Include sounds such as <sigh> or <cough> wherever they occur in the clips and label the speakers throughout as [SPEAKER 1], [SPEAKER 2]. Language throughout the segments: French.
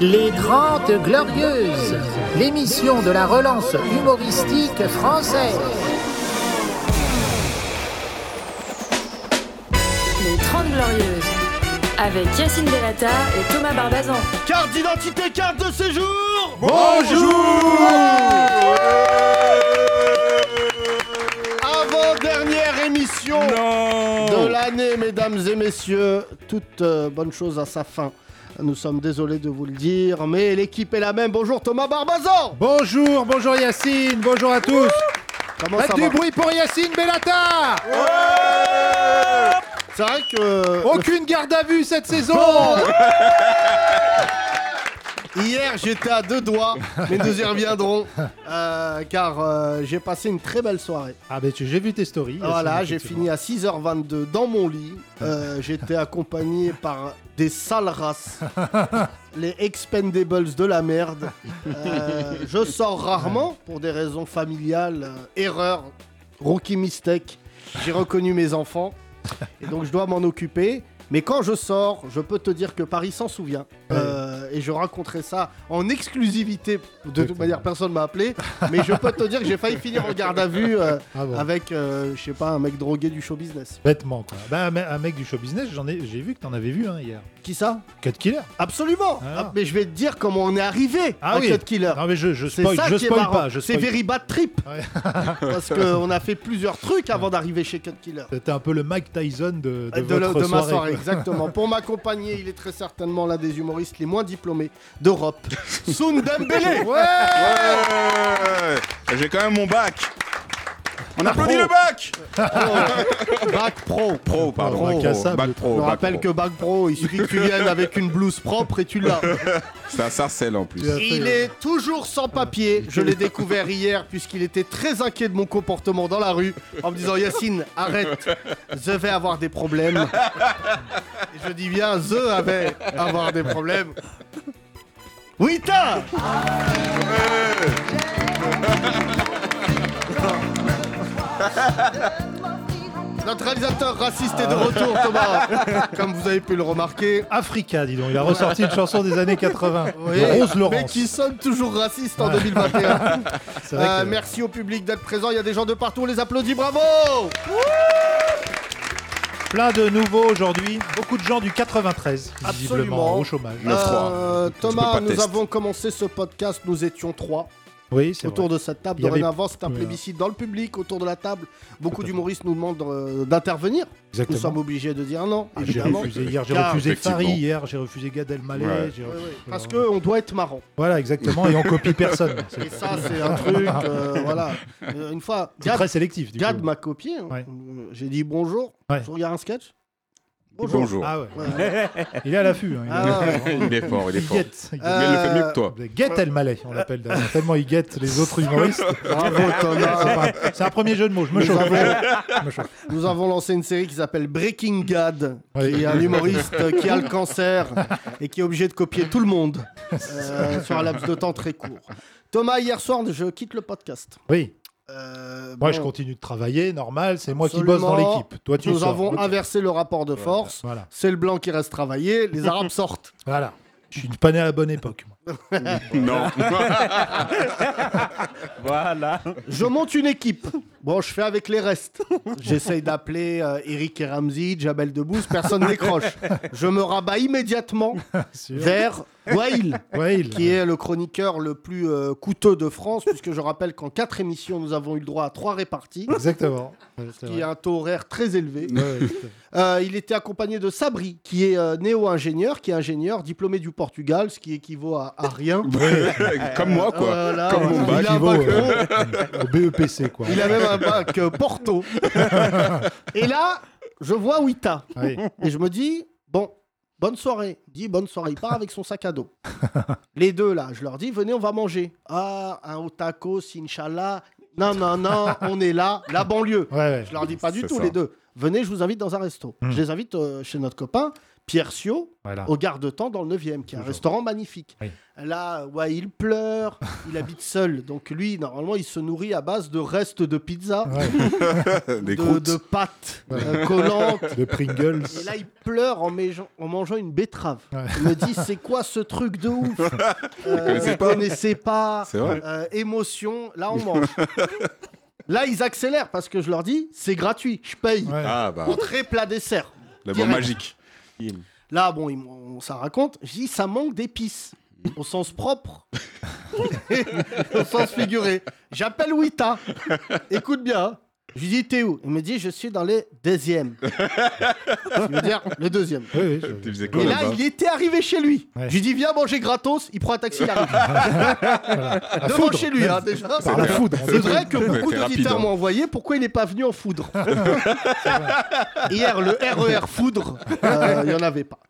[SPEAKER 1] Les 30 Glorieuses, l'émission de la relance humoristique française.
[SPEAKER 2] Les 30 Glorieuses, avec Yacine Delata et Thomas Barbazan.
[SPEAKER 3] Carte d'identité, carte de séjour
[SPEAKER 4] Bonjour
[SPEAKER 3] Avant-dernière émission de
[SPEAKER 4] Non
[SPEAKER 3] l'année, mesdames et messieurs. Toute euh, bonne chose à sa fin. Nous sommes désolés de vous le dire, mais l'équipe est la même. Bonjour Thomas Barbazan
[SPEAKER 4] Bonjour, bonjour Yacine, bonjour à tous
[SPEAKER 3] Comment ça
[SPEAKER 4] Faites
[SPEAKER 3] va
[SPEAKER 4] du bruit pour Yacine Bellata
[SPEAKER 3] C'est vrai que... euh,
[SPEAKER 4] Aucune garde à vue cette saison
[SPEAKER 3] <laughs> Hier, j'étais à deux doigts, mais nous y reviendrons, euh, car euh, j'ai passé une très belle soirée.
[SPEAKER 4] Ah ben tu- j'ai vu tes stories. Yacine,
[SPEAKER 3] Voilà, j'ai
[SPEAKER 4] effectivement.
[SPEAKER 3] fini à 6h22 dans mon lit. Euh, J'étais accompagné par des sales races, les expendables de la merde. Euh, je sors rarement pour des raisons familiales, euh, erreur, rookie mistake. J'ai reconnu mes enfants et donc je dois m'en occuper. Mais quand je sors, je peux te dire que Paris s'en souvient. Euh, et je raconterai ça en exclusivité. De toute manière, personne m'a appelé. Mais je peux te dire que j'ai failli finir en garde à vue euh,
[SPEAKER 4] Ah bon.
[SPEAKER 3] avec, euh, je sais pas, un mec drogué du show business.
[SPEAKER 4] Bêtement quoi. Bah, un me- un mec du show business, j'en ai, j'ai vu que t'en avais vu hein, hier.
[SPEAKER 3] Qui ça
[SPEAKER 4] Cut Killer.
[SPEAKER 3] Absolument
[SPEAKER 4] Ah.
[SPEAKER 3] Ah, Mais je vais te dire comment on est arrivé
[SPEAKER 4] Ah
[SPEAKER 3] à
[SPEAKER 4] oui.
[SPEAKER 3] Cut Killer.
[SPEAKER 4] Non mais je, je
[SPEAKER 3] C'est
[SPEAKER 4] spoil,
[SPEAKER 3] ça
[SPEAKER 4] je
[SPEAKER 3] qui est
[SPEAKER 4] spoil
[SPEAKER 3] marrant.
[SPEAKER 4] pas, je
[SPEAKER 3] C'est
[SPEAKER 4] spoil.
[SPEAKER 3] very bad trip.
[SPEAKER 4] Ouais.
[SPEAKER 3] <laughs>
[SPEAKER 4] <laughs>
[SPEAKER 3] Parce qu'on a fait plusieurs trucs avant d'arriver chez Cut Killer.
[SPEAKER 4] C'était un peu le Mike Tyson de, de,
[SPEAKER 3] De, la-
[SPEAKER 4] votre
[SPEAKER 3] de ma
[SPEAKER 4] soirée.
[SPEAKER 3] soirée,
[SPEAKER 4] quoi.
[SPEAKER 3] exactement. Pour m'accompagner, il est très certainement l'un des humoristes les moins diplômés
[SPEAKER 4] <laughs>
[SPEAKER 3] d'Europe. Soun Dembélé
[SPEAKER 5] Ouais J'ai quand même mon bac. On applaudit le bac
[SPEAKER 3] Bac Pro
[SPEAKER 5] Pro, pardon.
[SPEAKER 3] Pro.
[SPEAKER 4] Incassable.
[SPEAKER 5] Bac pro.
[SPEAKER 3] Je
[SPEAKER 5] bac
[SPEAKER 3] rappelle
[SPEAKER 5] pro.
[SPEAKER 3] que Bac Pro, il suffit que tu viennes avec une blouse propre et tu l'as.
[SPEAKER 5] C'est un sarcelle en plus.
[SPEAKER 4] Tu as fait,
[SPEAKER 3] Il
[SPEAKER 4] euh,
[SPEAKER 3] est toujours sans papier. Je l'ai découvert hier puisqu'il était très inquiet de mon comportement dans la rue en me disant Yacine, arrête, je vais avoir des problèmes. Et je dis bien, je vais avoir des problèmes. Oui, t'as Notre réalisateur raciste
[SPEAKER 4] Ah
[SPEAKER 3] est de retour, Thomas. Comme vous avez pu le remarquer.
[SPEAKER 4] Africa, dis donc. Il a ressorti une chanson des années 80.
[SPEAKER 3] <laughs> Oui,
[SPEAKER 4] de Rose
[SPEAKER 3] mais
[SPEAKER 4] Laurence.
[SPEAKER 3] qui sonne toujours raciste en 2021.
[SPEAKER 4] C'est vrai
[SPEAKER 3] Euh,
[SPEAKER 4] que-
[SPEAKER 3] Merci au public d'être présent. Il y a des gens de partout. On les applaudit. Bravo
[SPEAKER 4] Plein de nouveaux aujourd'hui, beaucoup de gens du 93,
[SPEAKER 3] Absolument.
[SPEAKER 4] visiblement, au chômage.
[SPEAKER 5] Le froid.
[SPEAKER 3] Euh,
[SPEAKER 5] Tu peux
[SPEAKER 3] Thomas,
[SPEAKER 5] pas
[SPEAKER 3] nous
[SPEAKER 5] test.
[SPEAKER 3] avons commencé ce podcast. Nous étions trois
[SPEAKER 4] Oui, c'est
[SPEAKER 3] autour
[SPEAKER 4] vrai.
[SPEAKER 3] de cette table.
[SPEAKER 4] Il y avait-
[SPEAKER 3] Dorénavant, c'est un
[SPEAKER 4] Oui,
[SPEAKER 3] plébiscite dans le public autour de la table. Beaucoup
[SPEAKER 4] Tout à fait.
[SPEAKER 3] d'humoristes nous demandent euh, d'intervenir. Nous sommes obligés de dire non,
[SPEAKER 4] Ah, j'ai
[SPEAKER 3] évidemment.
[SPEAKER 4] refusé hier, j'ai
[SPEAKER 3] Car-
[SPEAKER 4] refusé Farid
[SPEAKER 5] Effectivement.
[SPEAKER 4] hier, j'ai refusé Gad Elmaleh.
[SPEAKER 5] Ouais.
[SPEAKER 4] j'ai
[SPEAKER 3] Ouais,
[SPEAKER 4] refusé- euh,
[SPEAKER 3] ouais, Parce qu'on doit être marrant.
[SPEAKER 4] Voilà, exactement, et on copie personne. C'est
[SPEAKER 3] Et ça, c'est un truc.
[SPEAKER 4] <laughs>
[SPEAKER 3] euh, voilà. Euh, une fois,
[SPEAKER 4] c'est
[SPEAKER 3] Gad-
[SPEAKER 4] très sélectif. Du
[SPEAKER 3] Gad
[SPEAKER 4] coup.
[SPEAKER 3] m'a copié. hein.
[SPEAKER 4] Ouais.
[SPEAKER 3] J'ai dit bonjour.
[SPEAKER 4] Ouais.
[SPEAKER 3] Tu regardes un sketch
[SPEAKER 5] Bonjour.
[SPEAKER 4] Ah ouais.
[SPEAKER 3] Ouais.
[SPEAKER 4] Il est à l'affût. hein, il est
[SPEAKER 3] Ah
[SPEAKER 4] à l'affût.
[SPEAKER 5] <laughs> il est fort, il est
[SPEAKER 4] Il
[SPEAKER 5] fort.
[SPEAKER 4] guette. il
[SPEAKER 3] Euh,
[SPEAKER 5] Mais il le fait mieux
[SPEAKER 3] <laughs>
[SPEAKER 5] que toi.
[SPEAKER 4] guette.
[SPEAKER 3] Ah.
[SPEAKER 4] Guette Elmaleh, on l'appelle d'ailleurs, tellement il guette les
[SPEAKER 3] <laughs>
[SPEAKER 4] autres humoristes.
[SPEAKER 3] Bravo, Thomas.
[SPEAKER 4] C'est pas- C'est un premier jeu de mots, je me
[SPEAKER 3] Nous
[SPEAKER 4] chauffe.
[SPEAKER 3] avons,
[SPEAKER 4] Je me chauffe.
[SPEAKER 3] nous avons lancé une série qui s'appelle Breaking God,
[SPEAKER 4] Oui.
[SPEAKER 3] qui est un humoriste qui a le cancer et qui est obligé de copier tout le monde euh, sur un laps de temps très court. Thomas, hier soir, je quitte le podcast.
[SPEAKER 4] Oui,
[SPEAKER 3] Euh,
[SPEAKER 4] moi
[SPEAKER 3] bon,
[SPEAKER 4] je continue de travailler, normal, c'est moi qui
[SPEAKER 3] Absolument.
[SPEAKER 4] bosse dans l'équipe. Toi tu
[SPEAKER 3] Nous
[SPEAKER 4] sors.
[SPEAKER 3] avons
[SPEAKER 4] Ok.
[SPEAKER 3] inversé le rapport de force.
[SPEAKER 4] Voilà.
[SPEAKER 3] C'est le blanc qui reste travailler, les
[SPEAKER 4] <laughs>
[SPEAKER 3] arabes sortent.
[SPEAKER 4] Voilà. Je suis pas né à la bonne époque. moi.
[SPEAKER 5] Non.
[SPEAKER 3] Je monte une équipe. Bon, je fais avec les restes. J'essaye d'appeler euh, Eric et Ramsey, Jabel Debbouze, personne décroche. Je me rabats
[SPEAKER 4] <laughs>
[SPEAKER 3] immédiatement
[SPEAKER 4] Sûr.
[SPEAKER 3] vers Wail.
[SPEAKER 4] Ouais, il-
[SPEAKER 3] qui est le chroniqueur le plus euh, coûteux de France, puisque je rappelle qu'en quatre émissions, nous avons eu le droit à trois réparties,
[SPEAKER 4] Exactement. Ouais, c'est
[SPEAKER 3] qui
[SPEAKER 4] vrai.
[SPEAKER 3] est un taux horaire très élevé.
[SPEAKER 4] Ouais, ouais, c'est-
[SPEAKER 3] Euh, il était accompagné de Sabri, qui est euh, néo-ingénieur, qui est ingénieur diplômé du Portugal, ce qui équivaut à, à rien.
[SPEAKER 5] <laughs> Comme moi, quoi.
[SPEAKER 3] Voilà,
[SPEAKER 5] Comme mon
[SPEAKER 3] voilà.
[SPEAKER 5] bac. euh.
[SPEAKER 3] Il a un bac
[SPEAKER 4] Équivaut,
[SPEAKER 3] pro,
[SPEAKER 4] Au BEPC, quoi.
[SPEAKER 3] il a même un bac euh,
[SPEAKER 5] <laughs>
[SPEAKER 3] Porto. Et là, je vois Wita.
[SPEAKER 4] Oui.
[SPEAKER 3] Et je me dis, bon, bonne soirée. Il dit, bonne soirée. Il part avec son sac à
[SPEAKER 5] <laughs>
[SPEAKER 3] dos. Les deux, là, je leur dis, venez, on va manger. Ah, un au tacos, Inch'Allah. Non, non, non, on est là, la banlieue.
[SPEAKER 4] Ouais, ouais.
[SPEAKER 3] Je leur dis pas du
[SPEAKER 5] C'est
[SPEAKER 3] tout,
[SPEAKER 5] ça. Hmm.
[SPEAKER 3] les deux. venez, je vous invite dans un resto.
[SPEAKER 4] Mm.
[SPEAKER 3] Je les invite euh, chez notre copain Pierre Sio,
[SPEAKER 5] Ah.
[SPEAKER 4] Voilà.
[SPEAKER 3] au garde-temps dans le 9e, qui est un
[SPEAKER 4] Toujours.
[SPEAKER 3] restaurant magnifique.
[SPEAKER 4] Oui.
[SPEAKER 3] Là, ouais, il pleure, il habite seul. Donc lui, normalement, il se nourrit à base de restes de pizza,
[SPEAKER 5] Des
[SPEAKER 3] Euh, de,
[SPEAKER 5] croûtes.
[SPEAKER 3] de pâtes euh, collantes.
[SPEAKER 6] De Pringles.
[SPEAKER 3] Et là, il pleure en, mégeant- en mangeant une betterave.
[SPEAKER 4] Ouais.
[SPEAKER 3] Il me dit, c'est quoi ce truc de
[SPEAKER 5] <laughs>
[SPEAKER 3] ouf Euh, Vous
[SPEAKER 5] connaissez pas
[SPEAKER 3] connaissez pas.
[SPEAKER 5] C'est vrai.
[SPEAKER 3] Euh, émotion, là, on
[SPEAKER 5] <laughs>
[SPEAKER 3] mange. là, ils accélèrent parce que je leur dis, c'est gratuit, je paye.
[SPEAKER 4] Ouais.
[SPEAKER 5] Ah bah,
[SPEAKER 3] Très plat dessert.
[SPEAKER 5] la bombe
[SPEAKER 3] Direct.
[SPEAKER 5] magique.
[SPEAKER 3] Là, bon, ils m'ont- ça raconte. Je dis, ça manque d'épices. Au sens
[SPEAKER 5] <laughs>
[SPEAKER 3] propre. Au sens figuré. J'appelle Wita. Écoute bien. hein. Je lui dis, t'es où Il me dit, je suis dans les deuxièmes. Ça veut dire le deuxième.
[SPEAKER 6] Oui, oui,
[SPEAKER 5] Tu
[SPEAKER 6] je-
[SPEAKER 5] faisais hein. quoi
[SPEAKER 3] Et là,
[SPEAKER 5] là-bas
[SPEAKER 3] il était arrivé chez lui.
[SPEAKER 4] Ouais.
[SPEAKER 3] Je lui dis, viens manger gratos. Il prend un taxi, il arrive.
[SPEAKER 6] <laughs> La
[SPEAKER 3] Devant
[SPEAKER 6] foudre.
[SPEAKER 3] chez lui, hein, déjà.
[SPEAKER 6] Par la foudre.
[SPEAKER 3] C'est vrai que beaucoup
[SPEAKER 5] t'es rapide,
[SPEAKER 3] d'auditeurs
[SPEAKER 5] hein.
[SPEAKER 3] m'ont envoyé pourquoi il n'est pas venu en
[SPEAKER 5] <laughs>
[SPEAKER 3] foudre. <laughs> Hier, le RER foudre, euh, il n'y en avait pas.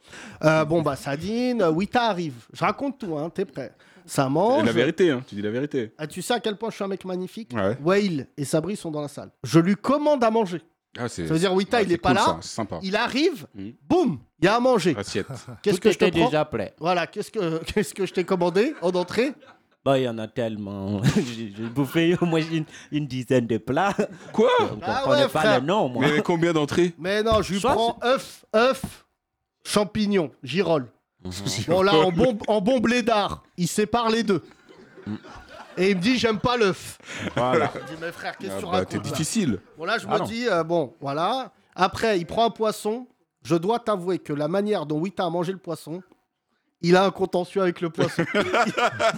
[SPEAKER 3] Euh, bon, bah, Sadine, euh, Wita arrive. Je raconte tout, hein, t'es prêt. Ça mange.
[SPEAKER 5] La vérité, hein, tu dis la vérité.
[SPEAKER 3] Ah, tu sais à quel point je suis un mec magnifique
[SPEAKER 5] Ouais.
[SPEAKER 3] Wail et Sabri sont dans la salle. Je lui commande à manger.
[SPEAKER 5] Ah, c'est.
[SPEAKER 3] Ça veut dire, Wita,
[SPEAKER 5] ah,
[SPEAKER 3] il
[SPEAKER 5] c'est
[SPEAKER 3] n'est pas
[SPEAKER 5] cool,
[SPEAKER 3] là.
[SPEAKER 5] ça, C'est sympa.
[SPEAKER 3] Il arrive,
[SPEAKER 5] Mhm.
[SPEAKER 3] boum, il y a à manger.
[SPEAKER 5] Assiette.
[SPEAKER 3] Qu'est-ce
[SPEAKER 7] Tout
[SPEAKER 3] que je te
[SPEAKER 7] était
[SPEAKER 3] prends
[SPEAKER 7] déjà prêt.
[SPEAKER 3] Voilà, qu'est-ce que, <laughs> qu'est-ce que je t'ai commandé en entrée
[SPEAKER 7] Bah, il y en a tellement. <laughs> J'ai j'ai bouffé au moins une, une dizaine de plats.
[SPEAKER 5] Quoi
[SPEAKER 7] Je ne
[SPEAKER 3] Ah
[SPEAKER 7] comprenais
[SPEAKER 3] ouais,
[SPEAKER 7] pas
[SPEAKER 3] frère.
[SPEAKER 7] le nom, moi.
[SPEAKER 5] Mais combien d'entrées
[SPEAKER 3] Mais non, je lui
[SPEAKER 7] Soit
[SPEAKER 3] prends œuf, œuf, champignon, girole.
[SPEAKER 5] Mhm.
[SPEAKER 3] Bon, là, en bon, en bon blédard, il sépare les deux. Et il me dit, j'aime pas l'œuf.
[SPEAKER 7] Voilà.
[SPEAKER 3] Je dis, mais frère, qu'est-ce que
[SPEAKER 5] Ah
[SPEAKER 3] tu
[SPEAKER 5] bah, T'es
[SPEAKER 3] racontes là
[SPEAKER 5] difficile.
[SPEAKER 3] Bon, là, je
[SPEAKER 7] Ah
[SPEAKER 3] me
[SPEAKER 7] non.
[SPEAKER 3] dis, euh, bon, voilà. Après, il prend un poisson. Je dois t'avouer que la manière dont Wita a mangé le poisson, il a un contentieux avec le
[SPEAKER 5] <laughs>
[SPEAKER 3] poisson.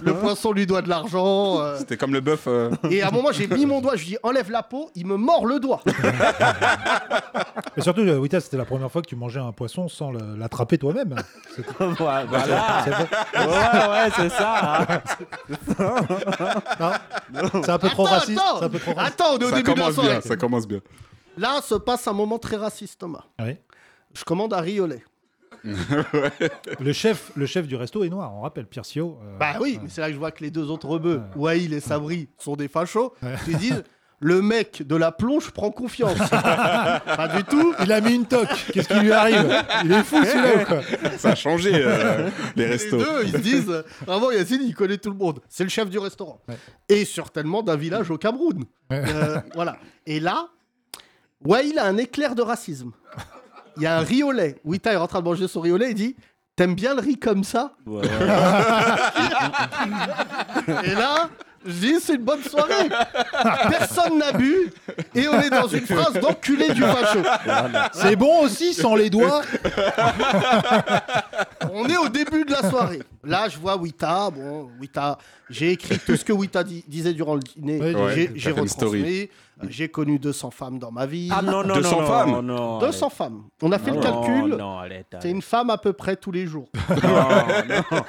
[SPEAKER 3] le poisson lui doit de l'argent. euh,
[SPEAKER 5] C'était comme le bœuf. euh,
[SPEAKER 3] Et à un moment, j'ai mis mon doigt, je lui dis, enlève la peau, il me mord le doigt.
[SPEAKER 4] Et surtout, euh, Wita, c'était la première fois que tu mangeais un poisson sans le- l'attraper toi-même.
[SPEAKER 7] <laughs> voilà.
[SPEAKER 3] Bah,
[SPEAKER 7] Ouais, ouais, c'est ça.
[SPEAKER 3] <laughs>
[SPEAKER 7] hein.
[SPEAKER 4] C'est un peu trop
[SPEAKER 3] Attends,
[SPEAKER 4] raciste.
[SPEAKER 3] attends.
[SPEAKER 4] C'est un peu trop raciste.
[SPEAKER 3] Attends, on est au
[SPEAKER 5] Ça
[SPEAKER 3] début de la
[SPEAKER 5] commence
[SPEAKER 3] soirée.
[SPEAKER 5] bien, ça commence bien.
[SPEAKER 3] Là se passe un moment très raciste, Thomas.
[SPEAKER 4] Oui.
[SPEAKER 3] Je commande un riolet.
[SPEAKER 4] Le, chef, le chef du resto est noir, on rappelle, Piercio. euh,
[SPEAKER 3] Bah oui, mais c'est là que je vois que les deux autres rebeux, Wail et Sabri, sont des fachos. Ils
[SPEAKER 5] <laughs>
[SPEAKER 3] disent le mec de la plonge prend confiance. Pas du tout. Eh,
[SPEAKER 6] Il a mis une toque. Qu'est-ce qui lui arrive Il est fou celui-là ou quoi
[SPEAKER 5] Ça a changé
[SPEAKER 3] <laughs>
[SPEAKER 5] euh, les
[SPEAKER 3] Les
[SPEAKER 5] restos.
[SPEAKER 3] deux, ils se disent euh, vraiment Yacine, il connaît tout le monde. C'est le chef du restaurant. Et certainement d'un village au Cameroun. Euh, voilà. Et là, Wail a un éclair de racisme. Il y a un riolet. Wita est en train de manger son riolet et dit T'aimes bien le riz comme ça
[SPEAKER 7] Ouais, ouais.
[SPEAKER 3] Et là, je dis, c'est une bonne soirée. Personne n'a bu et on est dans une phrase d'enculé du facho.
[SPEAKER 6] C'est bon aussi sans les doigts.
[SPEAKER 3] On est au début de la soirée. Là, je vois Wita. Bon, Wita, j'ai écrit tout ce que Wita di- disait durant le dîner.
[SPEAKER 4] Ouais,
[SPEAKER 3] J'ai-
[SPEAKER 5] t'as fait
[SPEAKER 3] j'ai
[SPEAKER 5] une
[SPEAKER 3] retransmis. Euh, J'ai connu 200 femmes dans ma vie.
[SPEAKER 7] Ah non, non,
[SPEAKER 5] 200
[SPEAKER 7] non,
[SPEAKER 5] femmes.
[SPEAKER 7] non, non.
[SPEAKER 3] 200 femmes. On a fait le calcul.
[SPEAKER 7] Non, allez, t'as-
[SPEAKER 3] C'est une femme à peu près tous les jours.
[SPEAKER 7] Non, non,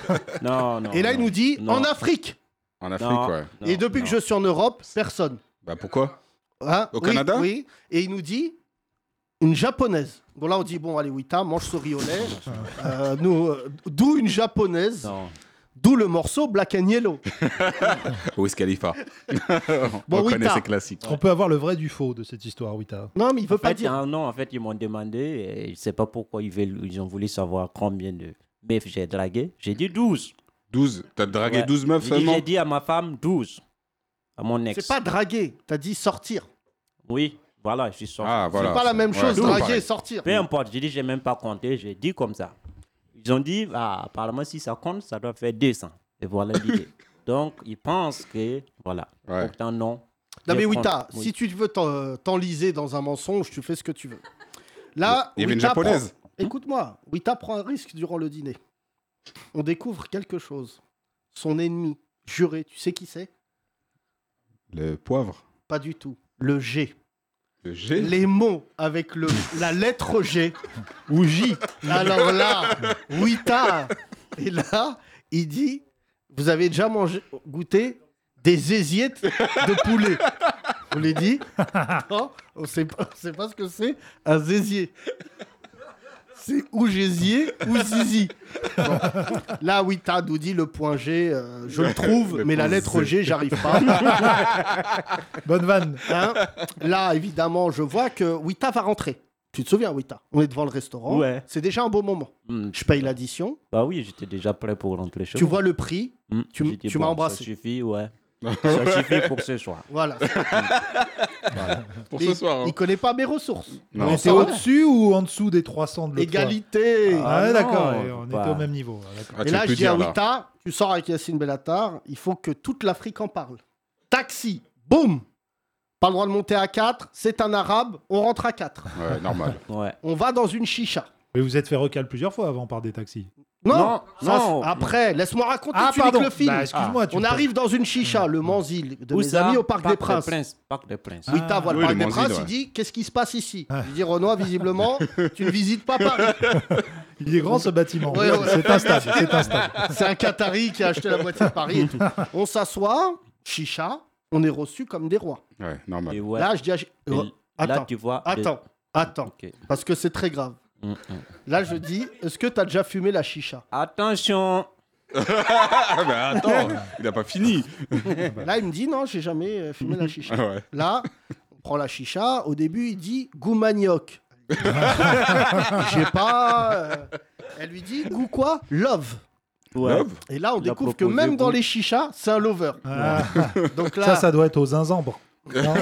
[SPEAKER 7] non, non.
[SPEAKER 3] et là, il nous dit
[SPEAKER 7] non.
[SPEAKER 3] en Afrique.
[SPEAKER 5] En
[SPEAKER 7] Non,
[SPEAKER 5] Afrique, ouais.
[SPEAKER 7] non,
[SPEAKER 3] et depuis que
[SPEAKER 7] non.
[SPEAKER 3] je suis en Europe, personne.
[SPEAKER 5] Bah pourquoi
[SPEAKER 3] Hein
[SPEAKER 5] Au
[SPEAKER 3] Oui,
[SPEAKER 5] Canada
[SPEAKER 3] Oui. Et il nous dit une japonaise. Bon, là, on dit bon, allez, Wita, mange ce
[SPEAKER 5] <laughs>
[SPEAKER 3] riolet. Euh, nous, euh, d'où une japonaise,
[SPEAKER 7] Non.
[SPEAKER 3] d'où le morceau Black and Yellow.
[SPEAKER 5] Wiz Khalifa.
[SPEAKER 3] Bon,
[SPEAKER 5] On
[SPEAKER 3] oui,
[SPEAKER 5] connaît
[SPEAKER 3] t'as.
[SPEAKER 5] ses classiques.
[SPEAKER 4] On peut avoir le vrai du faux de cette histoire, Wita.
[SPEAKER 3] Non, mais il veut
[SPEAKER 7] En
[SPEAKER 3] pas
[SPEAKER 7] fait,
[SPEAKER 3] dire.
[SPEAKER 7] ah non, en fait, ils m'ont demandé, et je ne sais pas pourquoi ils, veulent- ils ont voulu savoir combien de meufs j'ai dragué. J'ai dit 12.
[SPEAKER 5] 12. T'as dragué
[SPEAKER 7] Ouais.
[SPEAKER 5] 12 meufs
[SPEAKER 7] J'ai dit-
[SPEAKER 5] seulement
[SPEAKER 7] j'ai dit à ma femme 12. À mon ex.
[SPEAKER 3] C'est pas draguer, t'as dit sortir.
[SPEAKER 7] Oui, voilà, je suis sorti.
[SPEAKER 5] Ah, voilà.
[SPEAKER 3] c'est pas la même
[SPEAKER 5] Ouais,
[SPEAKER 3] chose,
[SPEAKER 5] c'est
[SPEAKER 3] draguer
[SPEAKER 5] pareil.
[SPEAKER 3] et sortir.
[SPEAKER 7] Peu importe, j'ai dit, j'ai même pas compté, j'ai dit comme ça. Ils ont dit, ah, apparemment, si ça compte, ça doit faire 200. Et voilà
[SPEAKER 5] <laughs>
[SPEAKER 7] l'idée. Donc, ils pensent que, voilà.
[SPEAKER 5] Ouais.
[SPEAKER 7] Pourtant, non.
[SPEAKER 3] Non,
[SPEAKER 7] Je
[SPEAKER 3] mais
[SPEAKER 7] prends-
[SPEAKER 3] Wita,
[SPEAKER 7] oui.
[SPEAKER 3] si tu veux t'en- euh, t'enliser dans un mensonge, tu fais ce que tu veux. Là,
[SPEAKER 5] Il y avait une
[SPEAKER 3] Wita
[SPEAKER 5] japonaise.
[SPEAKER 3] prend- Écoute-moi, Wita prend un risque durant le dîner. On découvre quelque chose. Son ennemi juré, tu sais qui c'est
[SPEAKER 5] Le poivre.
[SPEAKER 3] Pas du tout. Le G.
[SPEAKER 5] Le G.
[SPEAKER 3] Les mots avec le, la lettre G. Ou J. Alors là, Wita. Et là, il dit Vous avez déjà mangé, goûté des hésiettes de poulet. On les dit Non, on sait pas, on sait pas ce que c'est un zézier. C'est ou gésier ou zizi. Bon. Là, Wita nous dit le point G, euh, je le trouve,
[SPEAKER 5] Le
[SPEAKER 3] mais la
[SPEAKER 5] point
[SPEAKER 3] lettre
[SPEAKER 5] G.
[SPEAKER 3] G, j'arrive pas.
[SPEAKER 4] Bonne vanne.
[SPEAKER 3] Ah, Hein Là, évidemment, je vois que Wita va rentrer. Tu te souviens, Wita On est devant le restaurant.
[SPEAKER 7] Ouais.
[SPEAKER 3] C'est déjà un beau moment.
[SPEAKER 7] Hmm.
[SPEAKER 3] Je paye l'addition.
[SPEAKER 7] Bah oui, j'étais déjà prêt pour rentrer chez
[SPEAKER 3] Tu
[SPEAKER 7] moi.
[SPEAKER 3] vois le prix.
[SPEAKER 7] Hmm.
[SPEAKER 3] tu m-
[SPEAKER 7] J'ai dit,
[SPEAKER 3] tu m'as
[SPEAKER 7] bon,
[SPEAKER 3] embrassé.
[SPEAKER 7] Ça
[SPEAKER 5] <laughs>
[SPEAKER 7] suffit, ouais. ça suffit pour ce soir.
[SPEAKER 3] Voilà.
[SPEAKER 5] Pour
[SPEAKER 3] Il-
[SPEAKER 5] ce soir. hein.
[SPEAKER 3] Il connaît pas mes ressources.
[SPEAKER 5] Non.
[SPEAKER 4] On était
[SPEAKER 3] va.
[SPEAKER 4] au-dessus ou en dessous des 300 de l'autre
[SPEAKER 3] Égalité.
[SPEAKER 4] fois Ah, ouais,
[SPEAKER 7] Ah,
[SPEAKER 4] d'accord,
[SPEAKER 7] non,
[SPEAKER 4] et on
[SPEAKER 7] on peut
[SPEAKER 4] était
[SPEAKER 7] pas.
[SPEAKER 4] au même niveau. ah, d'accord.
[SPEAKER 5] Ah,
[SPEAKER 3] Et
[SPEAKER 5] tu
[SPEAKER 3] là,
[SPEAKER 5] peux
[SPEAKER 3] je dis à
[SPEAKER 5] dire, là.
[SPEAKER 3] Wita, tu sors avec Yacine Bellatar, il faut que toute l'Afrique en parle. Taxi, boum Pas le droit de monter à 4, c'est un arabe, on rentre à 4.
[SPEAKER 5] Ouais, normal.
[SPEAKER 7] Ouais.
[SPEAKER 3] On va dans une chicha.
[SPEAKER 4] Mais vous êtes fait recal plusieurs fois avant par des taxis.
[SPEAKER 3] Non,
[SPEAKER 7] Non,
[SPEAKER 3] ça,
[SPEAKER 7] non.
[SPEAKER 3] c'est- Après, laisse-moi raconter,
[SPEAKER 4] Ah,
[SPEAKER 3] tu niques
[SPEAKER 4] pardon.
[SPEAKER 3] le film. Ah.
[SPEAKER 4] Bah, excuse-moi, tu
[SPEAKER 3] on
[SPEAKER 4] me-
[SPEAKER 3] arrive dans une chicha, le Manzil, de
[SPEAKER 7] Où
[SPEAKER 3] mes
[SPEAKER 7] ça
[SPEAKER 3] amis au Parc, des Princes.
[SPEAKER 7] Parc des Princes.
[SPEAKER 4] Ah.
[SPEAKER 3] Wita voit le
[SPEAKER 5] Oui,
[SPEAKER 3] Parc
[SPEAKER 5] le
[SPEAKER 3] des
[SPEAKER 5] Manzil,
[SPEAKER 3] Princes, il
[SPEAKER 5] ouais.
[SPEAKER 3] dit Qu'est-ce qui se passe ici Il dit Renoir, visiblement, tu ne visites pas Paris.
[SPEAKER 5] <laughs>
[SPEAKER 4] Il est grand ce bâtiment.
[SPEAKER 3] Ouais, ouais.
[SPEAKER 4] C'est un stade. C'est un stade.
[SPEAKER 3] C'est un Qatari qui a acheté la moitié de Paris
[SPEAKER 5] <laughs>
[SPEAKER 3] et tout. On s'assoit, chicha, on est reçu comme des rois.
[SPEAKER 5] Ouais, normal.
[SPEAKER 7] Et ouais.
[SPEAKER 3] Là, je dis à-
[SPEAKER 7] Et l-
[SPEAKER 3] Attends.
[SPEAKER 7] là, tu vois. les-
[SPEAKER 3] Attends, attends,
[SPEAKER 7] Ok.
[SPEAKER 3] parce que c'est très grave.
[SPEAKER 7] Mm, mm.
[SPEAKER 3] Là, je dis, est-ce que t'as déjà fumé la chicha
[SPEAKER 7] Attention.
[SPEAKER 5] Ah, bah attends, il a pas fini. bah.
[SPEAKER 3] Là, il me dit, non, j'ai jamais euh, fumé la
[SPEAKER 5] <laughs>
[SPEAKER 3] chicha.
[SPEAKER 5] Ah, ouais.
[SPEAKER 3] Là, on prend la chicha. Au début, il dit goût
[SPEAKER 5] <laughs>
[SPEAKER 3] manioc. j'ai pas. euh, Elle lui dit goût quoi Love.
[SPEAKER 7] Ouais.
[SPEAKER 5] Love.
[SPEAKER 3] Et là, on
[SPEAKER 7] Il a
[SPEAKER 3] découvre que
[SPEAKER 7] proposé
[SPEAKER 3] même dans
[SPEAKER 7] goût.
[SPEAKER 3] les chichas, c'est un lover.
[SPEAKER 4] Ah, <laughs>
[SPEAKER 3] Donc là,
[SPEAKER 4] ça, ça doit être aux zinzambres. Non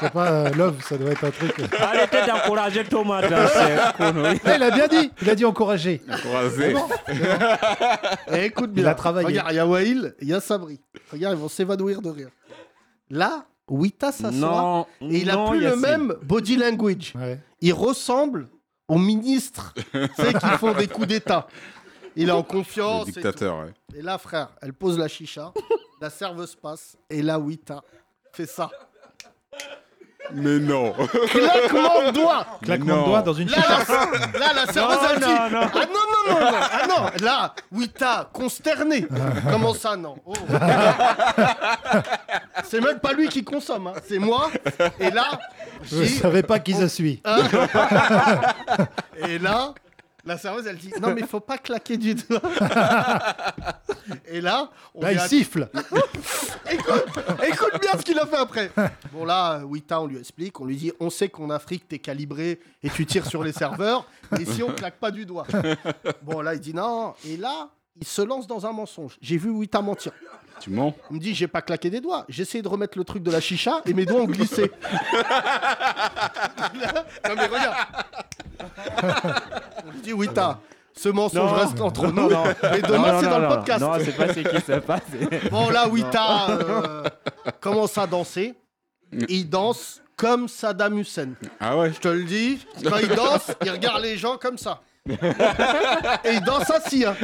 [SPEAKER 4] c'est pas euh, Love, ça doit être un truc. euh.
[SPEAKER 7] Arrêtez d'encourager Thomas
[SPEAKER 3] <laughs>
[SPEAKER 7] dans ses conneries.
[SPEAKER 4] Eh, il a bien dit, il a dit encourager.
[SPEAKER 5] Croisé.
[SPEAKER 3] Eh, écoute
[SPEAKER 4] Il
[SPEAKER 3] bien.
[SPEAKER 4] a travaillé.
[SPEAKER 3] Regarde, il y a Wail, il y a Sabri. Regarde, ils vont s'évanouir de rire. Là, Wita s'assoit.
[SPEAKER 7] Non.
[SPEAKER 3] Et il
[SPEAKER 7] non,
[SPEAKER 3] a plus le
[SPEAKER 7] Yacine.
[SPEAKER 3] même body language.
[SPEAKER 4] Ouais.
[SPEAKER 3] il ressemble au ministre, tu sais, qui font des coups d'État. Il est en confiance.
[SPEAKER 5] Le
[SPEAKER 3] et
[SPEAKER 5] dictateur, ouais.
[SPEAKER 3] tout. Et là, frère, elle pose la chicha, la serveuse passe, et là, Wita fait
[SPEAKER 7] <laughs>
[SPEAKER 3] ça.
[SPEAKER 5] Mais non.
[SPEAKER 3] Claquement de doigts
[SPEAKER 4] Claquement
[SPEAKER 5] Non.
[SPEAKER 4] de doigts dans une
[SPEAKER 3] Là,
[SPEAKER 4] chicha.
[SPEAKER 7] <laughs>
[SPEAKER 3] la, là, la serveuse, elle dit
[SPEAKER 7] non, non.
[SPEAKER 3] Ah non, non, non, non, ah non Là, Wita, consterné Comment ça, non Oh. C'est même pas lui qui consomme, hein. c'est moi. Et là,
[SPEAKER 4] Je
[SPEAKER 3] j'ai...
[SPEAKER 4] savais pas qui je suis.
[SPEAKER 3] Et là, la serveuse, elle dit Non, mais faut pas claquer du
[SPEAKER 7] <laughs>
[SPEAKER 3] doigt. Et là, on
[SPEAKER 4] Là, il
[SPEAKER 3] vient-
[SPEAKER 4] siffle.
[SPEAKER 3] écoute, écoute bien ce qu'il a fait après. Bon, là, euh, Wita, on lui explique On lui dit On sait qu'en Afrique, t'es calibré et tu tires sur les serveurs, mais si on claque pas du doigt. Bon, là, il dit Non. Et là, il se lance dans un mensonge. J'ai vu Wita mentir.
[SPEAKER 5] Tu mens.
[SPEAKER 3] Il me dit J'ai pas claqué des doigts. J'ai essayé de remettre le truc de la chicha et mes doigts ont
[SPEAKER 7] <laughs>
[SPEAKER 3] glissé. non, mais regarde. On lui dit Wita. Ce mensonge
[SPEAKER 7] Non.
[SPEAKER 3] reste entre
[SPEAKER 7] Non,
[SPEAKER 3] nous.
[SPEAKER 7] non.
[SPEAKER 3] Et demain,
[SPEAKER 7] Non,
[SPEAKER 3] c'est
[SPEAKER 7] non,
[SPEAKER 3] dans le
[SPEAKER 7] non,
[SPEAKER 3] podcast.
[SPEAKER 7] Non, c'est pas ce qui
[SPEAKER 3] <laughs>
[SPEAKER 7] se passe.
[SPEAKER 3] Bon, là, Wita euh, commence à danser. Il danse comme Saddam Hussein.
[SPEAKER 5] Ah ouais.
[SPEAKER 3] Je te le dis, quand il danse, il regarde les gens comme ça. Et il danse assis. Hein.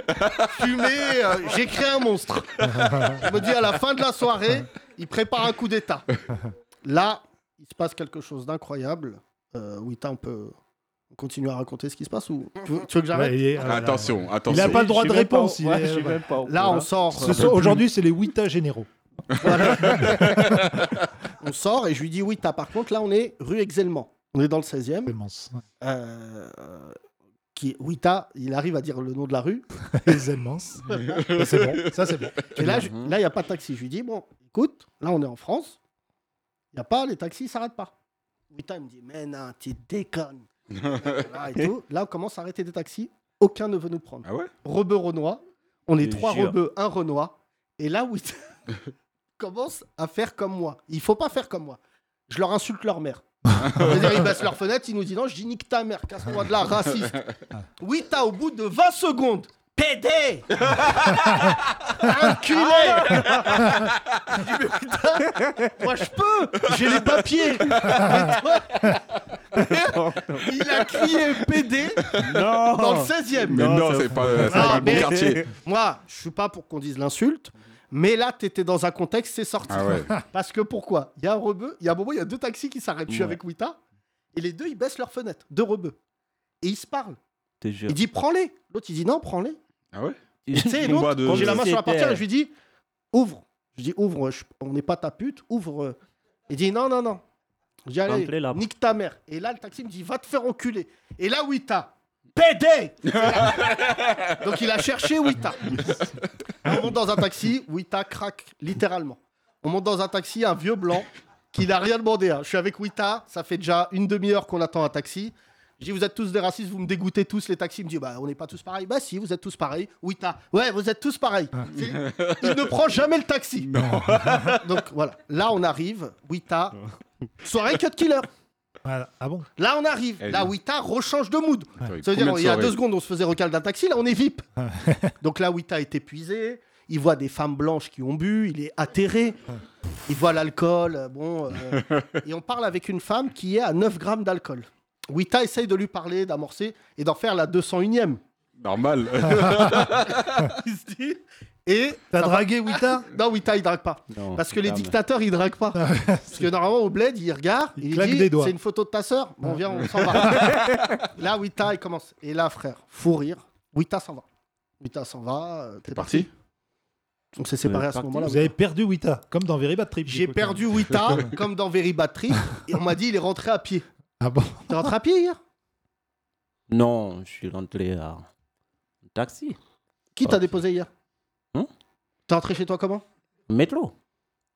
[SPEAKER 3] Fumé, euh, j'ai créé un monstre. Je me dis, à la fin de la soirée, il prépare un coup d'État. Là, il se passe quelque chose d'incroyable. Euh, Wita, on peut continuer à raconter ce qui se passe ou tu veux, tu veux que j'arrête
[SPEAKER 4] Ouais, il est- ah là là.
[SPEAKER 5] Attention, attention.
[SPEAKER 4] Il n'a pas le droit
[SPEAKER 7] Je
[SPEAKER 4] de
[SPEAKER 7] suis même pas au-
[SPEAKER 4] réponse. il
[SPEAKER 7] ouais,
[SPEAKER 4] est- euh,
[SPEAKER 7] je suis même pas au
[SPEAKER 3] Là,
[SPEAKER 7] courant.
[SPEAKER 3] on sort. euh,
[SPEAKER 4] Ce soir- Aujourd'hui, c'est les Wita généraux.
[SPEAKER 3] On sort et je lui dis oui, t'as par contre là on est rue Exelmans. On est dans le 16e.
[SPEAKER 4] Immense.
[SPEAKER 3] Euh, qui, Wita, il arrive à dire le nom de la rue.
[SPEAKER 4] Les immenses. Ça, c'est bon. Ça, c'est bon.
[SPEAKER 3] Et là, je- là, il n'y a pas de taxi. Je lui dis, bon, écoute, là, on est en France. Il n'y a pas, les taxis ne s'arrêtent pas. Wita, il me dit, mais non, tu déconnes. là, et tout. Là, on commence à arrêter des taxis. Aucun ne veut nous prendre.
[SPEAKER 5] Ah ouais.
[SPEAKER 3] Rebeu Renoir. On est
[SPEAKER 7] Je
[SPEAKER 3] trois
[SPEAKER 7] jure.
[SPEAKER 3] Rebeux, un Renoir. Et là, <laughs> Wita commence à faire comme moi. Il faut pas faire comme moi. Je leur insulte leur mère. C'est-à-dire, ils baissent leur fenêtre, ils nous disent non, je dis nique ta mère, casse-moi de là, raciste. Wita, au bout de 20 secondes, pédé Enculé Je dis, mais putain, <laughs> Moi, je peux J'ai les papiers Mais toi- <laughs> Il a crié pédé
[SPEAKER 7] Non.
[SPEAKER 3] dans le 16e
[SPEAKER 5] Mais non,
[SPEAKER 7] ça-
[SPEAKER 5] c'est pas, c'est
[SPEAKER 3] Ah,
[SPEAKER 5] pas le bon
[SPEAKER 3] mais-
[SPEAKER 5] quartier.
[SPEAKER 3] moi, je suis pas pour qu'on dise l'insulte, mais là, t'étais dans un contexte, c'est sorti.
[SPEAKER 5] Ah ouais.
[SPEAKER 3] <laughs> Parce que pourquoi Il y a un rebeu, il y a un moment, il y a deux taxis qui s'arrêtent. Je suis avec Wita, et les deux, ils baissent leur fenêtre, deux rebeux. Et ils se parlent.
[SPEAKER 7] Je te jure.
[SPEAKER 3] Il dit, prends-les. L'autre, il dit, non,
[SPEAKER 5] <laughs>
[SPEAKER 3] prends-les.
[SPEAKER 5] Ah ouais.
[SPEAKER 3] Tu sais,
[SPEAKER 5] Combat
[SPEAKER 3] l'autre,
[SPEAKER 5] de-
[SPEAKER 3] j'ai la main sur la
[SPEAKER 7] C'était-
[SPEAKER 3] portière, et je lui dis, ouvre. Je dis, ouvre, je- on n'est pas ta pute, ouvre. euh. Il dit, non, non, non. Je dis, allez,
[SPEAKER 7] Rentrez là.
[SPEAKER 3] nique ta mère. Et là, le taxi me dit, va te faire enculer. Et là, Wita, pédé <laughs> Donc il a cherché Wita. On monte dans un taxi, Wita craque, littéralement. On monte dans un taxi, un vieux blanc. qui n'a rien demandé. hein. Je suis avec Wita, ça fait déjà une demi-heure qu'on attend un taxi. Je dis, vous êtes tous des racistes, vous me dégoûtez tous, les taxis. Il me dit, bah, on n'est pas tous pareils. Bah, si, vous êtes tous pareils. Wita, ouais, vous êtes tous pareils. C'est- Il ne prend jamais le taxi. Donc voilà, là on arrive, Wita, soirée cut killer.
[SPEAKER 4] Voilà. Ah bon
[SPEAKER 3] Là on arrive,
[SPEAKER 5] Elle-
[SPEAKER 3] là Wita rechange de mood.
[SPEAKER 5] Attends,
[SPEAKER 3] Ça veut dire,
[SPEAKER 5] combien de
[SPEAKER 3] il y a
[SPEAKER 5] soirées
[SPEAKER 3] deux secondes, on se faisait recal d'un taxi, là on est VIP. Donc là, Wita est épuisé, il voit des femmes blanches qui ont bu, il est atterré, il voit l'alcool, euh, bon. euh, et on parle avec une femme qui est à 9 grammes d'alcool. Wita essaye de lui parler, d'amorcer et d'en faire la 201ème. <laughs>
[SPEAKER 5] Normal.
[SPEAKER 3] Il se dit. Et.
[SPEAKER 4] T'as
[SPEAKER 3] ça va-
[SPEAKER 4] dragué Wita
[SPEAKER 3] Non, Wita, il drague pas. Parce que les dictateurs, ils draguent pas. Parce que normalement, au bled, ils regardent,
[SPEAKER 4] Ah Ils
[SPEAKER 3] ils
[SPEAKER 4] claquent
[SPEAKER 3] disent
[SPEAKER 4] des doigts.
[SPEAKER 3] c'est une photo de ta sœur. Bon, viens, on s'en va.
[SPEAKER 4] <laughs>
[SPEAKER 3] là, Wita, il commence. Et là, frère, fou rire. Wita s'en va. Wita s'en va. euh, T'es
[SPEAKER 5] Parti
[SPEAKER 3] On s'est séparés à ce
[SPEAKER 7] parti.
[SPEAKER 3] moment-là.
[SPEAKER 4] Vous avez perdu Wita, comme dans Very Bad Trip. du
[SPEAKER 3] J'ai
[SPEAKER 4] coup,
[SPEAKER 3] perdu Wita, comme dans Very Bad Trip, et on m'a dit il est rentré à pied.
[SPEAKER 4] tiens. Ah bon
[SPEAKER 3] T'es rentré à pied hier
[SPEAKER 7] Non, je suis rentré euh, en taxi,
[SPEAKER 3] Qui t'a déposé hier
[SPEAKER 7] Hein
[SPEAKER 3] T'es rentré chez toi comment
[SPEAKER 7] en métro.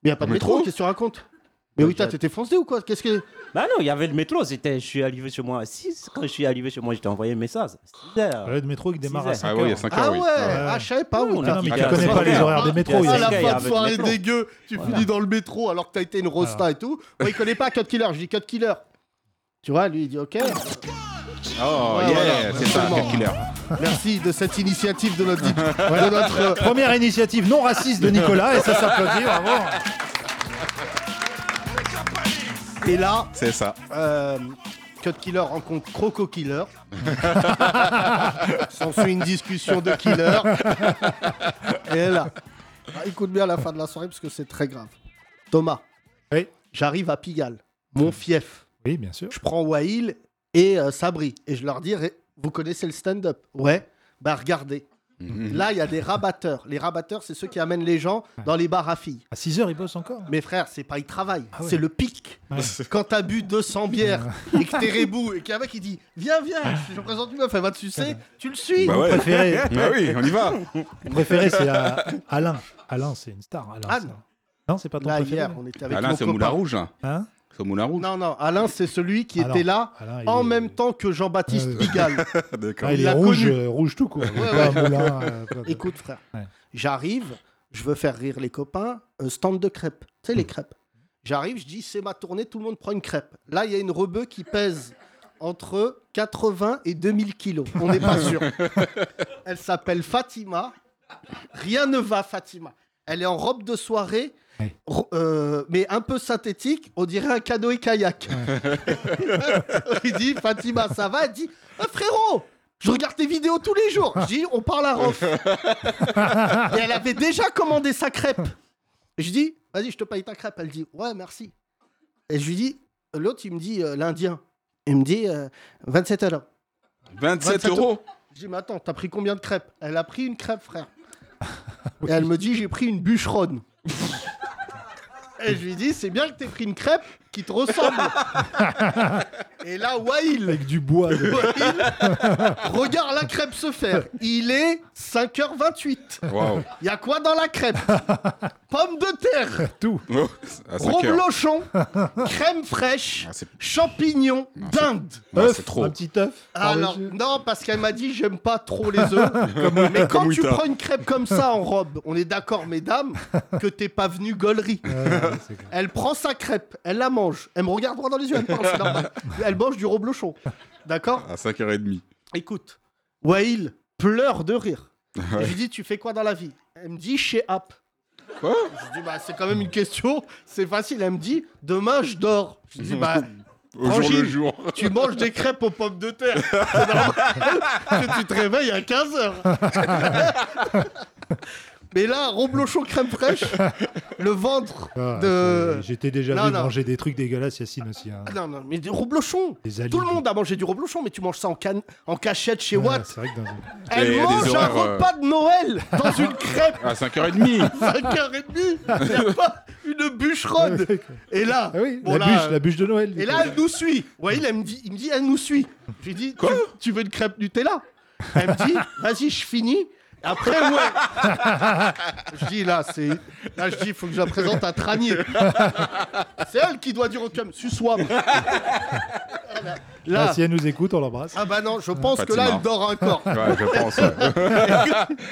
[SPEAKER 3] Mais y a pas de
[SPEAKER 5] Métro
[SPEAKER 3] métro, qu'est-ce que tu racontes Mais
[SPEAKER 7] Bah,
[SPEAKER 3] Wita,
[SPEAKER 7] j'ai-
[SPEAKER 3] t'étais foncé ou quoi Qu'est-ce que.
[SPEAKER 7] Bah non, il y avait le métro, c'était, je suis arrivé chez moi à 6. Quand je suis arrivé chez moi, je t'ai envoyé un message. Six heures.
[SPEAKER 4] Le métro qui démarre à
[SPEAKER 7] Six
[SPEAKER 4] 5
[SPEAKER 5] Ah oui, il y a 5 heures,
[SPEAKER 3] Ah ouais,
[SPEAKER 5] oui.
[SPEAKER 3] Ah, je savais Euh, pas,
[SPEAKER 7] Non,
[SPEAKER 4] Ah
[SPEAKER 3] Wita.
[SPEAKER 4] non, mais
[SPEAKER 7] Ah,
[SPEAKER 4] tu
[SPEAKER 7] il y a
[SPEAKER 4] connais
[SPEAKER 7] cinq
[SPEAKER 4] pas les
[SPEAKER 7] heures.
[SPEAKER 4] horaires des métros. il y a
[SPEAKER 3] Ah,
[SPEAKER 7] cinq
[SPEAKER 3] la
[SPEAKER 4] ça.
[SPEAKER 7] gars,
[SPEAKER 3] fin de
[SPEAKER 7] avec
[SPEAKER 3] soirée
[SPEAKER 7] le métro.
[SPEAKER 3] dégueu, tu finis dans le métro alors que t'as été une rosta et tout. Moi, il connaît pas Cut Killer, je dis Cut Killer. Tu vois, lui, il dit OK.
[SPEAKER 5] Oh,
[SPEAKER 3] Ouais,
[SPEAKER 5] yeah,
[SPEAKER 3] voilà,
[SPEAKER 5] c'est ça,
[SPEAKER 3] absolument.
[SPEAKER 5] quel killer.
[SPEAKER 3] Merci de cette initiative de notre, de notre euh,
[SPEAKER 4] <laughs> Première initiative non raciste de Nicolas, et <laughs> ça s'applaudit vraiment.
[SPEAKER 3] Et là,
[SPEAKER 5] C'est ça.
[SPEAKER 3] euh, Cut Killer rencontre Croco
[SPEAKER 4] <laughs>
[SPEAKER 3] Killer. S'ensuit une discussion de killer. Et là, Ah, écoute bien la fin de la soirée parce que c'est très grave. Thomas,
[SPEAKER 4] Oui.
[SPEAKER 3] j'arrive à Pigalle, mon fief.
[SPEAKER 4] Oui, bien sûr.
[SPEAKER 3] Je prends Wail et euh, Sabri et je leur dis Ré- Vous connaissez le stand-up Ouais. Bah regardez.
[SPEAKER 5] Mhm.
[SPEAKER 3] Là, il y a des rabatteurs. Les rabatteurs, c'est ceux qui amènent les gens dans les bars à filles.
[SPEAKER 4] À 6 heures, il bosse encore.
[SPEAKER 3] Mes frères, c'est pas il travaille,
[SPEAKER 4] Ah ouais.
[SPEAKER 3] c'est le pic.
[SPEAKER 4] Ouais.
[SPEAKER 3] <laughs> Quand t'as bu 200 bières et que t'es rebou et qu'il y a un mec qui dit Viens, viens, je te présente une meuf, elle va te sucer, tu le suis.
[SPEAKER 5] Bah ouais.
[SPEAKER 4] Préféré,
[SPEAKER 5] Bah oui, on y va.
[SPEAKER 4] mon préféré c'est euh, Alain. Alain, c'est une star. Alain,
[SPEAKER 3] Anne.
[SPEAKER 4] c'est- Non, c'est pas ton
[SPEAKER 3] Là,
[SPEAKER 4] préféré.
[SPEAKER 3] hier, on était avec
[SPEAKER 5] Alain,
[SPEAKER 3] mon
[SPEAKER 5] Bah c'est au
[SPEAKER 3] copain.
[SPEAKER 5] moulin rouge. hein.
[SPEAKER 4] Hein
[SPEAKER 5] C'est au moulin rouge.
[SPEAKER 3] Non, non, Alain, c'est celui qui
[SPEAKER 4] Ah non.
[SPEAKER 3] était là
[SPEAKER 4] Alain, il
[SPEAKER 3] en
[SPEAKER 4] est-
[SPEAKER 3] même temps que Jean-Baptiste
[SPEAKER 4] Ouais, ouais.
[SPEAKER 3] Pigalle.
[SPEAKER 5] D'accord.
[SPEAKER 4] Ah, il
[SPEAKER 3] il
[SPEAKER 4] est
[SPEAKER 3] l'a
[SPEAKER 4] rouge,
[SPEAKER 3] connu.
[SPEAKER 4] euh, rouge tout court.
[SPEAKER 3] ouais.
[SPEAKER 4] Pas un moulin, euh, quoi de-
[SPEAKER 3] Écoute, frère,
[SPEAKER 4] Ouais.
[SPEAKER 3] j'arrive, je veux faire rire les copains, euh, stand de crêpes. Tu
[SPEAKER 4] Hmm.
[SPEAKER 3] sais, les crêpes. J'arrive, je dis, c'est ma tournée, tout le monde prend une crêpe. Là, il y a une rebeu qui pèse entre 80 et 2000 kilos. On n'est pas
[SPEAKER 4] <laughs>
[SPEAKER 3] sûr. Elle s'appelle Fatima. Rien ne va, Fatima. Elle est en robe de soirée.
[SPEAKER 4] Ouais.
[SPEAKER 3] ro- euh, mais un peu synthétique, on dirait un canoë kayak. <laughs> il dit Fatima, ça va Elle dit Ah, frérot, je regarde tes vidéos tous les jours. Je dis, on parle à Rof. Et elle avait déjà commandé sa crêpe. Et je dis, vas-y, je te paye ta crêpe. Elle dit, ouais, merci. Et je lui dis, l'autre, il me dit, euh, l'Indien. Il me dit, euh, 27 euros.
[SPEAKER 5] 27
[SPEAKER 3] 27
[SPEAKER 5] euros
[SPEAKER 3] Je dis, mais attends, t'as pris combien de crêpes Elle a pris une crêpe,
[SPEAKER 4] <laughs>
[SPEAKER 3] frère. Et elle me dit, j'ai pris une bûcheronne. <laughs> Et je lui dis, c'est bien que t'aies pris une crêpe qui te
[SPEAKER 4] <laughs>
[SPEAKER 3] ressemble. Et là, Wail,
[SPEAKER 4] Avec du bois. de-
[SPEAKER 3] regarde la crêpe se faire. Il est 5h28.
[SPEAKER 5] Waouh.
[SPEAKER 3] Il y a quoi dans la
[SPEAKER 4] <laughs>
[SPEAKER 3] crêpe Pommes de terre,
[SPEAKER 5] Oh, À 5 heures.
[SPEAKER 3] reblochon,
[SPEAKER 4] <laughs>
[SPEAKER 3] crème fraîche,
[SPEAKER 5] Ah, c'est-
[SPEAKER 3] champignons, dinde.
[SPEAKER 5] non,
[SPEAKER 4] œuf,
[SPEAKER 5] c'est trop.
[SPEAKER 4] Un petit œuf.
[SPEAKER 3] Ah, Alors,
[SPEAKER 4] par-dessus.
[SPEAKER 3] non, parce qu'elle m'a dit j'aime pas trop les œufs. mais quand
[SPEAKER 5] <laughs> comme
[SPEAKER 3] tu
[SPEAKER 5] Ouïta.
[SPEAKER 3] prends une crêpe comme ça en robe, on est d'accord, mesdames, que t'es pas venu gaulerie.
[SPEAKER 4] Ouais, ouais, c'est clair.
[SPEAKER 3] Elle prend sa crêpe, elle la mange, elle me regarde droit dans les yeux, elle parle, c'est normal. Elle mange du reblochon. D'accord
[SPEAKER 5] À 5h30.
[SPEAKER 3] Écoute, Wail pleure de rire. Et Je lui dis, tu fais quoi dans la vie Elle me dit, chez App.
[SPEAKER 5] Quoi
[SPEAKER 3] Je dis, bah, c'est quand même une question, c'est facile. Elle me dit, demain, je dors. Je dis, bah,
[SPEAKER 5] Au jour le
[SPEAKER 3] Frangine.
[SPEAKER 5] jour.
[SPEAKER 3] tu manges des crêpes aux pommes de terre. C'est normal que tu te réveilles à 15h. Mais là, reblochon crème fraîche, le ventre
[SPEAKER 4] Ah,
[SPEAKER 3] de...
[SPEAKER 4] c'est- J'étais déjà
[SPEAKER 3] Non,
[SPEAKER 4] vu
[SPEAKER 3] non.
[SPEAKER 4] manger des trucs dégueulasses, Yacine aussi. hein.
[SPEAKER 3] Ah Non, non, mais du reblochon
[SPEAKER 4] Des alides.
[SPEAKER 3] Tout le monde a mangé du reblochon, mais tu manges ça en, canne- en cachette chez
[SPEAKER 4] Ouais,
[SPEAKER 3] Watt.
[SPEAKER 4] C'est vrai que dans une-
[SPEAKER 5] Et il
[SPEAKER 3] Elle
[SPEAKER 5] y a des
[SPEAKER 3] mange un
[SPEAKER 5] horaires, euh,
[SPEAKER 3] repas de Noël dans une crêpe <laughs>
[SPEAKER 5] À 5h30.
[SPEAKER 3] 5h30 Il n'y a pas une bûcheronne Et là,
[SPEAKER 4] Ah oui,
[SPEAKER 3] bon,
[SPEAKER 4] la,
[SPEAKER 3] là,
[SPEAKER 4] bûche, la bûche de Noël.
[SPEAKER 3] Et là, elle nous suit Ouais, il, elle me dit, il me dit, elle nous suit Je lui dis, tu, tu veux une crêpe Nutella Elle me dit, vas-y, je finis Après,
[SPEAKER 4] <laughs>
[SPEAKER 3] ouais. je dis là, c'est. Là, je dis, il faut que je la présente à Tranier. c'est elle qui doit dire au cum,
[SPEAKER 4] <laughs>
[SPEAKER 3] suce-moi.
[SPEAKER 4] Là,
[SPEAKER 3] Là.
[SPEAKER 4] Ah, si elle nous écoute, on l'embrasse.
[SPEAKER 3] Ah bah non, je pense que là,
[SPEAKER 5] Fatima.
[SPEAKER 3] elle dort encore.
[SPEAKER 5] Ouais,
[SPEAKER 3] <laughs>
[SPEAKER 5] je pense. ouais.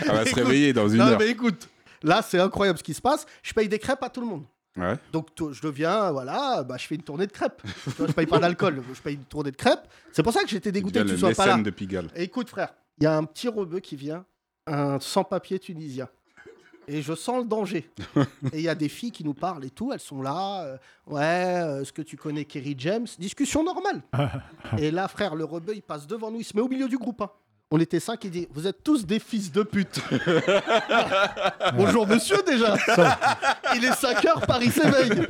[SPEAKER 5] Elle va se
[SPEAKER 3] Écoute,
[SPEAKER 5] réveiller dans une
[SPEAKER 3] non,
[SPEAKER 5] heure.
[SPEAKER 3] mais écoute, là, c'est incroyable ce qui se passe. Je paye des crêpes à tout le monde.
[SPEAKER 5] Ouais.
[SPEAKER 3] Donc to- je deviens, voilà, bah, je fais une tournée de crêpes. Tu vois, je paye pas d'alcool, je paye une tournée de crêpes. C'est pour ça que j'étais dégoûté
[SPEAKER 5] Bien,
[SPEAKER 3] que
[SPEAKER 5] le E
[SPEAKER 3] tu sois pas là.
[SPEAKER 5] mécène de Pigalle.
[SPEAKER 3] Et écoute frère, il y a un petit rebeu qui vient, un sans-papier tunisien. Et je sens le danger. et il y a des filles qui nous parlent et tout, elles sont là. euh, ouais, euh, est-ce que tu connais Kerry James Discussion normale. et là, frère, le rebeu, il passe devant nous, il se met au milieu du groupe. hein. On était cinq, il dit Vous êtes tous des fils de pute. Bonjour monsieur déjà. il est 5 heures, Paris s'éveille.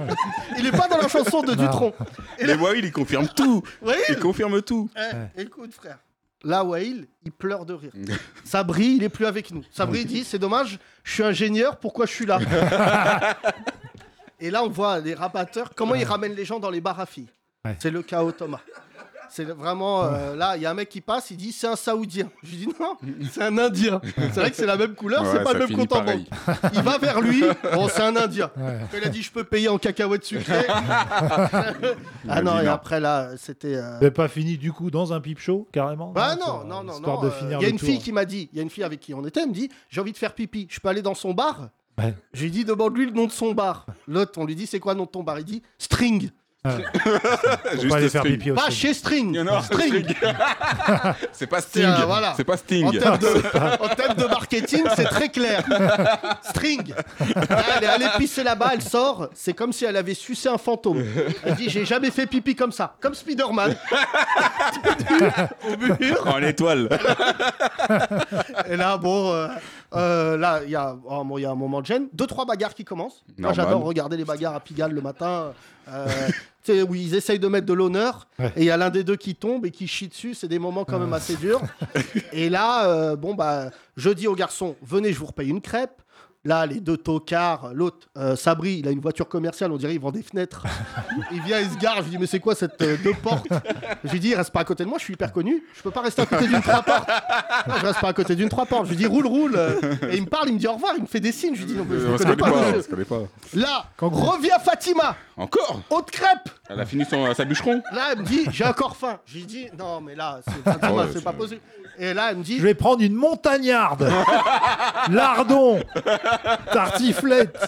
[SPEAKER 3] il est pas dans la chanson de Dutron. Et
[SPEAKER 5] Mais Wail, il confirme tout.
[SPEAKER 3] Oui,
[SPEAKER 5] Il confirme tout.
[SPEAKER 3] eh, Écoute, frère. Là, Wail, il pleure de
[SPEAKER 5] <laughs>
[SPEAKER 3] rire. Sabri, il est plus avec nous. Sabri dit C'est dommage, je suis ingénieur, pourquoi je suis
[SPEAKER 5] <laughs>
[SPEAKER 3] là Et là, on voit les rabatteurs, comment ils ramènent les gens dans les bars à filles.
[SPEAKER 4] Ouais.
[SPEAKER 3] C'est le chaos, Thomas. C'est le- vraiment euh, là, il y a un mec qui passe, il dit c'est un Saoudien. Je lui dis non, c'est un Indien. C'est vrai que c'est la même couleur, c'est
[SPEAKER 5] Ouais,
[SPEAKER 3] pas
[SPEAKER 5] ça
[SPEAKER 3] le même
[SPEAKER 5] finit
[SPEAKER 3] compte en
[SPEAKER 5] pareil.
[SPEAKER 3] banque. Il va vers
[SPEAKER 5] <laughs>
[SPEAKER 3] lui, bon, c'est un Indien. Quand il a dit je peux payer en cacahuètes
[SPEAKER 5] <laughs>
[SPEAKER 3] sucrées. <laughs> ah
[SPEAKER 5] Il
[SPEAKER 3] non,
[SPEAKER 5] a dit
[SPEAKER 3] et
[SPEAKER 5] non.
[SPEAKER 3] après là, c'était. euh,
[SPEAKER 4] T'es pas fini du coup dans un pipe show carrément
[SPEAKER 3] bah
[SPEAKER 4] Hein,
[SPEAKER 3] non,
[SPEAKER 4] sur-
[SPEAKER 3] non, non,
[SPEAKER 4] Histoire
[SPEAKER 3] non.
[SPEAKER 4] de
[SPEAKER 3] euh,
[SPEAKER 4] finir
[SPEAKER 3] Il y a
[SPEAKER 4] le
[SPEAKER 3] une
[SPEAKER 4] tour.
[SPEAKER 3] fille qui m'a dit, il y a une fille avec qui on était, elle me dit J'ai envie de faire pipi, je peux aller dans son bar
[SPEAKER 4] Ouais.
[SPEAKER 3] Je lui dis Demande-lui le nom de son bar. L'autre, on lui dit C'est quoi le nom de ton bar Il dit String.
[SPEAKER 4] Faut
[SPEAKER 5] Juste
[SPEAKER 4] pas aller
[SPEAKER 5] le
[SPEAKER 4] faire
[SPEAKER 5] string.
[SPEAKER 4] pipi au
[SPEAKER 3] Pas
[SPEAKER 4] string.
[SPEAKER 3] chez String
[SPEAKER 5] Non, non,
[SPEAKER 3] String
[SPEAKER 5] string. <laughs> C'est pas Sting.
[SPEAKER 3] Tiens, voilà.
[SPEAKER 5] C'est pas
[SPEAKER 3] en
[SPEAKER 5] Sting.
[SPEAKER 3] termes, de, en termes de marketing, c'est très
[SPEAKER 4] <laughs>
[SPEAKER 3] clair. String. Là, Elle est allée pisser là-bas, elle sort. C'est comme si elle avait sucé un fantôme. Elle dit J'ai jamais fait pipi comme ça. Comme Spider-Man. Au mur.
[SPEAKER 5] En étoile.
[SPEAKER 3] Et là, bon, euh, euh, là, il y, a- oh, bon, il y a un moment de gêne. Deux, trois bagarres qui commencent. Moi,
[SPEAKER 5] Normal.
[SPEAKER 3] j'adore regarder les bagarres à Pigalle le matin. euh, tu sais, où ils essayent de mettre de l'honneur.
[SPEAKER 4] Ouais.
[SPEAKER 3] Et il y a l'un des deux qui tombe et qui chie dessus. C'est des moments quand même assez durs. et là, euh, bon, bah, je dis aux garçons, venez, je vous repaye une crêpe. Là, les deux tocards, l'autre, euh, Sabri, il a une voiture commerciale, on dirait il vend des fenêtres. il vient, il se gare, je lui dis, mais c'est quoi cette euh, deux portes Je lui dis, il reste pas à côté de moi, je suis hyper connu, je peux pas rester à côté d'une trois portes. Moi, je reste pas à côté d'une trois portes. Je lui dis roule, roule. euh, Et il me parle, il me dit au revoir, il me fait des signes. Je lui dis non, mais <laughs> je
[SPEAKER 5] On
[SPEAKER 3] ne
[SPEAKER 5] se
[SPEAKER 3] connais
[SPEAKER 5] connaît
[SPEAKER 3] pas.
[SPEAKER 5] pas.
[SPEAKER 3] monsieur.
[SPEAKER 5] On se connaît pas.
[SPEAKER 3] Là, revient Fatima,
[SPEAKER 5] Encore
[SPEAKER 3] haute crêpe.
[SPEAKER 5] Elle a fini son, sa bûcheron.
[SPEAKER 3] Là, elle me dit j'ai encore faim. Je lui dis non, mais là, c'est Fatima,
[SPEAKER 5] Ouais,
[SPEAKER 3] c'est
[SPEAKER 5] Oh, c'est-
[SPEAKER 3] pas possible. Et là, elle me dit
[SPEAKER 4] Je vais prendre une montagnarde <laughs> Lardon Tartiflette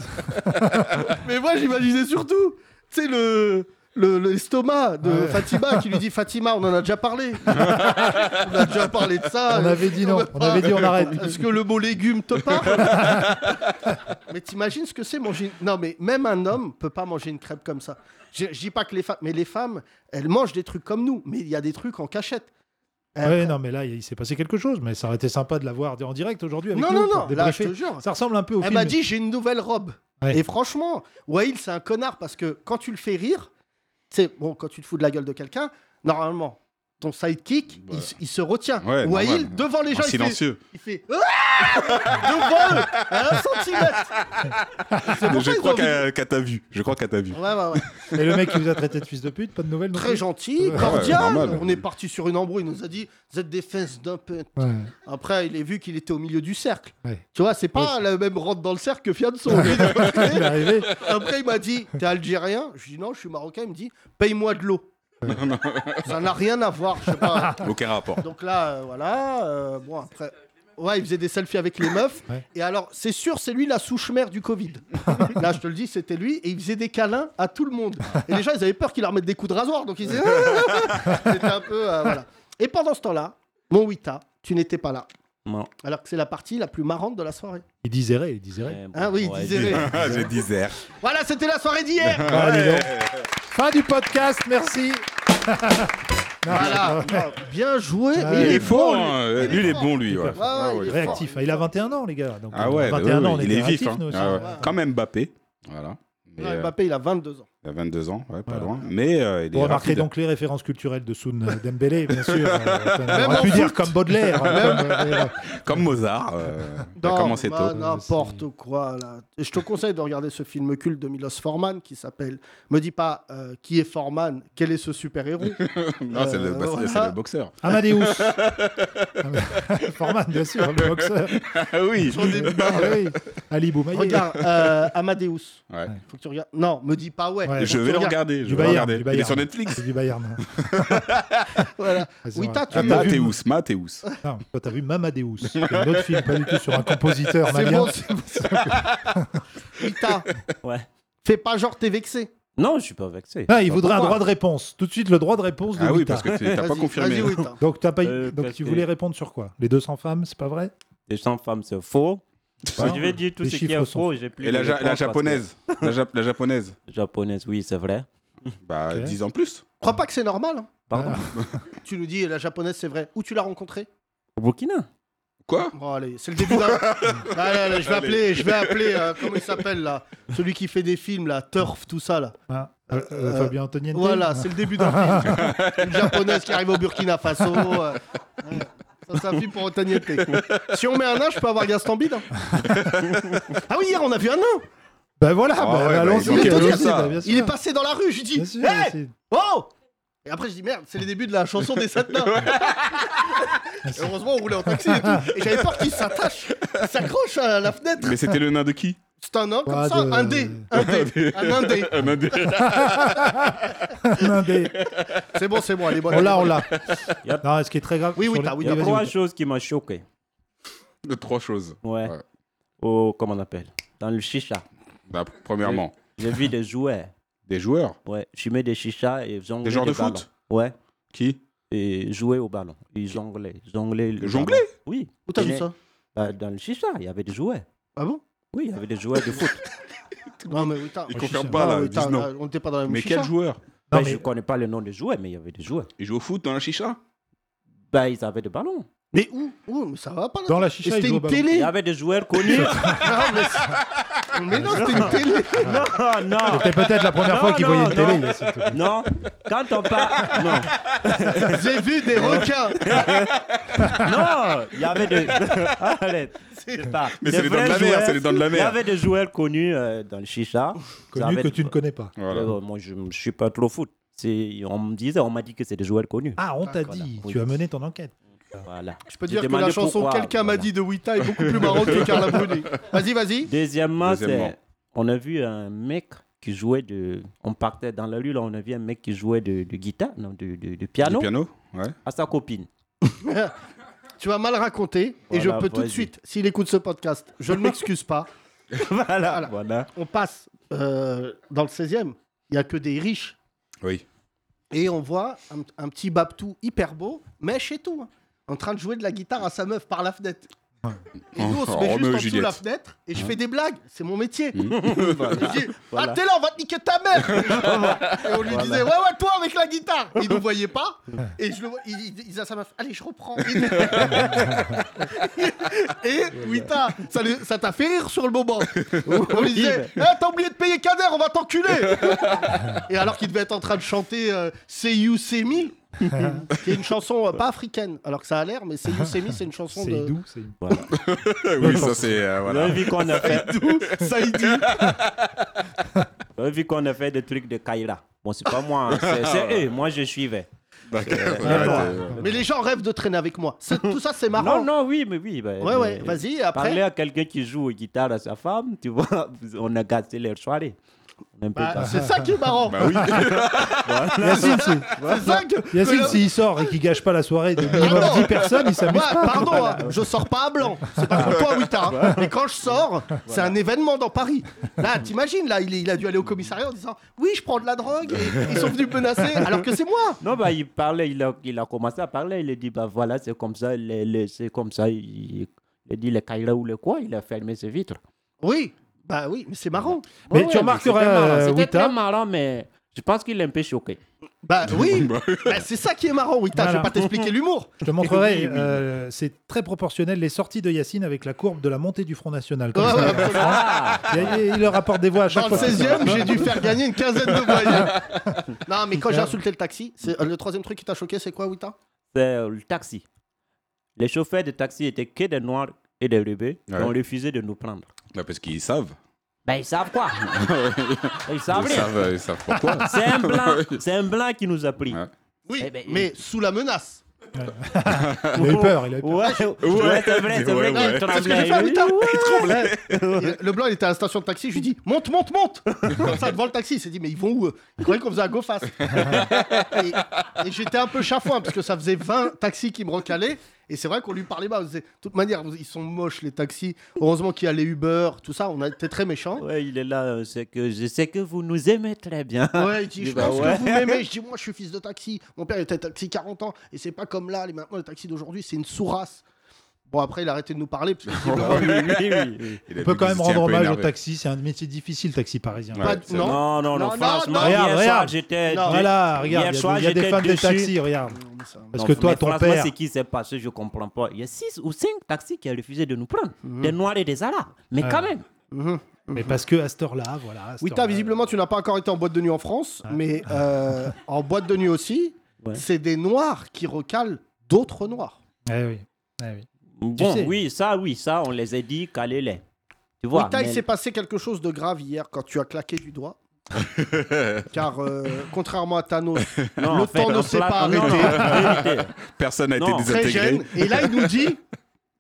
[SPEAKER 3] mais moi, j'imaginais surtout, tu sais, le. le- L'estomac de
[SPEAKER 4] Ouais.
[SPEAKER 3] Fatima qui lui
[SPEAKER 4] <laughs>
[SPEAKER 3] dit Fatima, on en a déjà parlé. on a déjà parlé de ça.
[SPEAKER 4] On avait dit non,
[SPEAKER 3] veut
[SPEAKER 4] on
[SPEAKER 3] pas.
[SPEAKER 4] avait dit on arrête.
[SPEAKER 3] Est-ce que le mot légume te parle <laughs> Mais t'imagines ce que c'est manger une- Non, mais même un homme peut pas manger une crêpe comme ça. Je, je dis pas que les femmes, mais les femmes, elles mangent des trucs comme nous, mais il y a des trucs en cachette. Euh,
[SPEAKER 4] Ah Ouais, non, mais là, il s'est passé quelque chose, mais ça aurait été sympa de la voir en direct aujourd'hui avec
[SPEAKER 3] non,
[SPEAKER 4] nous
[SPEAKER 3] non,
[SPEAKER 4] pour
[SPEAKER 3] non, là, je
[SPEAKER 4] débriefer.
[SPEAKER 3] te jure.
[SPEAKER 4] Ça ressemble un peu au
[SPEAKER 3] Elle
[SPEAKER 4] film.
[SPEAKER 3] m'a dit j'ai une nouvelle robe.
[SPEAKER 4] Ouais.
[SPEAKER 3] Et franchement, Wail c'est un connard parce que quand tu le fais rire, c'est bon quand tu te fous de la gueule de quelqu'un, normalement ton sidekick il, s- il se retient.
[SPEAKER 5] Bah. Ouais,
[SPEAKER 3] Wail
[SPEAKER 5] normal.
[SPEAKER 3] devant les gens
[SPEAKER 5] En
[SPEAKER 3] il fait,
[SPEAKER 5] silencieux.
[SPEAKER 3] il fait Ah devant eux à un centimètre. C'est pour ça
[SPEAKER 5] Je
[SPEAKER 3] qu'ils
[SPEAKER 5] crois
[SPEAKER 3] ont Oh, envie de-
[SPEAKER 5] qu'elle qu'elle t'a vu. Je crois qu'elle t'a vu.
[SPEAKER 3] Ouais, ouais, ouais.
[SPEAKER 4] Et le mec qui vous a traité de fils de pute, pas de nouvelles non
[SPEAKER 3] Très
[SPEAKER 4] plus
[SPEAKER 3] gentil,
[SPEAKER 4] Ouais,
[SPEAKER 3] cordial.
[SPEAKER 5] normal.
[SPEAKER 3] On est parti sur une embrouille. Il nous a dit Vous êtes des fesses d'un peu.
[SPEAKER 4] Ouais.
[SPEAKER 3] Après, il a vu qu'il était au milieu du cercle.
[SPEAKER 4] Ouais.
[SPEAKER 3] Tu vois, c'est pas la même rentre dans le cercle que Fianso.
[SPEAKER 4] <laughs> Il est arrivé.
[SPEAKER 3] Après, il m'a dit T'es algérien Je dis Non, je suis marocain. Il me dit Paye-moi de l'eau. Ça n'a rien à voir, je sais pas.
[SPEAKER 5] Aucun rapport.
[SPEAKER 3] Donc là, euh, voilà. euh, bon, après. Ouais, il faisait des selfies avec les meufs.
[SPEAKER 4] Ouais.
[SPEAKER 3] Et alors, c'est sûr, c'est lui la souche mère du Covid. là, je te le dis, c'était lui. Et il faisait des câlins à tout le monde. Et les gens, ils avaient peur qu'il leur mette des coups de rasoir. Donc ils disaient. c'était un peu. euh, voilà. Et pendant ce temps-là, mon Wita, tu n'étais pas là.
[SPEAKER 7] Non.
[SPEAKER 3] Alors que c'est la partie la plus marrante de la soirée.
[SPEAKER 4] Il disait, il disait.
[SPEAKER 7] Eh, bon,
[SPEAKER 3] Ah oui,
[SPEAKER 7] ouais,
[SPEAKER 3] disait.
[SPEAKER 5] Ah, <laughs> je disais.
[SPEAKER 3] Voilà, c'était la soirée d'hier.
[SPEAKER 4] Fin du podcast, merci. Non,
[SPEAKER 3] Voilà. Bien joué.
[SPEAKER 4] Ah,
[SPEAKER 3] mais
[SPEAKER 5] Il est
[SPEAKER 3] bon,
[SPEAKER 5] fort. hein. Lui, il est bon, lui. ouais.
[SPEAKER 4] Hyper fort.
[SPEAKER 3] Ouais, ouais, il est
[SPEAKER 4] Réactif.
[SPEAKER 3] fort.
[SPEAKER 4] Ah, Il a 21 ans, les gars. Donc,
[SPEAKER 5] Ah
[SPEAKER 4] euh,
[SPEAKER 5] ouais, bah
[SPEAKER 4] 21
[SPEAKER 5] oui,
[SPEAKER 4] ans, on
[SPEAKER 5] oui,
[SPEAKER 4] est
[SPEAKER 5] il est
[SPEAKER 4] réactifs,
[SPEAKER 5] vif. hein.
[SPEAKER 4] nous aussi.
[SPEAKER 5] Ah ouais.
[SPEAKER 3] Ouais.
[SPEAKER 5] Comme Mbappé. Voilà. Mais,
[SPEAKER 3] Non,
[SPEAKER 5] euh,
[SPEAKER 3] Mbappé, il a 22 ans.
[SPEAKER 5] Il a 22 ans, ouais, pas loin. Mais euh, il est
[SPEAKER 4] Vous remarquerez
[SPEAKER 5] rapide.
[SPEAKER 4] donc les références culturelles de Soun
[SPEAKER 3] <laughs>
[SPEAKER 4] Dembélé, bien sûr. euh, on
[SPEAKER 3] Même
[SPEAKER 4] aurait
[SPEAKER 3] en
[SPEAKER 4] pu
[SPEAKER 3] foot.
[SPEAKER 4] dire comme Baudelaire. comme, euh,
[SPEAKER 5] Comme Mozart, euh, il a
[SPEAKER 3] Non,
[SPEAKER 5] commencé
[SPEAKER 3] bah,
[SPEAKER 5] tôt.
[SPEAKER 3] N'importe quoi. Là. Et Je te conseille de regarder ce film culte de Milos Forman qui s'appelle. Me dis pas euh, qui est Forman, quel est ce
[SPEAKER 5] <laughs>
[SPEAKER 3] super-héros.
[SPEAKER 5] non, c'est le,
[SPEAKER 3] Euh,
[SPEAKER 5] bah,
[SPEAKER 3] voilà.
[SPEAKER 5] c'est- c'est le boxeur.
[SPEAKER 4] Amadeus.
[SPEAKER 5] <laughs>
[SPEAKER 4] Ah, <laughs> Forman, bien sûr, le boxeur.
[SPEAKER 5] Ah oui
[SPEAKER 4] Ah oui, Ali Boumaï.
[SPEAKER 3] Regarde, euh, Amadeus.
[SPEAKER 5] Ouais.
[SPEAKER 3] Faut que tu regardes. Non, me dis pas ouais.
[SPEAKER 4] Ouais.
[SPEAKER 3] Faut que
[SPEAKER 5] Je
[SPEAKER 3] tu
[SPEAKER 5] vais le
[SPEAKER 3] regardes.
[SPEAKER 5] regarder. Je
[SPEAKER 4] Du
[SPEAKER 5] vais le
[SPEAKER 4] Bayern,
[SPEAKER 5] regarder.
[SPEAKER 4] du
[SPEAKER 5] Il est
[SPEAKER 4] Bayern.
[SPEAKER 5] sur Netflix.
[SPEAKER 4] C'est du euh, Bayern.
[SPEAKER 3] Voilà.
[SPEAKER 4] Ouais, c'est
[SPEAKER 3] Oui,
[SPEAKER 4] vrai.
[SPEAKER 3] t'as
[SPEAKER 4] Ah,
[SPEAKER 3] tu
[SPEAKER 4] t'as vu,
[SPEAKER 5] Mathéus, Mathéus.
[SPEAKER 4] non, toi, t'as
[SPEAKER 3] <laughs>
[SPEAKER 4] vu Mamadeus, qui est un autre film, pas du tout sur un compositeur
[SPEAKER 3] C'est
[SPEAKER 4] malien.
[SPEAKER 3] bon, c'est bon. Ita,
[SPEAKER 5] <laughs>
[SPEAKER 7] Ouais.
[SPEAKER 3] fais pas genre t'es vexé.
[SPEAKER 7] Non, je suis pas vexé.
[SPEAKER 4] Ah, il voudrait un
[SPEAKER 3] Pourquoi
[SPEAKER 4] droit de réponse. Tout de suite, le droit de réponse de
[SPEAKER 5] Ah oui,
[SPEAKER 4] Wita.
[SPEAKER 5] parce que tu n'as pas
[SPEAKER 3] Vas-y,
[SPEAKER 5] confirmé.
[SPEAKER 3] Vas-y,
[SPEAKER 5] <laughs>
[SPEAKER 3] Wita.
[SPEAKER 4] Donc, t'as pas...
[SPEAKER 7] Euh,
[SPEAKER 4] Donc
[SPEAKER 7] parce
[SPEAKER 4] tu
[SPEAKER 7] que-
[SPEAKER 4] voulais répondre sur quoi Les 200 femmes, c'est pas vrai
[SPEAKER 7] Les 100 femmes, c'est faux. je vais dire tout
[SPEAKER 4] Bah Les
[SPEAKER 7] ce qui
[SPEAKER 4] chiffres
[SPEAKER 7] est
[SPEAKER 4] sont
[SPEAKER 7] faux. J'ai plus
[SPEAKER 5] Et
[SPEAKER 7] de
[SPEAKER 5] la, ja-
[SPEAKER 7] réponse
[SPEAKER 5] la
[SPEAKER 7] parce que-
[SPEAKER 5] japonaise la, ja- la japonaise
[SPEAKER 7] Japonaise, oui, c'est vrai.
[SPEAKER 5] Bah,
[SPEAKER 4] Ok.
[SPEAKER 5] 10 ans plus.
[SPEAKER 3] Crois pas que c'est normal. hein.
[SPEAKER 7] Pardon
[SPEAKER 3] Tu nous dis la japonaise c'est vrai. Où tu l'as rencontrée
[SPEAKER 7] Au Burkina
[SPEAKER 5] Quoi
[SPEAKER 3] Bon allez, c'est le début d'un. Allez, allez, je vais
[SPEAKER 5] Allez.
[SPEAKER 3] appeler, je vais appeler. euh, comment il s'appelle là Celui qui fait des films là, Turf, tout ça là.
[SPEAKER 4] Hein Euh, euh,
[SPEAKER 3] Euh,
[SPEAKER 4] Fabien Antoniente
[SPEAKER 3] Voilà, c'est le début d'un
[SPEAKER 4] <laughs>
[SPEAKER 3] film. Une japonaise qui arrive au Burkina Faso. euh, ouais. Ça, c'est un film pour Otagnette. Si on met un nain, je peux avoir Gaston Bide. hein. Ah oui, hier, on a vu un nain.
[SPEAKER 4] Ben voilà,
[SPEAKER 5] Ah
[SPEAKER 4] bah,
[SPEAKER 5] ouais, bah,
[SPEAKER 4] allons-y.
[SPEAKER 5] ils ont
[SPEAKER 4] bah,
[SPEAKER 3] tout
[SPEAKER 4] allons-y,
[SPEAKER 5] dit ça.
[SPEAKER 4] bah, bien sûr.
[SPEAKER 3] Il est passé dans la rue, je lui dis
[SPEAKER 4] Bien sûr,
[SPEAKER 3] Hey,
[SPEAKER 4] c'est-
[SPEAKER 3] Oh Et après, je dis Merde, c'est les débuts de la chanson des sept
[SPEAKER 4] <laughs>
[SPEAKER 3] nains. Et Heureusement, on roulait en taxi et tout. Et j'avais peur qu'il s'attache, il s'accroche à la fenêtre.
[SPEAKER 5] Mais c'était le nain de qui
[SPEAKER 3] C'est un nain comme
[SPEAKER 4] Pas
[SPEAKER 3] ça,
[SPEAKER 4] de-
[SPEAKER 3] un dé. Un dé. Un indé.
[SPEAKER 5] Un nain de-
[SPEAKER 4] Non, mais-
[SPEAKER 3] C'est bon, c'est bon, allez, bon.
[SPEAKER 4] On l'a, on l'a.
[SPEAKER 7] Y a-
[SPEAKER 4] Non, ce qui est très grave.
[SPEAKER 3] Oui, oui,
[SPEAKER 4] sur le-
[SPEAKER 3] t'as- oui,
[SPEAKER 7] Il y a
[SPEAKER 4] Vas-y,
[SPEAKER 7] trois
[SPEAKER 4] vas-y.
[SPEAKER 7] choses qui m'ont choqué.
[SPEAKER 5] de trois choses.
[SPEAKER 7] Ouais.
[SPEAKER 5] Ouais.
[SPEAKER 7] Au, comment on appelle Dans le chicha.
[SPEAKER 5] Bah, premièrement,
[SPEAKER 7] J'ai vu des joueurs.
[SPEAKER 5] des joueurs.
[SPEAKER 7] Ouais, fumer des chichas et jongler.
[SPEAKER 5] Des joueurs
[SPEAKER 7] des
[SPEAKER 5] de foot
[SPEAKER 7] ballons. Ouais,
[SPEAKER 5] Qui
[SPEAKER 7] et jouer au ballon. Ils jonglaient. Jonglaient. le
[SPEAKER 5] Jongler
[SPEAKER 7] ballon. Oui.
[SPEAKER 3] Où t'as vu
[SPEAKER 7] Mais,
[SPEAKER 3] ça
[SPEAKER 7] bah, Dans le chicha, il y avait des joueurs.
[SPEAKER 3] Ah bon
[SPEAKER 7] Oui, il y avait
[SPEAKER 5] <laughs>
[SPEAKER 7] des joueurs de foot.
[SPEAKER 3] Non, mais oui, t'as-
[SPEAKER 5] Il
[SPEAKER 4] Oh,
[SPEAKER 5] confirme
[SPEAKER 4] chicha.
[SPEAKER 5] pas
[SPEAKER 3] Ah,
[SPEAKER 5] là,
[SPEAKER 3] oui,
[SPEAKER 5] ils
[SPEAKER 3] t'as-
[SPEAKER 5] disent non.
[SPEAKER 3] On n'était pas dans la même
[SPEAKER 5] Mais
[SPEAKER 3] chicha.
[SPEAKER 5] quel joueur
[SPEAKER 4] Non,
[SPEAKER 7] Bah,
[SPEAKER 4] mais-
[SPEAKER 7] Je connais pas le nom des joueurs, mais il y avait des joueurs.
[SPEAKER 5] Il joue au foot dans la chicha
[SPEAKER 7] Bah, ils avaient des ballons.
[SPEAKER 3] Mais où Où Mais ça va pas là
[SPEAKER 4] Dans la
[SPEAKER 3] Et
[SPEAKER 4] chicha, il
[SPEAKER 3] C'était
[SPEAKER 4] joue au
[SPEAKER 3] une
[SPEAKER 4] ballon.
[SPEAKER 7] Il y
[SPEAKER 3] télé
[SPEAKER 7] avait des joueurs
[SPEAKER 5] <laughs>
[SPEAKER 7] connus.
[SPEAKER 3] Non, mais c'est- Mais non, c'était une télé
[SPEAKER 7] non, non.
[SPEAKER 4] C'était peut-être la première
[SPEAKER 7] Non,
[SPEAKER 4] fois qu'il
[SPEAKER 7] non,
[SPEAKER 4] voyait une
[SPEAKER 7] non.
[SPEAKER 4] télé. là, c'est tout.
[SPEAKER 7] Non, quand on parle. Non,
[SPEAKER 3] J'ai vu des requins
[SPEAKER 7] non, il y
[SPEAKER 5] <laughs>
[SPEAKER 7] avait des. Arrête, c'est pas.
[SPEAKER 5] Mais
[SPEAKER 7] des
[SPEAKER 5] c'est les dents de
[SPEAKER 7] vrais
[SPEAKER 5] la mer,
[SPEAKER 7] joueurs-
[SPEAKER 5] c'est les dents de la
[SPEAKER 7] Il y
[SPEAKER 5] mer.
[SPEAKER 7] avait des joueurs connus euh, dans le chicha. Ils
[SPEAKER 4] Connu
[SPEAKER 7] avaient
[SPEAKER 4] que
[SPEAKER 7] des-
[SPEAKER 4] tu ne connais pas.
[SPEAKER 5] Voilà.
[SPEAKER 7] Euh, moi, je ne suis pas trop foot. C'est- On me disait, on m'a dit que c'est des joueurs connus.
[SPEAKER 4] Ah, on t'a
[SPEAKER 7] voilà.
[SPEAKER 4] dit,
[SPEAKER 7] Oui.
[SPEAKER 4] tu as mené ton enquête.
[SPEAKER 7] Voilà.
[SPEAKER 3] Je peux
[SPEAKER 7] J'ai
[SPEAKER 3] dire que la
[SPEAKER 7] demandé
[SPEAKER 3] chanson
[SPEAKER 7] pourquoi,
[SPEAKER 3] Quelqu'un m'a
[SPEAKER 7] voilà.
[SPEAKER 3] dit de Wita est beaucoup plus marrante que Carla Bruni. Vas-y, vas-y.
[SPEAKER 7] Deuxièmement, c'est-
[SPEAKER 5] Deuxièmement.
[SPEAKER 7] on a vu un mec qui jouait de. On partait dans la rue, là, on a vu un mec qui jouait de, de guitare, non, de, de- de
[SPEAKER 5] Du
[SPEAKER 7] piano,
[SPEAKER 5] piano Ouais.
[SPEAKER 7] à sa copine.
[SPEAKER 3] Tu vas mal raconter et je
[SPEAKER 7] Voilà,
[SPEAKER 3] peux tout de
[SPEAKER 7] vas-y.
[SPEAKER 3] suite, s'il écoute ce podcast, je ne m'excuse pas.
[SPEAKER 7] voilà. voilà.
[SPEAKER 3] On passe euh, dans le 16e, il n'y a que des riches.
[SPEAKER 5] Oui.
[SPEAKER 3] Et on voit un, un petit Babtou hyper beau, mais chez tout, hein, en train de jouer de la guitare à sa meuf par la fenêtre. Et nous, on se
[SPEAKER 5] Oh,
[SPEAKER 3] met juste
[SPEAKER 5] Roméo
[SPEAKER 3] en
[SPEAKER 5] et
[SPEAKER 3] dessous de la
[SPEAKER 5] Juliette. Mm.
[SPEAKER 3] fenette et je fais des blagues. C'est mon métier. <laughs>
[SPEAKER 5] <laughs>
[SPEAKER 3] Je dis, ah, t'es là, on va te niquer ta mère. et on lui disait, ouais, ouais, toi avec la guitare. Il nous voyait pas. Et je le vois, il, il disait à sa meuf, allez, je
[SPEAKER 5] <laughs>
[SPEAKER 3] reprends. et Wita, ça lui- ça t'a fait rire sur le
[SPEAKER 7] <laughs>
[SPEAKER 3] moment. On lui disait, Eh, t'as oublié de payer Kader, on va
[SPEAKER 7] <laughs>
[SPEAKER 3] t'enculer. et alors qu'il devait être en train de chanter euh, C'est You, C'est Me. qui est une chanson euh, pas africaine, alors que ça a l'air, mais C'est You, C'est Me, c'est une chanson
[SPEAKER 4] C'est
[SPEAKER 3] de.
[SPEAKER 4] doux, c'est
[SPEAKER 5] oui, ça c'est. euh,
[SPEAKER 7] <laughs> Vous
[SPEAKER 5] voilà.
[SPEAKER 7] avez vu qu'on a fait,
[SPEAKER 3] Saïdi.
[SPEAKER 7] vous avez vu qu'on a fait des trucs de Kaira. Bon, c'est pas moi, hein, c'est- c'est eux. Moi, je suivais.
[SPEAKER 5] D'accord.
[SPEAKER 4] Ah,
[SPEAKER 7] Euh,
[SPEAKER 3] Mais les gens rêvent de traîner avec moi. C'est- Tout ça, c'est marrant.
[SPEAKER 7] Non, non, oui, mais oui. bah,
[SPEAKER 3] Ouais, ouais,
[SPEAKER 7] euh,
[SPEAKER 3] vas-y, après.
[SPEAKER 7] Parler à quelqu'un qui joue aux guitares à sa femme, tu vois, <laughs> on a gâté leur soirée. On a un peu
[SPEAKER 3] Bah,
[SPEAKER 7] gâté. <laughs>
[SPEAKER 3] c'est ça qui est marrant.
[SPEAKER 5] Bah oui.
[SPEAKER 4] Yacine, si-
[SPEAKER 3] C'est ça que. que
[SPEAKER 4] Yacine,
[SPEAKER 3] le-
[SPEAKER 4] s'il sort et qu'il gâche pas la soirée de minimum
[SPEAKER 3] Ah non.
[SPEAKER 4] 10 personnes,
[SPEAKER 3] <laughs>
[SPEAKER 4] il s'amuse
[SPEAKER 3] Ouais,
[SPEAKER 4] pas.
[SPEAKER 3] pardon, hein, je sors pas à blanc. C'est pas pour toi, Wita. hein. Mais quand je sors, c'est un événement dans Paris. Là, t'imagines, là, il, est- il a dû aller au commissariat en disant Oui, je prends de la drogue. et ils sont venus me menacer, alors que c'est moi.
[SPEAKER 7] Non, bah, il parlait, il a, il a commencé à parler. Il a dit, bah voilà, c'est comme ça, les- les- c'est comme ça. Il, il a dit, le Kaira ou le quoi, il a fermé ses vitres.
[SPEAKER 3] Oui, bah oui, mais c'est marrant.
[SPEAKER 4] Mais
[SPEAKER 7] Ouais,
[SPEAKER 4] tu
[SPEAKER 7] ouais,
[SPEAKER 4] remarqueras,
[SPEAKER 7] c'était marrant,
[SPEAKER 4] euh,
[SPEAKER 7] C'était
[SPEAKER 4] Wita-
[SPEAKER 7] très marrant, mais je pense qu'il est un peu choqué.
[SPEAKER 3] Bah oui, <laughs> Bah, c'est ça qui est marrant, oui, t'as- je
[SPEAKER 4] Voilà.
[SPEAKER 3] vais pas t'expliquer l'humour.
[SPEAKER 4] Je te montrerai,
[SPEAKER 5] Oui, oui.
[SPEAKER 4] euh, c'est très proportionnel, les sorties de Yacine avec la courbe de la montée du Front National. comme
[SPEAKER 3] Ouais,
[SPEAKER 4] ça.
[SPEAKER 3] ouais,
[SPEAKER 4] Il- il, il leur apporte des voix à
[SPEAKER 3] Dans
[SPEAKER 4] chaque
[SPEAKER 3] le
[SPEAKER 4] fois.
[SPEAKER 3] 16ème, j'ai dû faire gagner une quinzaine de voyelles. <laughs> non, mais quand j'ai insulté le taxi, c'est euh, le troisième truc qui t'a choqué, c'est quoi, Wita
[SPEAKER 7] C'est euh, le taxi. Les chauffeurs de taxi étaient que des noirs et des rebelles qui
[SPEAKER 5] Ouais.
[SPEAKER 7] ont refusé de nous prendre.
[SPEAKER 5] Bah, parce qu'ils savent.
[SPEAKER 7] Ben, ils savent quoi Ils savent
[SPEAKER 5] Ils
[SPEAKER 7] rien.
[SPEAKER 5] savent, euh, ils savent pourquoi.
[SPEAKER 7] C'est un blanc, c'est un blanc qui nous a pris.
[SPEAKER 5] Ouais.
[SPEAKER 3] Oui,
[SPEAKER 7] Eh ben,
[SPEAKER 3] mais sous la menace.
[SPEAKER 4] Il a eu peur, il a eu peur.
[SPEAKER 7] Ouais, ouais, c'est vrai, c'est
[SPEAKER 5] Ouais,
[SPEAKER 7] vrai
[SPEAKER 5] ouais.
[SPEAKER 7] qu'il
[SPEAKER 5] C'est ce que
[SPEAKER 7] tremblait.
[SPEAKER 3] j'ai fait,
[SPEAKER 7] Oui,
[SPEAKER 3] putain.
[SPEAKER 7] ouais.
[SPEAKER 3] Et Le blanc, il était à la station de taxi, je lui dis monte, monte, monte Comme ça, devant le taxi, il s'est dit mais ils vont où eux Il croyait qu'on faisait un go fast. et et j'étais un peu chafouin parce que ça faisait 20 taxis qui me recalaient. Et c'est vrai qu'on lui parlait pas. on disait, De toute manière, vous- ils sont moches les taxis. Heureusement qu'il y a les Uber, tout ça, on a été très méchants.
[SPEAKER 7] Ouais, il est là, euh, c'est que je sais que vous nous aimez très bien.
[SPEAKER 3] Ouais, il dit,
[SPEAKER 5] Eh
[SPEAKER 7] Il
[SPEAKER 3] je
[SPEAKER 5] ben
[SPEAKER 7] dit, bah
[SPEAKER 3] pense
[SPEAKER 7] ouais.
[SPEAKER 3] que vous m'aimez. Je dis, moi, je suis fils de taxi. Mon père il était taxi 40 ans. Et c'est pas comme là, les, maintenant, les taxis d'aujourd'hui, c'est une sous-race. Bon, après, il a arrêté de nous parler.
[SPEAKER 5] <laughs>
[SPEAKER 3] Parce que, visiblement,
[SPEAKER 7] Oui, oui, oui, oui.
[SPEAKER 5] Il a
[SPEAKER 4] On peut
[SPEAKER 5] vu
[SPEAKER 4] quand même
[SPEAKER 5] qu'ils étaient un
[SPEAKER 4] rendre
[SPEAKER 5] peu
[SPEAKER 4] hommage au
[SPEAKER 5] énervés.
[SPEAKER 4] taxi, c'est un métier difficile, taxi parisien.
[SPEAKER 5] Ouais,
[SPEAKER 3] Pas-
[SPEAKER 5] c'est
[SPEAKER 3] non.
[SPEAKER 5] vrai.
[SPEAKER 3] Non,
[SPEAKER 7] Non, non, non,
[SPEAKER 3] non,
[SPEAKER 7] franchement,
[SPEAKER 3] non.
[SPEAKER 7] hier
[SPEAKER 4] Regarde,
[SPEAKER 7] soir,
[SPEAKER 4] regarde.
[SPEAKER 7] j'étais.
[SPEAKER 3] Non.
[SPEAKER 4] Voilà, regarde, il y a-
[SPEAKER 7] soir,
[SPEAKER 4] il y a, des
[SPEAKER 7] j'étais
[SPEAKER 4] fans de
[SPEAKER 7] dessus.
[SPEAKER 4] taxi, regarde. Parce
[SPEAKER 7] Non,
[SPEAKER 4] que toi,
[SPEAKER 7] mais
[SPEAKER 4] ton
[SPEAKER 7] franchement,
[SPEAKER 4] père,
[SPEAKER 7] ce qui s'est passé, je comprends pas. Il y a 6 ou 5 taxis qui ont refusé de nous prendre.
[SPEAKER 3] Mhm.
[SPEAKER 7] Des Noirs et des Arabes. Mais
[SPEAKER 4] Ouais.
[SPEAKER 7] quand même.
[SPEAKER 4] mais
[SPEAKER 7] Mhm.
[SPEAKER 4] parce que à cette heure-là, voilà. à cette
[SPEAKER 3] Oui,
[SPEAKER 4] heure-là,
[SPEAKER 3] t'as visiblement, tu n'as pas encore été en boîte de nuit en France, mais euh, en boîte de nuit aussi,
[SPEAKER 7] Ah. Ouais.
[SPEAKER 3] c'est des noirs qui recalent d'autres noirs.
[SPEAKER 4] eh oui, eh oui.
[SPEAKER 7] Bon,
[SPEAKER 4] sais.
[SPEAKER 7] oui, ça, oui, ça, on les a dit, calez-les. Tu
[SPEAKER 3] Oui,
[SPEAKER 7] vois.
[SPEAKER 3] t'as, il
[SPEAKER 7] mais-
[SPEAKER 3] s'est passé quelque chose de grave hier quand tu as claqué du
[SPEAKER 7] <laughs>
[SPEAKER 3] doigt. Car euh, contrairement à Thanos,
[SPEAKER 7] Non,
[SPEAKER 3] le
[SPEAKER 7] en fait,
[SPEAKER 3] temps ne
[SPEAKER 7] un
[SPEAKER 3] s'est
[SPEAKER 7] plat-
[SPEAKER 3] pas <laughs>
[SPEAKER 7] non,
[SPEAKER 3] arrêté.
[SPEAKER 7] non, vérité.
[SPEAKER 5] Personne n'a été
[SPEAKER 7] Non.
[SPEAKER 3] très
[SPEAKER 5] désintégré.
[SPEAKER 3] jeune, et là il nous
[SPEAKER 7] <laughs>
[SPEAKER 3] dit,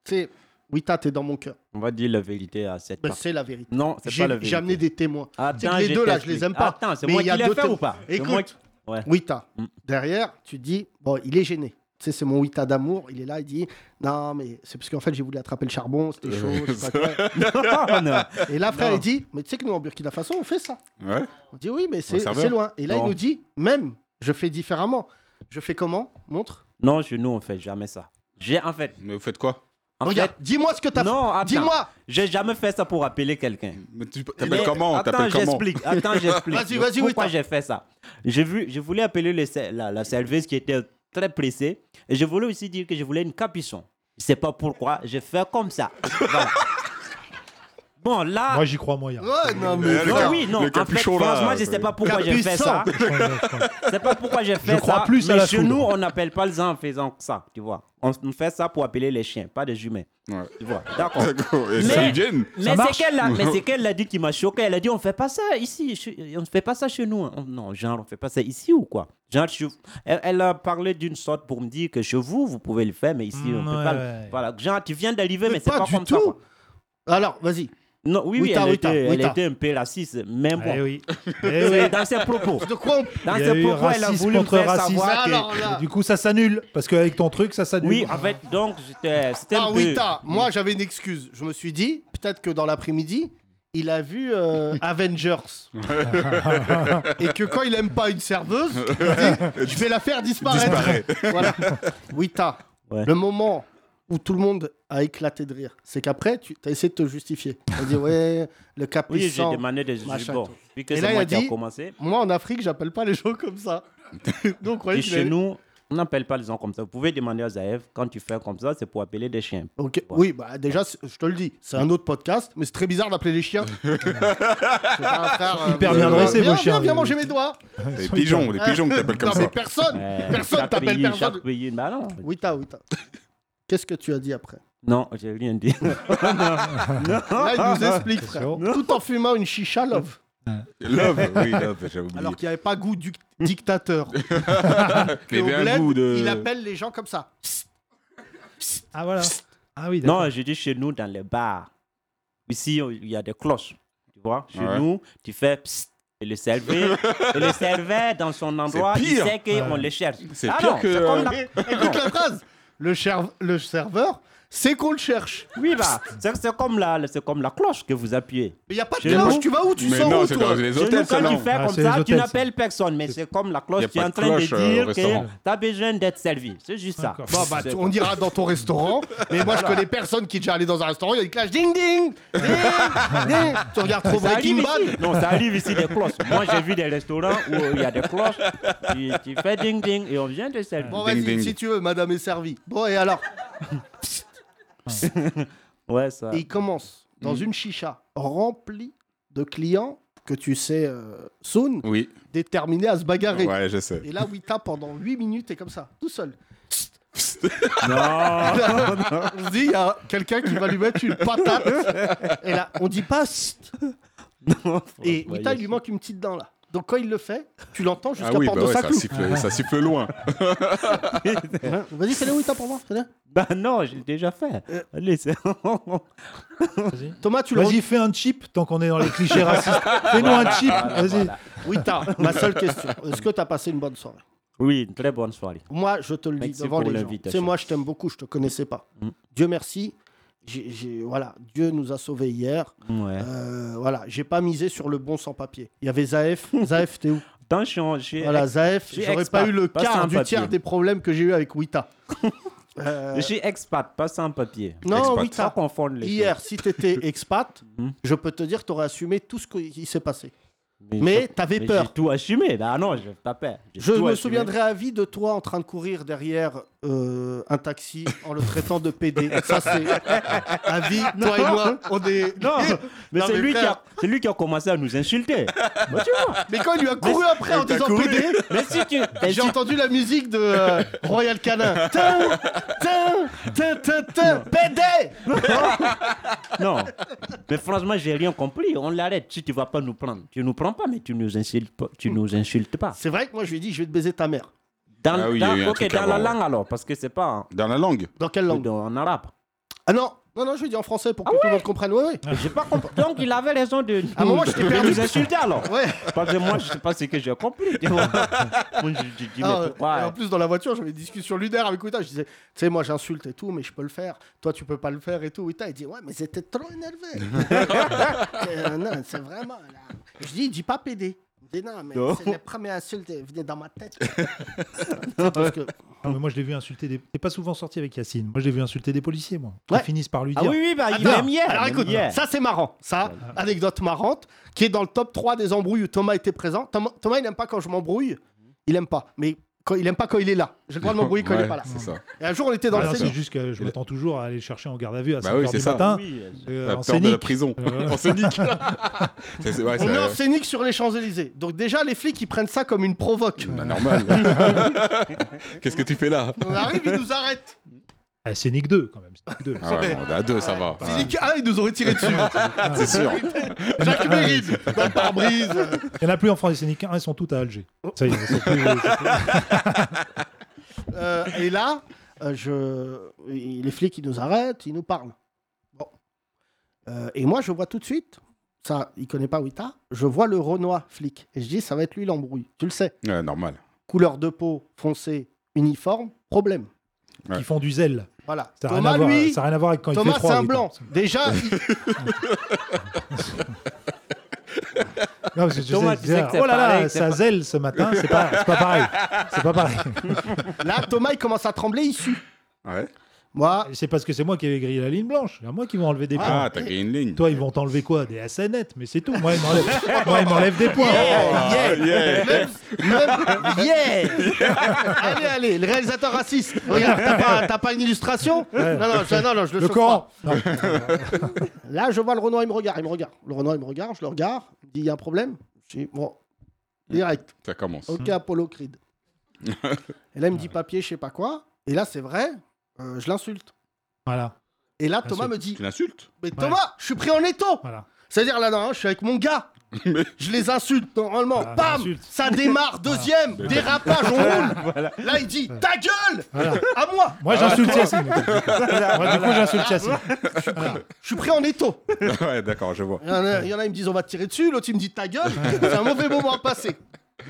[SPEAKER 3] c'est Wita, t'es dans mon cœur.
[SPEAKER 7] On va dire la vérité à cette
[SPEAKER 3] Ben,
[SPEAKER 7] part.
[SPEAKER 3] c'est la vérité.
[SPEAKER 7] Non, c'est
[SPEAKER 3] J'ai,
[SPEAKER 7] pas la vérité. Ah,
[SPEAKER 3] j'ai amené des témoins. C'est
[SPEAKER 7] Attends,
[SPEAKER 3] que les
[SPEAKER 7] je
[SPEAKER 3] deux là, je
[SPEAKER 7] t'explique.
[SPEAKER 3] les aime pas.
[SPEAKER 7] Attends, c'est
[SPEAKER 3] Mais
[SPEAKER 7] moi
[SPEAKER 3] il y a
[SPEAKER 7] qui l'ai
[SPEAKER 3] deux
[SPEAKER 7] fait
[SPEAKER 3] témoins.
[SPEAKER 7] ou pas C'est
[SPEAKER 3] Écoute,
[SPEAKER 7] moi qui- <laughs> Ouais.
[SPEAKER 3] Wita.
[SPEAKER 7] Mm.
[SPEAKER 3] Derrière, tu dis, bon, il est gêné. Tu sais, c'est mon Wita d'amour. Il est là, il dit, non, mais c'est parce qu'en fait, j'ai voulu attraper le charbon,
[SPEAKER 7] <laughs>
[SPEAKER 3] c'était chaud. je sais pas quoi.
[SPEAKER 7] Non, non.
[SPEAKER 3] Et là, frère,
[SPEAKER 7] Non.
[SPEAKER 3] il dit, mais tu sais que nous, en Burkina Faso, on fait ça.
[SPEAKER 5] Ouais.
[SPEAKER 3] On dit, oui, mais c'est
[SPEAKER 5] Au serveur.
[SPEAKER 3] c'est loin. Et là,
[SPEAKER 5] Non.
[SPEAKER 3] il nous dit, même, je fais différemment. Je fais comment Montre.
[SPEAKER 7] Non, chez nous, on fait jamais ça. J'ai, en fait.
[SPEAKER 5] Mais vous faites quoi
[SPEAKER 7] En
[SPEAKER 3] Regarde,
[SPEAKER 7] fait
[SPEAKER 3] dis-moi ce que t'as fait.
[SPEAKER 7] non, attends.
[SPEAKER 3] Dis-moi
[SPEAKER 7] J'ai jamais fait ça pour appeler quelqu'un.
[SPEAKER 5] Mais tu t'appelles
[SPEAKER 7] Mais-
[SPEAKER 5] comment
[SPEAKER 7] Attends,
[SPEAKER 5] T'appelles comment
[SPEAKER 7] j'explique. Attends, j'explique.
[SPEAKER 3] Vas-y, vas-y, oui,
[SPEAKER 7] Pourquoi
[SPEAKER 3] t'as-
[SPEAKER 7] j'ai fait ça J'ai vu, je voulais appeler le ser- la, la serveuse qui était très pressée. Et je voulais aussi dire que je voulais une capuchon. Je sais pas pourquoi, j'ai fait comme ça. <laughs> Voilà. Bon, là.
[SPEAKER 4] Moi, j'y crois moyen.
[SPEAKER 3] Ouais, Oh, non, mais.
[SPEAKER 5] Euh,
[SPEAKER 7] non,
[SPEAKER 5] le-
[SPEAKER 7] oui, non.
[SPEAKER 5] le
[SPEAKER 7] en fait,
[SPEAKER 5] capuchon, là, euh,
[SPEAKER 7] franchement, je
[SPEAKER 5] ça-
[SPEAKER 7] sais pas pourquoi j'ai fait
[SPEAKER 3] Capuchon.
[SPEAKER 7] ça.
[SPEAKER 4] hein. Je crois- je crois.
[SPEAKER 7] Je sais pas pourquoi j'ai fait
[SPEAKER 4] Je crois
[SPEAKER 7] ça.
[SPEAKER 4] plus à
[SPEAKER 7] mais
[SPEAKER 4] la
[SPEAKER 7] chez
[SPEAKER 4] foudre.
[SPEAKER 7] nous, on n'appelle pas les gens en faisant ça, tu vois. On on fait ça pour appeler les chiens, pas des jumelles.
[SPEAKER 5] Ouais.
[SPEAKER 7] Tu vois, d'accord.
[SPEAKER 5] <laughs> D'accord. Et
[SPEAKER 7] Mais-
[SPEAKER 5] ça me gêne.
[SPEAKER 7] Mais
[SPEAKER 4] marche.
[SPEAKER 7] c'est qu'elle a- mais c'est qu'elle l'a dit qui m'a choqué. Elle a dit on fait pas ça ici, je- on ne fait pas ça chez nous. On- non, genre on fait pas ça ici ou quoi Genre je- elle, elle a parlé d'une sorte pour me dire que chez vous vous pouvez le faire, mais ici on
[SPEAKER 4] Mm,
[SPEAKER 7] peut
[SPEAKER 4] ouais,
[SPEAKER 7] pas. le-
[SPEAKER 4] ouais.
[SPEAKER 7] Voilà, genre tu viens d'arriver, mais,
[SPEAKER 3] Mais
[SPEAKER 7] c'est
[SPEAKER 3] pas
[SPEAKER 7] pas,
[SPEAKER 3] du
[SPEAKER 7] comme ça.
[SPEAKER 3] tout.
[SPEAKER 7] quoi.
[SPEAKER 3] Alors, vas-y.
[SPEAKER 7] Non, oui,
[SPEAKER 3] Oui,
[SPEAKER 7] oui,
[SPEAKER 3] t'as,
[SPEAKER 7] elle,
[SPEAKER 3] oui,
[SPEAKER 7] était,
[SPEAKER 3] t'as, oui,
[SPEAKER 7] elle
[SPEAKER 3] t'as.
[SPEAKER 7] était un peu raciste, mais <laughs> bon.
[SPEAKER 4] Eh oui. Eh oui.
[SPEAKER 7] C'est dans ses propos.
[SPEAKER 3] De quoi on.
[SPEAKER 7] Dans
[SPEAKER 4] Il y
[SPEAKER 7] ses
[SPEAKER 4] a eu
[SPEAKER 7] propos, elle a
[SPEAKER 4] racisme
[SPEAKER 7] voulu me
[SPEAKER 4] contre
[SPEAKER 7] faire
[SPEAKER 4] racisme.
[SPEAKER 7] savoir que-
[SPEAKER 3] Alors là.
[SPEAKER 4] Et Du coup, ça s'annule. Parce qu'avec ton truc, ça s'annule.
[SPEAKER 7] Oui, en fait, donc, j'étais- c'était
[SPEAKER 3] Ah
[SPEAKER 7] un
[SPEAKER 3] oui,
[SPEAKER 7] peu-
[SPEAKER 3] t'as. Moi, j'avais une excuse. Je me suis dit, peut-être que dans l'après-midi, il a vu euh, Avengers. Et que quand il aime pas une serveuse, il dit, je vais la faire disparaître.
[SPEAKER 5] Disparaît.
[SPEAKER 3] Voilà. Oui, t'as.
[SPEAKER 7] Ouais.
[SPEAKER 3] Le moment où tout le monde a éclaté de rire, c'est qu'après, tu as essayé de te justifier. Tu as dit, ouais, le
[SPEAKER 7] Oui, j'ai
[SPEAKER 3] capuchon.
[SPEAKER 7] demandé des je dis,
[SPEAKER 3] machin,
[SPEAKER 7] bon,
[SPEAKER 3] tout.
[SPEAKER 7] Vu que
[SPEAKER 3] Et
[SPEAKER 7] c'est
[SPEAKER 3] là, il
[SPEAKER 7] moi
[SPEAKER 3] a
[SPEAKER 7] qui a
[SPEAKER 3] dit-
[SPEAKER 7] commencé,
[SPEAKER 3] Moi, en Afrique, j'appelle pas les gens comme
[SPEAKER 7] <laughs>
[SPEAKER 3] ça. Donc,
[SPEAKER 7] et
[SPEAKER 3] voyez,
[SPEAKER 7] chez nous, on n'appelle pas les gens comme ça. Vous pouvez demander à Zaev, quand tu fais comme ça, c'est pour appeler des chiens.
[SPEAKER 3] Ok, Oui, bah déjà, c'est- je te le dis, c'est un autre podcast, mais c'est très bizarre d'appeler les
[SPEAKER 5] <laughs>
[SPEAKER 3] chiens. C'est pas un frère, euh,
[SPEAKER 4] Hyper
[SPEAKER 3] euh,
[SPEAKER 4] bien dressés,
[SPEAKER 3] viens,
[SPEAKER 4] vos chiens.
[SPEAKER 3] Viens, viens manger mes doigts.
[SPEAKER 5] Les pigeons, les pigeons que t'appelles comme
[SPEAKER 3] non, mais
[SPEAKER 5] ça.
[SPEAKER 3] personne,
[SPEAKER 7] Euh,
[SPEAKER 3] personne
[SPEAKER 7] chaque
[SPEAKER 3] t'appelle
[SPEAKER 7] pays,
[SPEAKER 3] personne.
[SPEAKER 7] Chaque pays, bah non.
[SPEAKER 3] Oui, t'as, oui, t'as. Qu'est-ce que tu as dit après
[SPEAKER 7] Non, j'ai rien dit.
[SPEAKER 5] <laughs> Ah,
[SPEAKER 3] Là, il nous explique, frère. Tout en fumant une chicha love,
[SPEAKER 5] Love, oui, love, j'avais
[SPEAKER 3] <laughs>
[SPEAKER 5] oublié.
[SPEAKER 3] alors qu'il n'y avait pas goût du dictateur.
[SPEAKER 5] Mais
[SPEAKER 3] Et au
[SPEAKER 5] bien
[SPEAKER 3] bled,
[SPEAKER 5] goût de.
[SPEAKER 3] Il appelle les gens comme ça.
[SPEAKER 4] Ah voilà. Ah oui, d'accord.
[SPEAKER 7] non, j'ai dit chez nous, dans les bars. Ici, on- il y a des cloches. Tu vois, chez
[SPEAKER 5] Ouais.
[SPEAKER 7] nous, tu fais psst. Et
[SPEAKER 5] <laughs>
[SPEAKER 7] le serveur, et le serveur dans son endroit, il
[SPEAKER 5] pire.
[SPEAKER 7] sait qu'on le cherche.
[SPEAKER 5] C'est
[SPEAKER 7] Ah
[SPEAKER 5] pire <laughs>
[SPEAKER 7] non,
[SPEAKER 5] que- euh,
[SPEAKER 7] c'est comme la-
[SPEAKER 3] Écoute la phrase. Le, cher- le serveur c'est qu'on le cherche.
[SPEAKER 7] Oui, bah, c'est c'est comme, la- c'est comme la cloche que vous appuyez.
[SPEAKER 3] Mais il n'y a pas de
[SPEAKER 7] Chez nous-
[SPEAKER 3] cloche, tu vas où Tu
[SPEAKER 5] Mais
[SPEAKER 3] sors
[SPEAKER 5] non,
[SPEAKER 3] où
[SPEAKER 5] c'est
[SPEAKER 3] toi
[SPEAKER 5] dans les
[SPEAKER 7] Chez nous,
[SPEAKER 5] hôtels, ça,
[SPEAKER 7] quand tu
[SPEAKER 5] non.
[SPEAKER 7] fais
[SPEAKER 4] Ah,
[SPEAKER 7] comme
[SPEAKER 4] c'est les
[SPEAKER 7] ça, tu
[SPEAKER 4] hôtels,
[SPEAKER 7] n'appelles personne, mais c'est comme la
[SPEAKER 5] Y a
[SPEAKER 7] cloche, tu es
[SPEAKER 5] pas
[SPEAKER 7] en
[SPEAKER 5] de
[SPEAKER 7] train de
[SPEAKER 5] cloche, euh, au
[SPEAKER 7] dire
[SPEAKER 5] restaurant.
[SPEAKER 7] que tu as besoin d'être servi. C'est juste ça.
[SPEAKER 4] D'accord.
[SPEAKER 3] Bon, bah, tu- on ira dans ton restaurant, mais moi je connais personne qui est déjà allé dans un restaurant, il y a une clash ding ding, ding, <laughs> ding. Tu regardes trop
[SPEAKER 7] Ça
[SPEAKER 3] Breaking
[SPEAKER 7] arrive
[SPEAKER 3] Bad
[SPEAKER 7] ici. Non, ça arrive ici des cloches. Moi, j'ai vu des restaurants où il y a des cloches. Tu, tu fais ding ding et on vient te servir.
[SPEAKER 3] Bon, vas-y,
[SPEAKER 5] Ding, ding.
[SPEAKER 3] si tu veux, madame est servie. Bon, et alors
[SPEAKER 7] Ouais, ça.
[SPEAKER 3] Et il commence dans une chicha remplie de clients que tu sais, euh, Soon,
[SPEAKER 5] Oui.
[SPEAKER 3] déterminés à se bagarrer.
[SPEAKER 5] Ouais, je sais.
[SPEAKER 3] Et là, Wita, pendant 8 minutes, est comme ça, tout seul.
[SPEAKER 7] Non.
[SPEAKER 3] On se dit, il y a quelqu'un qui va lui mettre une patate. <laughs> Et là, on dit pas. Psst. Et
[SPEAKER 7] Ouais,
[SPEAKER 3] Wita, il
[SPEAKER 7] yes.
[SPEAKER 3] lui manque une petite dent là. Donc quand il le fait, tu l'entends jusqu'à
[SPEAKER 5] Ah oui,
[SPEAKER 3] Porte
[SPEAKER 5] bah
[SPEAKER 3] de
[SPEAKER 5] ouais, ça
[SPEAKER 3] Saclou.
[SPEAKER 5] siffle, ça siffle loin.
[SPEAKER 7] Eh.
[SPEAKER 3] Hein Vas-y, fais-le Wita pour moi. fais-le.
[SPEAKER 7] Bah non, j'ai déjà fait. Allez, c'est... <laughs>
[SPEAKER 3] Thomas, tu le
[SPEAKER 4] Vas-y, fais un chip tant qu'on est dans les clichés
[SPEAKER 7] <laughs>
[SPEAKER 4] racistes. Fais-nous un chip. Ah, Vas-y.
[SPEAKER 3] Wita, <laughs> ma seule question. Est-ce que t'as passé une bonne soirée
[SPEAKER 7] Oui, une très bonne soirée.
[SPEAKER 3] Moi, je te le dis
[SPEAKER 7] Merci
[SPEAKER 3] devant
[SPEAKER 7] pour
[SPEAKER 3] les gens. Tu
[SPEAKER 7] l'invitation.
[SPEAKER 3] sais, moi, je t'aime beaucoup, je te connaissais pas.
[SPEAKER 7] Mm.
[SPEAKER 3] Dieu merci. j'ai- j'ai- voilà, Dieu nous a sauvés hier.
[SPEAKER 7] Ouais.
[SPEAKER 3] Euh, voilà, j'ai pas misé sur le bon sans papier. Il y avait
[SPEAKER 7] <laughs>
[SPEAKER 3] Zaef. Zaef, t'es où
[SPEAKER 7] Dans je suis
[SPEAKER 3] Voilà, Zaef,
[SPEAKER 7] je suis
[SPEAKER 3] j'aurais
[SPEAKER 7] expat,
[SPEAKER 3] pas eu le
[SPEAKER 7] pas
[SPEAKER 3] quart
[SPEAKER 7] sans
[SPEAKER 3] du
[SPEAKER 7] papier.
[SPEAKER 3] tiers des problèmes que j'ai eu avec
[SPEAKER 7] <laughs>
[SPEAKER 3] Wita. Euh,
[SPEAKER 7] Je suis expat, pas sans papier.
[SPEAKER 3] non,
[SPEAKER 5] expat.
[SPEAKER 7] Sans
[SPEAKER 3] Wita,
[SPEAKER 7] confondre les
[SPEAKER 3] hier, si
[SPEAKER 7] <laughs>
[SPEAKER 3] t'étais expat,
[SPEAKER 7] Mm.
[SPEAKER 3] je peux te dire que t'aurais assumé tout ce qui qui s'est passé.
[SPEAKER 7] choses.
[SPEAKER 3] Mais t'avais
[SPEAKER 7] mais
[SPEAKER 3] peur.
[SPEAKER 7] J'ai tout assumé. Ah non, je tapais. J'ai
[SPEAKER 3] Je
[SPEAKER 7] tout
[SPEAKER 3] me
[SPEAKER 7] assumé.
[SPEAKER 3] souviendrai à vie de toi en train de courir derrière euh, un taxi en le traitant de PD. Ça, <laughs> c'est à vie, toi et moi, on est.
[SPEAKER 7] Non, mais
[SPEAKER 3] <laughs> Non,
[SPEAKER 7] c'est
[SPEAKER 3] mais
[SPEAKER 7] lui, qui
[SPEAKER 3] frère.
[SPEAKER 7] a- c'est lui qui a commencé à nous
[SPEAKER 3] <laughs>
[SPEAKER 7] insulter. Bah, tu vois.
[SPEAKER 3] Mais quand il lui a couru après en
[SPEAKER 5] t'as
[SPEAKER 3] disant
[SPEAKER 5] couru.
[SPEAKER 3] PD,
[SPEAKER 7] Mais si
[SPEAKER 3] <laughs>
[SPEAKER 7] tu.
[SPEAKER 3] j'ai entendu la musique de euh, Royal <laughs> Canin. Tin, tin, tin, tin, tin, PD
[SPEAKER 7] Non. Mais franchement, j'ai rien compris. On l'arrête. Si tu vas pas nous prendre, tu nous prends pas, mais tu nous insultes pas. Tu nous insultes pas.
[SPEAKER 3] C'est vrai que moi, je lui ai dit, je vais te baiser ta mère.
[SPEAKER 7] Dans,
[SPEAKER 5] Ah oui, il y a
[SPEAKER 7] dans-
[SPEAKER 5] eu un
[SPEAKER 7] ok,
[SPEAKER 5] truc
[SPEAKER 7] dans la
[SPEAKER 5] avant.
[SPEAKER 7] langue alors, parce que c'est pas
[SPEAKER 5] Dans la langue
[SPEAKER 3] Dans quelle
[SPEAKER 7] en,
[SPEAKER 3] langue
[SPEAKER 7] en arabe.
[SPEAKER 3] Ah non, non, non, je lui ai dit en français pour que tout le monde comprenne. Ah Ouais, ouais.
[SPEAKER 7] J'ai pas compris. Donc il avait raison de,
[SPEAKER 3] À un moment, Ah, je t'ai
[SPEAKER 7] de
[SPEAKER 3] perdu.
[SPEAKER 7] nous insulter alors.
[SPEAKER 3] Ouais.
[SPEAKER 7] Parce que moi, je sais pas ce que j'ai compris.
[SPEAKER 3] <laughs>
[SPEAKER 7] Tu vois. Moi, je, je dis,
[SPEAKER 3] Ah,
[SPEAKER 7] mais pourquoi
[SPEAKER 3] et en plus, dans la voiture, j'avais une discussion lunaire avec Wita. Je disais, tu sais, moi j'insulte et tout, mais je peux le faire. Toi, tu peux pas le faire et tout. Wita, il dit, ouais, mais c'était trop énervé. Euh, non, c'est vraiment. là. Je dis, dis pas PD. Il dit, non, mais
[SPEAKER 7] Non.
[SPEAKER 3] c'est les premières insultes qui venaient dans ma tête. Parce que-
[SPEAKER 4] Non, mais moi, je l'ai vu insulter des. T'es pas souvent sorti avec Yacine. Moi, je l'ai vu insulter des policiers, moi. Ils
[SPEAKER 3] Ouais.
[SPEAKER 4] finissent par lui
[SPEAKER 7] Ah
[SPEAKER 4] dire.
[SPEAKER 7] oui, oui, bah, il
[SPEAKER 3] Attends,
[SPEAKER 7] m'aime hier.
[SPEAKER 3] Alors
[SPEAKER 7] il
[SPEAKER 3] écoute,
[SPEAKER 7] m'aime hier.
[SPEAKER 3] ça c'est marrant. Ça, anecdote marrante, qui est dans le top 3 des embrouilles où Thomas était présent. Thomas, Thomas, il n'aime pas quand je m'embrouille. Il aime pas. Mais quand, il aime pas quand il est là. J'ai le droit de m'embrouiller quand il est
[SPEAKER 5] Ouais,
[SPEAKER 3] pas là.
[SPEAKER 5] C'est ça.
[SPEAKER 3] Et un jour, on était dans
[SPEAKER 4] Ah
[SPEAKER 3] le
[SPEAKER 4] non,
[SPEAKER 3] CENI.
[SPEAKER 4] c'est juste que je m'attends toujours à aller le chercher en garde à vue à
[SPEAKER 5] Bah
[SPEAKER 4] 5h
[SPEAKER 5] oui, c'est
[SPEAKER 4] du
[SPEAKER 5] ça.
[SPEAKER 4] matin.
[SPEAKER 7] Oui, euh,
[SPEAKER 4] euh,
[SPEAKER 5] La
[SPEAKER 4] en
[SPEAKER 5] peur de la
[SPEAKER 4] scénique.
[SPEAKER 5] prison.
[SPEAKER 4] Euh,
[SPEAKER 3] <laughs>
[SPEAKER 5] En scénique. C'est c'est- ouais,
[SPEAKER 3] On est en
[SPEAKER 5] c'est-
[SPEAKER 3] scénique sur les Champs-Élysées. Donc déjà, les flics, ils prennent ça comme une provoque. <laughs>
[SPEAKER 5] bah, normal. Qu'est-ce que tu fais là
[SPEAKER 3] On arrive, ils nous arrêtent.
[SPEAKER 4] Ah, c'est Nick 2, quand même. C'est Nick 2.
[SPEAKER 5] Ah ouais, on est à deux, ça va.
[SPEAKER 3] Ils disent que- Ah, ils nous auraient tiré dessus. Ah,
[SPEAKER 5] Ouais, C'est sûr.
[SPEAKER 3] <laughs> Jacques Méride, dans le pare-brise.
[SPEAKER 4] Il n'y en a plus en France, c'est Nick 1, ils sont tous à Alger.
[SPEAKER 3] Oh.
[SPEAKER 4] Ça y est, c'est plus- c'est plus-
[SPEAKER 3] Euh, et là, euh, je... et les flics, ils nous arrêtent, ils nous parlent. Bon. Euh, et moi, je vois tout de suite, ça, il connaît pas Wita, je vois le Renoir flic. Et je dis, ça va être lui l'embrouille. Tu le sais.
[SPEAKER 5] Ouais, normal.
[SPEAKER 3] Couleur de peau, foncée, uniforme, problème.
[SPEAKER 5] Ouais.
[SPEAKER 4] Ils font du zèle.
[SPEAKER 3] Voilà.
[SPEAKER 4] Ça n'a rien,
[SPEAKER 3] Thomas,
[SPEAKER 4] à voir-
[SPEAKER 3] lui,
[SPEAKER 4] ça a rien à voir avec quand il
[SPEAKER 3] Thomas,
[SPEAKER 4] fait
[SPEAKER 3] c'est
[SPEAKER 4] froid.
[SPEAKER 3] un
[SPEAKER 4] il est-
[SPEAKER 3] blanc. Déjà, il-
[SPEAKER 4] Non, parce que je
[SPEAKER 7] Thomas,
[SPEAKER 4] sais-
[SPEAKER 7] tu sais que c'est
[SPEAKER 4] oh là là,
[SPEAKER 7] pareil, c'est
[SPEAKER 4] ça
[SPEAKER 7] pas-
[SPEAKER 4] zèle ce matin, c'est pas, c'est pas pareil. C'est
[SPEAKER 3] <laughs>
[SPEAKER 4] pas pareil.
[SPEAKER 3] là, Thomas, il commence à trembler, il sue.
[SPEAKER 5] Ouais.
[SPEAKER 3] Moi,
[SPEAKER 4] C'est parce que c'est moi qui ai grillé la ligne blanche. C'est à moi qui vais enlever des points.
[SPEAKER 5] Ah, t'as gagné une ligne.
[SPEAKER 4] Toi, ils vont t'enlever quoi Des SNET, mais c'est tout. Moi, ils
[SPEAKER 3] <laughs>
[SPEAKER 4] m'enlèvent moi, ils m'enlèvent des points.
[SPEAKER 5] Ah, yeah.
[SPEAKER 3] Oh, Même-
[SPEAKER 7] Ah,
[SPEAKER 3] même-
[SPEAKER 7] bah,
[SPEAKER 3] yeah Allez, allez, le réalisateur raciste. Regarde, t'as pas, t'as pas une illustration non non, je, non, non, je le
[SPEAKER 4] Le
[SPEAKER 3] chauffe
[SPEAKER 4] Coran. Non.
[SPEAKER 3] pas. Là, je vois le Renoir, il me regarde, il me regarde. Le Renoir, il me regarde, je le regarde. Il me dit, il y a un problème Je dis, bon, direct.
[SPEAKER 5] Ça commence.
[SPEAKER 3] Ok, Apollo Creed. Et là, il me dit papier, je sais pas quoi. Et là, c'est vrai, euh, je l'insulte.
[SPEAKER 4] Voilà.
[SPEAKER 3] Et là, Thomas me dit,
[SPEAKER 5] Tu l'insultes <laughs>
[SPEAKER 3] mais Thomas, je suis pris en étau
[SPEAKER 4] Voilà.
[SPEAKER 3] C'est-à-dire, là, non, je suis avec mon gars. Je les insulte normalement.
[SPEAKER 4] Ah,
[SPEAKER 3] Bam
[SPEAKER 4] l'insulte.
[SPEAKER 3] Ça démarre, deuxième, dérapage, on roule. Là, il dit Ta gueule À moi
[SPEAKER 4] Moi, j'insulte Yassine. Moi, du coup, j'insulte Yassine.
[SPEAKER 3] Je suis pris en étau.
[SPEAKER 5] Ouais, d'accord, je vois.
[SPEAKER 3] Il y, en a, il y en a, ils me disent On va te tirer dessus. L'autre, il me dit Ta gueule. C'est un mauvais moment à passer.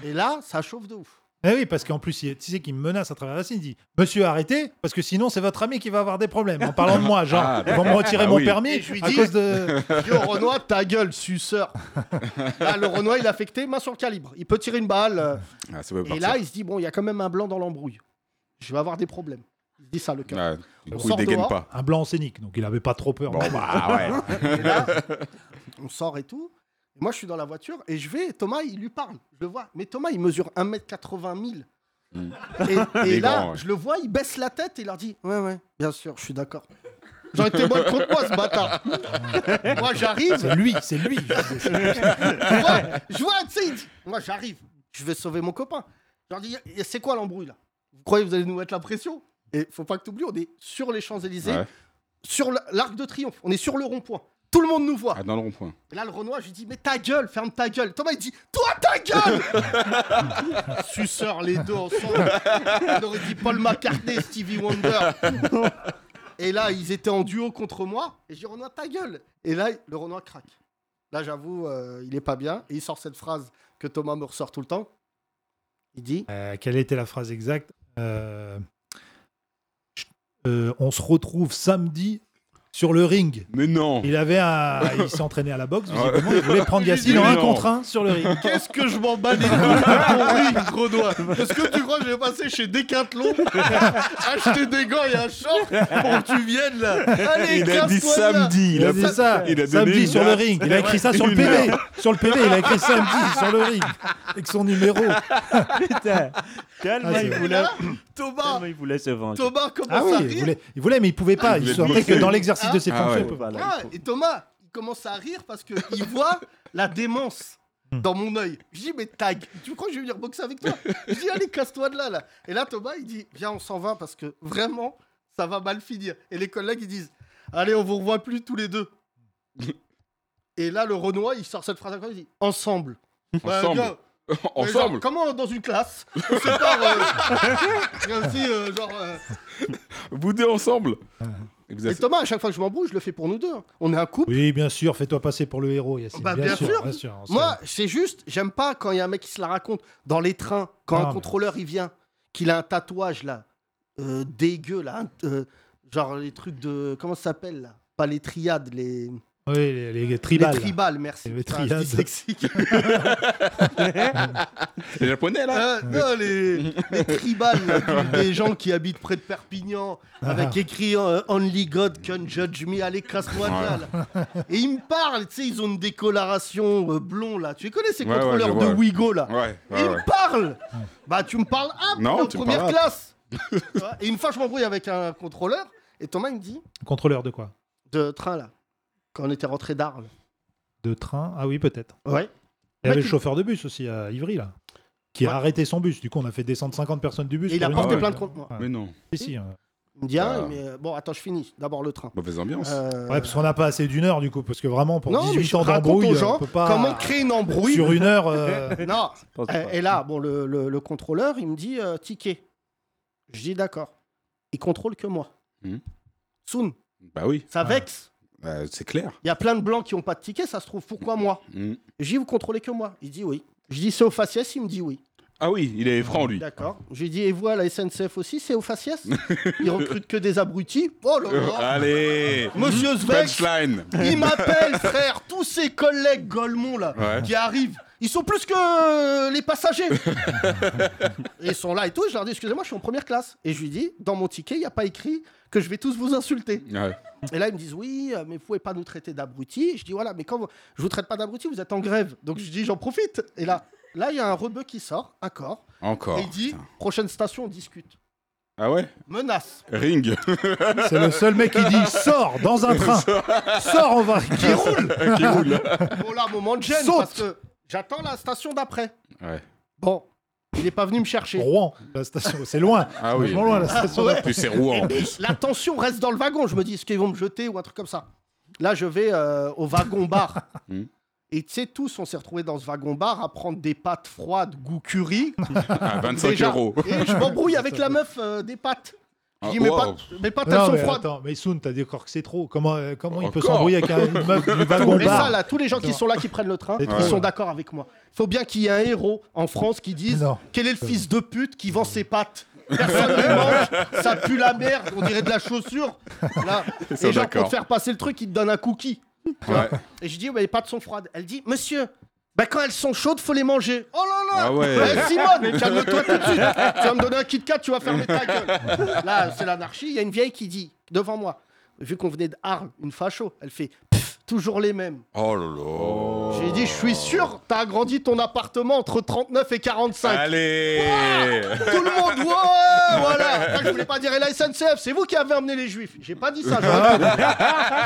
[SPEAKER 3] Et là, ça chauffe de ouf.
[SPEAKER 4] Eh oui, parce qu'en plus, il- tu sais qu'il me menace à travers la scène. Il dit Monsieur, arrêtez, parce que sinon, c'est votre ami qui va avoir des problèmes. En parlant de moi, genre,
[SPEAKER 5] Ah,
[SPEAKER 4] ils vont me retirer
[SPEAKER 5] ah
[SPEAKER 4] mon
[SPEAKER 5] oui.
[SPEAKER 4] permis
[SPEAKER 3] Et je lui
[SPEAKER 4] à
[SPEAKER 3] dis-
[SPEAKER 4] cause de. <laughs>
[SPEAKER 3] Yo Renoir, ta gueule, suceur. Là, le Renoir, il est affecté, main sur le calibre. Il peut tirer une balle. euh,
[SPEAKER 5] Ah, ça peut
[SPEAKER 3] Et là, il se dit, bon, il y a quand même un blanc dans l'embrouille. Je vais avoir des problèmes. Il se dit ça, le cœur.
[SPEAKER 5] partir. Ouais, du
[SPEAKER 3] On
[SPEAKER 5] coup, il
[SPEAKER 3] sort
[SPEAKER 5] dégaine
[SPEAKER 3] dehors.
[SPEAKER 5] pas.
[SPEAKER 4] Un blanc scénique, donc il avait pas trop peur.
[SPEAKER 5] Bon,
[SPEAKER 3] <laughs>
[SPEAKER 5] bah ouais.
[SPEAKER 3] Et là, on sort et tout. Et moi, je suis dans la voiture et je vais. Thomas, il lui parle. Je le vois. Mais Thomas, il mesure 1m80 000.
[SPEAKER 5] Mm.
[SPEAKER 3] Et, et
[SPEAKER 5] Il est
[SPEAKER 3] là,
[SPEAKER 5] grand, ouais.
[SPEAKER 3] je le vois, il baisse la tête et il leur dit Ouais, ouais, bien sûr, je suis d'accord. J'aurais été moins contre moi, ce bâtard.
[SPEAKER 5] <laughs>
[SPEAKER 3] moi, j'arrive.
[SPEAKER 4] C'est lui, c'est lui.
[SPEAKER 3] <laughs> Je vois, je vois, tu sais, il dit, Moi, j'arrive. Je vais sauver mon copain. Je leur dis Et C'est quoi l'embrouille là Vous croyez que vous allez nous mettre la pression Et faut pas que tu oublies, on est sur les Champs-Élysées,
[SPEAKER 5] Ouais.
[SPEAKER 3] sur le- l'Arc de Triomphe, on est sur le rond-point. Tout le monde nous voit.
[SPEAKER 5] Ah, dans le rond-point.
[SPEAKER 3] Et là, le Renoir, je lui dis, mais ta gueule, ferme ta gueule. Thomas, il dit, toi, ta gueule Suceur, les deux ensemble. On aurait dit Paul McCartney, Stevie Wonder. Et là, ils étaient en duo contre moi. Et je dis, Renoir, ta gueule. Et là, le Renoir craque. Là, j'avoue, euh, il est pas bien. Et il sort cette phrase que Thomas me ressort tout le temps. Il dit,
[SPEAKER 4] Euh, quelle était la phrase exacte Euh, euh, On se retrouve samedi sur le ring.
[SPEAKER 5] Mais non
[SPEAKER 4] Il avait un... il s'entraînait à la boxe.
[SPEAKER 5] Ouais.
[SPEAKER 4] visiblement, Il voulait prendre Yacine en
[SPEAKER 5] Mais
[SPEAKER 4] 1
[SPEAKER 5] non.
[SPEAKER 4] contre 1 sur le
[SPEAKER 7] <laughs>
[SPEAKER 4] ring.
[SPEAKER 3] qu'est-ce que je m'en
[SPEAKER 5] <laughs>
[SPEAKER 3] bats les couilles de ton ring, Renoir Est-ce que tu crois que je vais passer chez Decathlon,
[SPEAKER 5] <laughs>
[SPEAKER 3] acheter des gants et un short pour que tu viennes là Allez,
[SPEAKER 5] Il a dit
[SPEAKER 3] casse-toi de là.
[SPEAKER 5] samedi.
[SPEAKER 4] Il a
[SPEAKER 5] a
[SPEAKER 4] dit
[SPEAKER 5] pas-
[SPEAKER 4] ça.
[SPEAKER 5] il a donné
[SPEAKER 4] samedi
[SPEAKER 5] une
[SPEAKER 4] sur le
[SPEAKER 5] date.
[SPEAKER 4] ring. Il a écrit ça sur le
[SPEAKER 5] Une
[SPEAKER 4] PV.
[SPEAKER 5] heure.
[SPEAKER 4] Sur le PV, il a écrit samedi sur le ring avec son numéro.
[SPEAKER 7] Putain, tellement
[SPEAKER 4] Ah, c'est
[SPEAKER 7] il
[SPEAKER 4] vrai.
[SPEAKER 7] voulait,
[SPEAKER 3] Là, Thomas,
[SPEAKER 7] tellement il voulait se venger.
[SPEAKER 3] Thomas commence
[SPEAKER 4] Ah oui,
[SPEAKER 3] à
[SPEAKER 4] il
[SPEAKER 3] rire.
[SPEAKER 4] voulait, il voulait, mais il pouvait pas.
[SPEAKER 5] il
[SPEAKER 4] Il
[SPEAKER 5] voulait
[SPEAKER 4] sentait que
[SPEAKER 5] bosser.
[SPEAKER 4] dans l'exercice de ses
[SPEAKER 5] Ah
[SPEAKER 4] fonctions,
[SPEAKER 5] ouais.
[SPEAKER 4] il peut pas.
[SPEAKER 7] Voilà,
[SPEAKER 3] Ah, et Thomas, il commence à rire parce qu'il voit la démence dans mon œil. Je dis, mais tag, tu crois que je vais venir boxer avec toi Je dis, allez, casse-toi de là, là. Et là, Thomas, il dit, viens, on s'en va parce que vraiment, ça va mal finir. Et les collègues, ils disent, allez, on vous revoit plus tous les deux. et là, le Renoir, il sort cette phrase encore, il dit, ensemble. Bah,
[SPEAKER 5] <laughs> Ensemble.
[SPEAKER 3] gars, Mais genre,
[SPEAKER 5] Ensemble.
[SPEAKER 3] comment dans une classe On se sépare. euh, il y a aussi, euh, genre. euh,
[SPEAKER 5] Vous deux ensemble. Et vous
[SPEAKER 3] Et
[SPEAKER 5] avez-
[SPEAKER 3] Thomas, à chaque fois que je m'embrouille, je le fais pour nous deux. hein. On est un couple.
[SPEAKER 4] Oui, bien sûr, fais-toi passer pour le héros, Yacine.
[SPEAKER 3] Bah, bien sûr.
[SPEAKER 4] bien sûr. on
[SPEAKER 3] Moi, c'est juste, j'aime pas quand il y a un mec qui se la raconte dans les trains, quand
[SPEAKER 4] Non,
[SPEAKER 3] un
[SPEAKER 4] mais-
[SPEAKER 3] contrôleur il vient, qu'il a un tatouage là, euh, dégueu là, hein, euh, genre les trucs de. Comment ça s'appelle là Pas les triades, les.
[SPEAKER 4] sait. Oui, les, les tribales.
[SPEAKER 3] Les tribales, merci. Ah,
[SPEAKER 4] Les
[SPEAKER 3] Putain, je dis <laughs>
[SPEAKER 4] triades. <laughs>
[SPEAKER 3] Sexique.
[SPEAKER 5] C'est japonais là
[SPEAKER 3] Euh, non, les, les tribales, là, des- des gens qui habitent près de Perpignan,
[SPEAKER 4] Ah.
[SPEAKER 3] avec écrit euh, Only God can judge me, allez, casse-moi de là, là. Et ils me parlent, tu sais, ils ont une décoloration euh, blond, là. Tu les connais ces
[SPEAKER 5] Ouais, ouais,
[SPEAKER 3] contrôleurs
[SPEAKER 5] je vois.
[SPEAKER 3] de Wigo, là
[SPEAKER 5] Ah Ouais,
[SPEAKER 3] Ils
[SPEAKER 5] ouais, ouais.
[SPEAKER 3] me parlent Bah, tu me parles hop,
[SPEAKER 5] Non,
[SPEAKER 3] t'es en
[SPEAKER 5] tu me
[SPEAKER 3] première
[SPEAKER 5] parles hop. <laughs>
[SPEAKER 3] classe Tu vois Et une fois, je m'embrouille avec un contrôleur, et Thomas, il me dit,
[SPEAKER 4] Contrôleur de quoi
[SPEAKER 3] de train, là, quand on était rentré d'Arles.
[SPEAKER 4] De train Ah oui, peut-être.
[SPEAKER 3] Ouais.
[SPEAKER 4] Il y avait
[SPEAKER 3] Mec,
[SPEAKER 4] le chauffeur de bus aussi à Ivry, là, qui
[SPEAKER 3] Ouais.
[SPEAKER 4] a arrêté son bus. Du coup, on a fait descendre 50 personnes du bus.
[SPEAKER 3] Et il a
[SPEAKER 4] pour une
[SPEAKER 3] porté
[SPEAKER 4] heure.
[SPEAKER 3] plainte contre moi.
[SPEAKER 4] Ouais.
[SPEAKER 5] Mais non.
[SPEAKER 4] Si, si, hein.
[SPEAKER 3] Il me dit, ah,
[SPEAKER 5] Ah.
[SPEAKER 3] mais euh, bon, attends, je finis. D'abord le train.
[SPEAKER 5] Mauvaise ambiance.
[SPEAKER 3] Euh,
[SPEAKER 4] Ouais, parce qu'on n'a pas assez d'une heure, du coup, parce que vraiment, pour
[SPEAKER 3] non, mais
[SPEAKER 4] 18
[SPEAKER 3] je
[SPEAKER 4] ans
[SPEAKER 3] raconte
[SPEAKER 4] d'embrouille, euh,
[SPEAKER 3] aux
[SPEAKER 4] on
[SPEAKER 3] gens
[SPEAKER 4] peut pas.
[SPEAKER 3] comment créer une embrouille.
[SPEAKER 4] Sur une heure. euh,
[SPEAKER 3] Non.
[SPEAKER 7] pense
[SPEAKER 3] Euh,
[SPEAKER 7] pas.
[SPEAKER 3] Et là, bon, le, le- le contrôleur, il me dit euh, ticket. Je dis d'accord. Il contrôle que moi.
[SPEAKER 5] Mhm.
[SPEAKER 3] Soon,
[SPEAKER 5] Bah oui,
[SPEAKER 3] ça
[SPEAKER 4] Ouais.
[SPEAKER 3] vexe.
[SPEAKER 5] euh, c'est clair.
[SPEAKER 3] Il y a plein de blancs qui n'ont pas de ticket, ça se trouve. Pourquoi moi
[SPEAKER 5] Mm.
[SPEAKER 3] Je dis vous contrôlez que moi. Il dit oui. Je dis c'est au faciès, il me dit oui.
[SPEAKER 5] Ah oui, il est franc lui.
[SPEAKER 3] D'accord. J'ai dit et vous à la SNCF aussi, c'est au
[SPEAKER 5] <laughs>
[SPEAKER 3] faciès Ils recrutent que des abrutis. Oh là
[SPEAKER 5] Euh,
[SPEAKER 3] là
[SPEAKER 5] <laughs> Allez
[SPEAKER 3] <laughs> Monsieur Zweig,
[SPEAKER 5] Punchline
[SPEAKER 3] il
[SPEAKER 5] <laughs>
[SPEAKER 3] m'appelle, frère, tous ses collègues Golemont là,
[SPEAKER 5] Ouais.
[SPEAKER 3] qui arrivent. Ils sont plus que euh, les
[SPEAKER 5] <laughs>
[SPEAKER 3] passagers. Et ils sont là et tout. Je leur dis, excusez-moi, je suis en première classe. Et je lui dis, dans mon ticket, il n'y a pas écrit que je vais tous vous insulter.
[SPEAKER 5] Ouais.
[SPEAKER 3] Et là, ils me disent, oui, euh, mais vous pouvez pas nous traiter d'abrutis. Je dis, voilà, mais quand vous- je vous traite pas d'abrutis, vous êtes en grève. Donc je dis, j'en profite. Et là, là, il y a un rebeu qui sort, un corps,
[SPEAKER 5] Encore.
[SPEAKER 3] et il dit,
[SPEAKER 5] Oh, putain.
[SPEAKER 3] prochaine station, on discute.
[SPEAKER 5] Ah ouais
[SPEAKER 3] Menace.
[SPEAKER 5] Ring <laughs>
[SPEAKER 4] C'est le seul mec qui dit sors dans un train. Sors, on va.
[SPEAKER 3] Qui roule.
[SPEAKER 5] qui roule.
[SPEAKER 3] <laughs> Bon, là, moment de gêne,
[SPEAKER 4] Saute.
[SPEAKER 3] parce que j'attends la station d'après.
[SPEAKER 5] Ouais.
[SPEAKER 3] Bon, il n'est pas venu me chercher.
[SPEAKER 4] Rouen, la station. C'est loin.
[SPEAKER 5] Ah oui.
[SPEAKER 4] Vachement loin, la station.
[SPEAKER 5] En plus, c'est Rouen en plus.
[SPEAKER 3] La tension reste dans le wagon. Je me dis, est-ce qu'ils vont me jeter ou un truc comme ça Là, je vais euh, au wagon-bar.
[SPEAKER 5] <laughs> Mm.
[SPEAKER 3] Et tu sais, tous, on s'est retrouvés dans ce wagon-bar à prendre des pâtes froides, goût curry.
[SPEAKER 5] À 25
[SPEAKER 3] Déjà.
[SPEAKER 5] euros.
[SPEAKER 3] Et je m'embrouille avec la meuf euh, des pâtes.
[SPEAKER 5] Ah,
[SPEAKER 3] Il dit, mais,
[SPEAKER 5] wow.
[SPEAKER 3] pas, mais pas
[SPEAKER 4] Non,
[SPEAKER 3] tellement
[SPEAKER 4] mais
[SPEAKER 3] froide.
[SPEAKER 4] attends, mais Soun, t'as dit encore que c'est trop. Comment, euh, comment il peut
[SPEAKER 5] Encore
[SPEAKER 4] s'embrouiller avec un- une
[SPEAKER 5] <laughs>
[SPEAKER 4] meuf du wagon
[SPEAKER 3] Et ça,
[SPEAKER 4] bar
[SPEAKER 3] là, tous les gens qui sont là, qui prennent le train,
[SPEAKER 4] C'est
[SPEAKER 3] ils
[SPEAKER 4] trop,
[SPEAKER 3] sont
[SPEAKER 4] ouais.
[SPEAKER 3] d'accord avec moi. Faut bien qu'il y ait un héros en France qui dise
[SPEAKER 4] Non.
[SPEAKER 3] quel est le fils de pute qui vend ses
[SPEAKER 4] <laughs>
[SPEAKER 3] pattes. Personne ne mange, ça pue la merde, on dirait de la chaussure. Là,
[SPEAKER 5] sont
[SPEAKER 3] et genre, pour
[SPEAKER 5] d'accord.
[SPEAKER 3] te faire passer le truc, ils te donnent un cookie.
[SPEAKER 5] Ouais.
[SPEAKER 3] Et je dis, ouais, pas de son froide. Elle dit, monsieur, bah quand elles sont chaudes, faut les manger. Oh là là
[SPEAKER 5] Ah ouais.
[SPEAKER 3] Eh, Simone, calme-toi tout de suite. Tu vas me donner un Kit Kat, tu vas fermer ta gueule. Là, c'est l'anarchie. Il y a une vieille qui dit, devant moi, vu qu'on venait de Arles, une facho, elle fait, Pff, toujours les mêmes.
[SPEAKER 5] Oh là là.
[SPEAKER 3] J'ai dit, je suis sûr, t'as agrandi ton appartement entre 39 et 45.
[SPEAKER 5] Allez
[SPEAKER 3] Tout le monde, ouais, voilà. Après, je voulais pas dire, et la SNCF, c'est vous qui avez emmené les juifs. J'ai pas dit ça, j'aurais pu.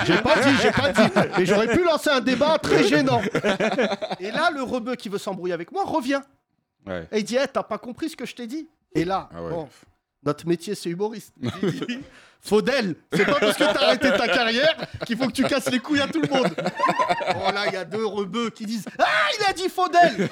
[SPEAKER 3] J'ai pas dit, j'ai pas dit. Mais j'aurais pu lancer un débat très gênant. Et là, le rebeu qui veut s'embrouiller avec moi revient.
[SPEAKER 5] Ouais.
[SPEAKER 3] Et il dit, Eh, t'as pas compris ce que je t'ai dit Et là,
[SPEAKER 5] Ah ouais.
[SPEAKER 3] bon, notre métier, c'est humoriste. Il dit, Faudel, c'est pas parce que t'as arrêté ta carrière qu'il faut que tu casses les couilles à tout le monde. Oh là, il y a deux rebeux qui disent Ah, il a dit Faudel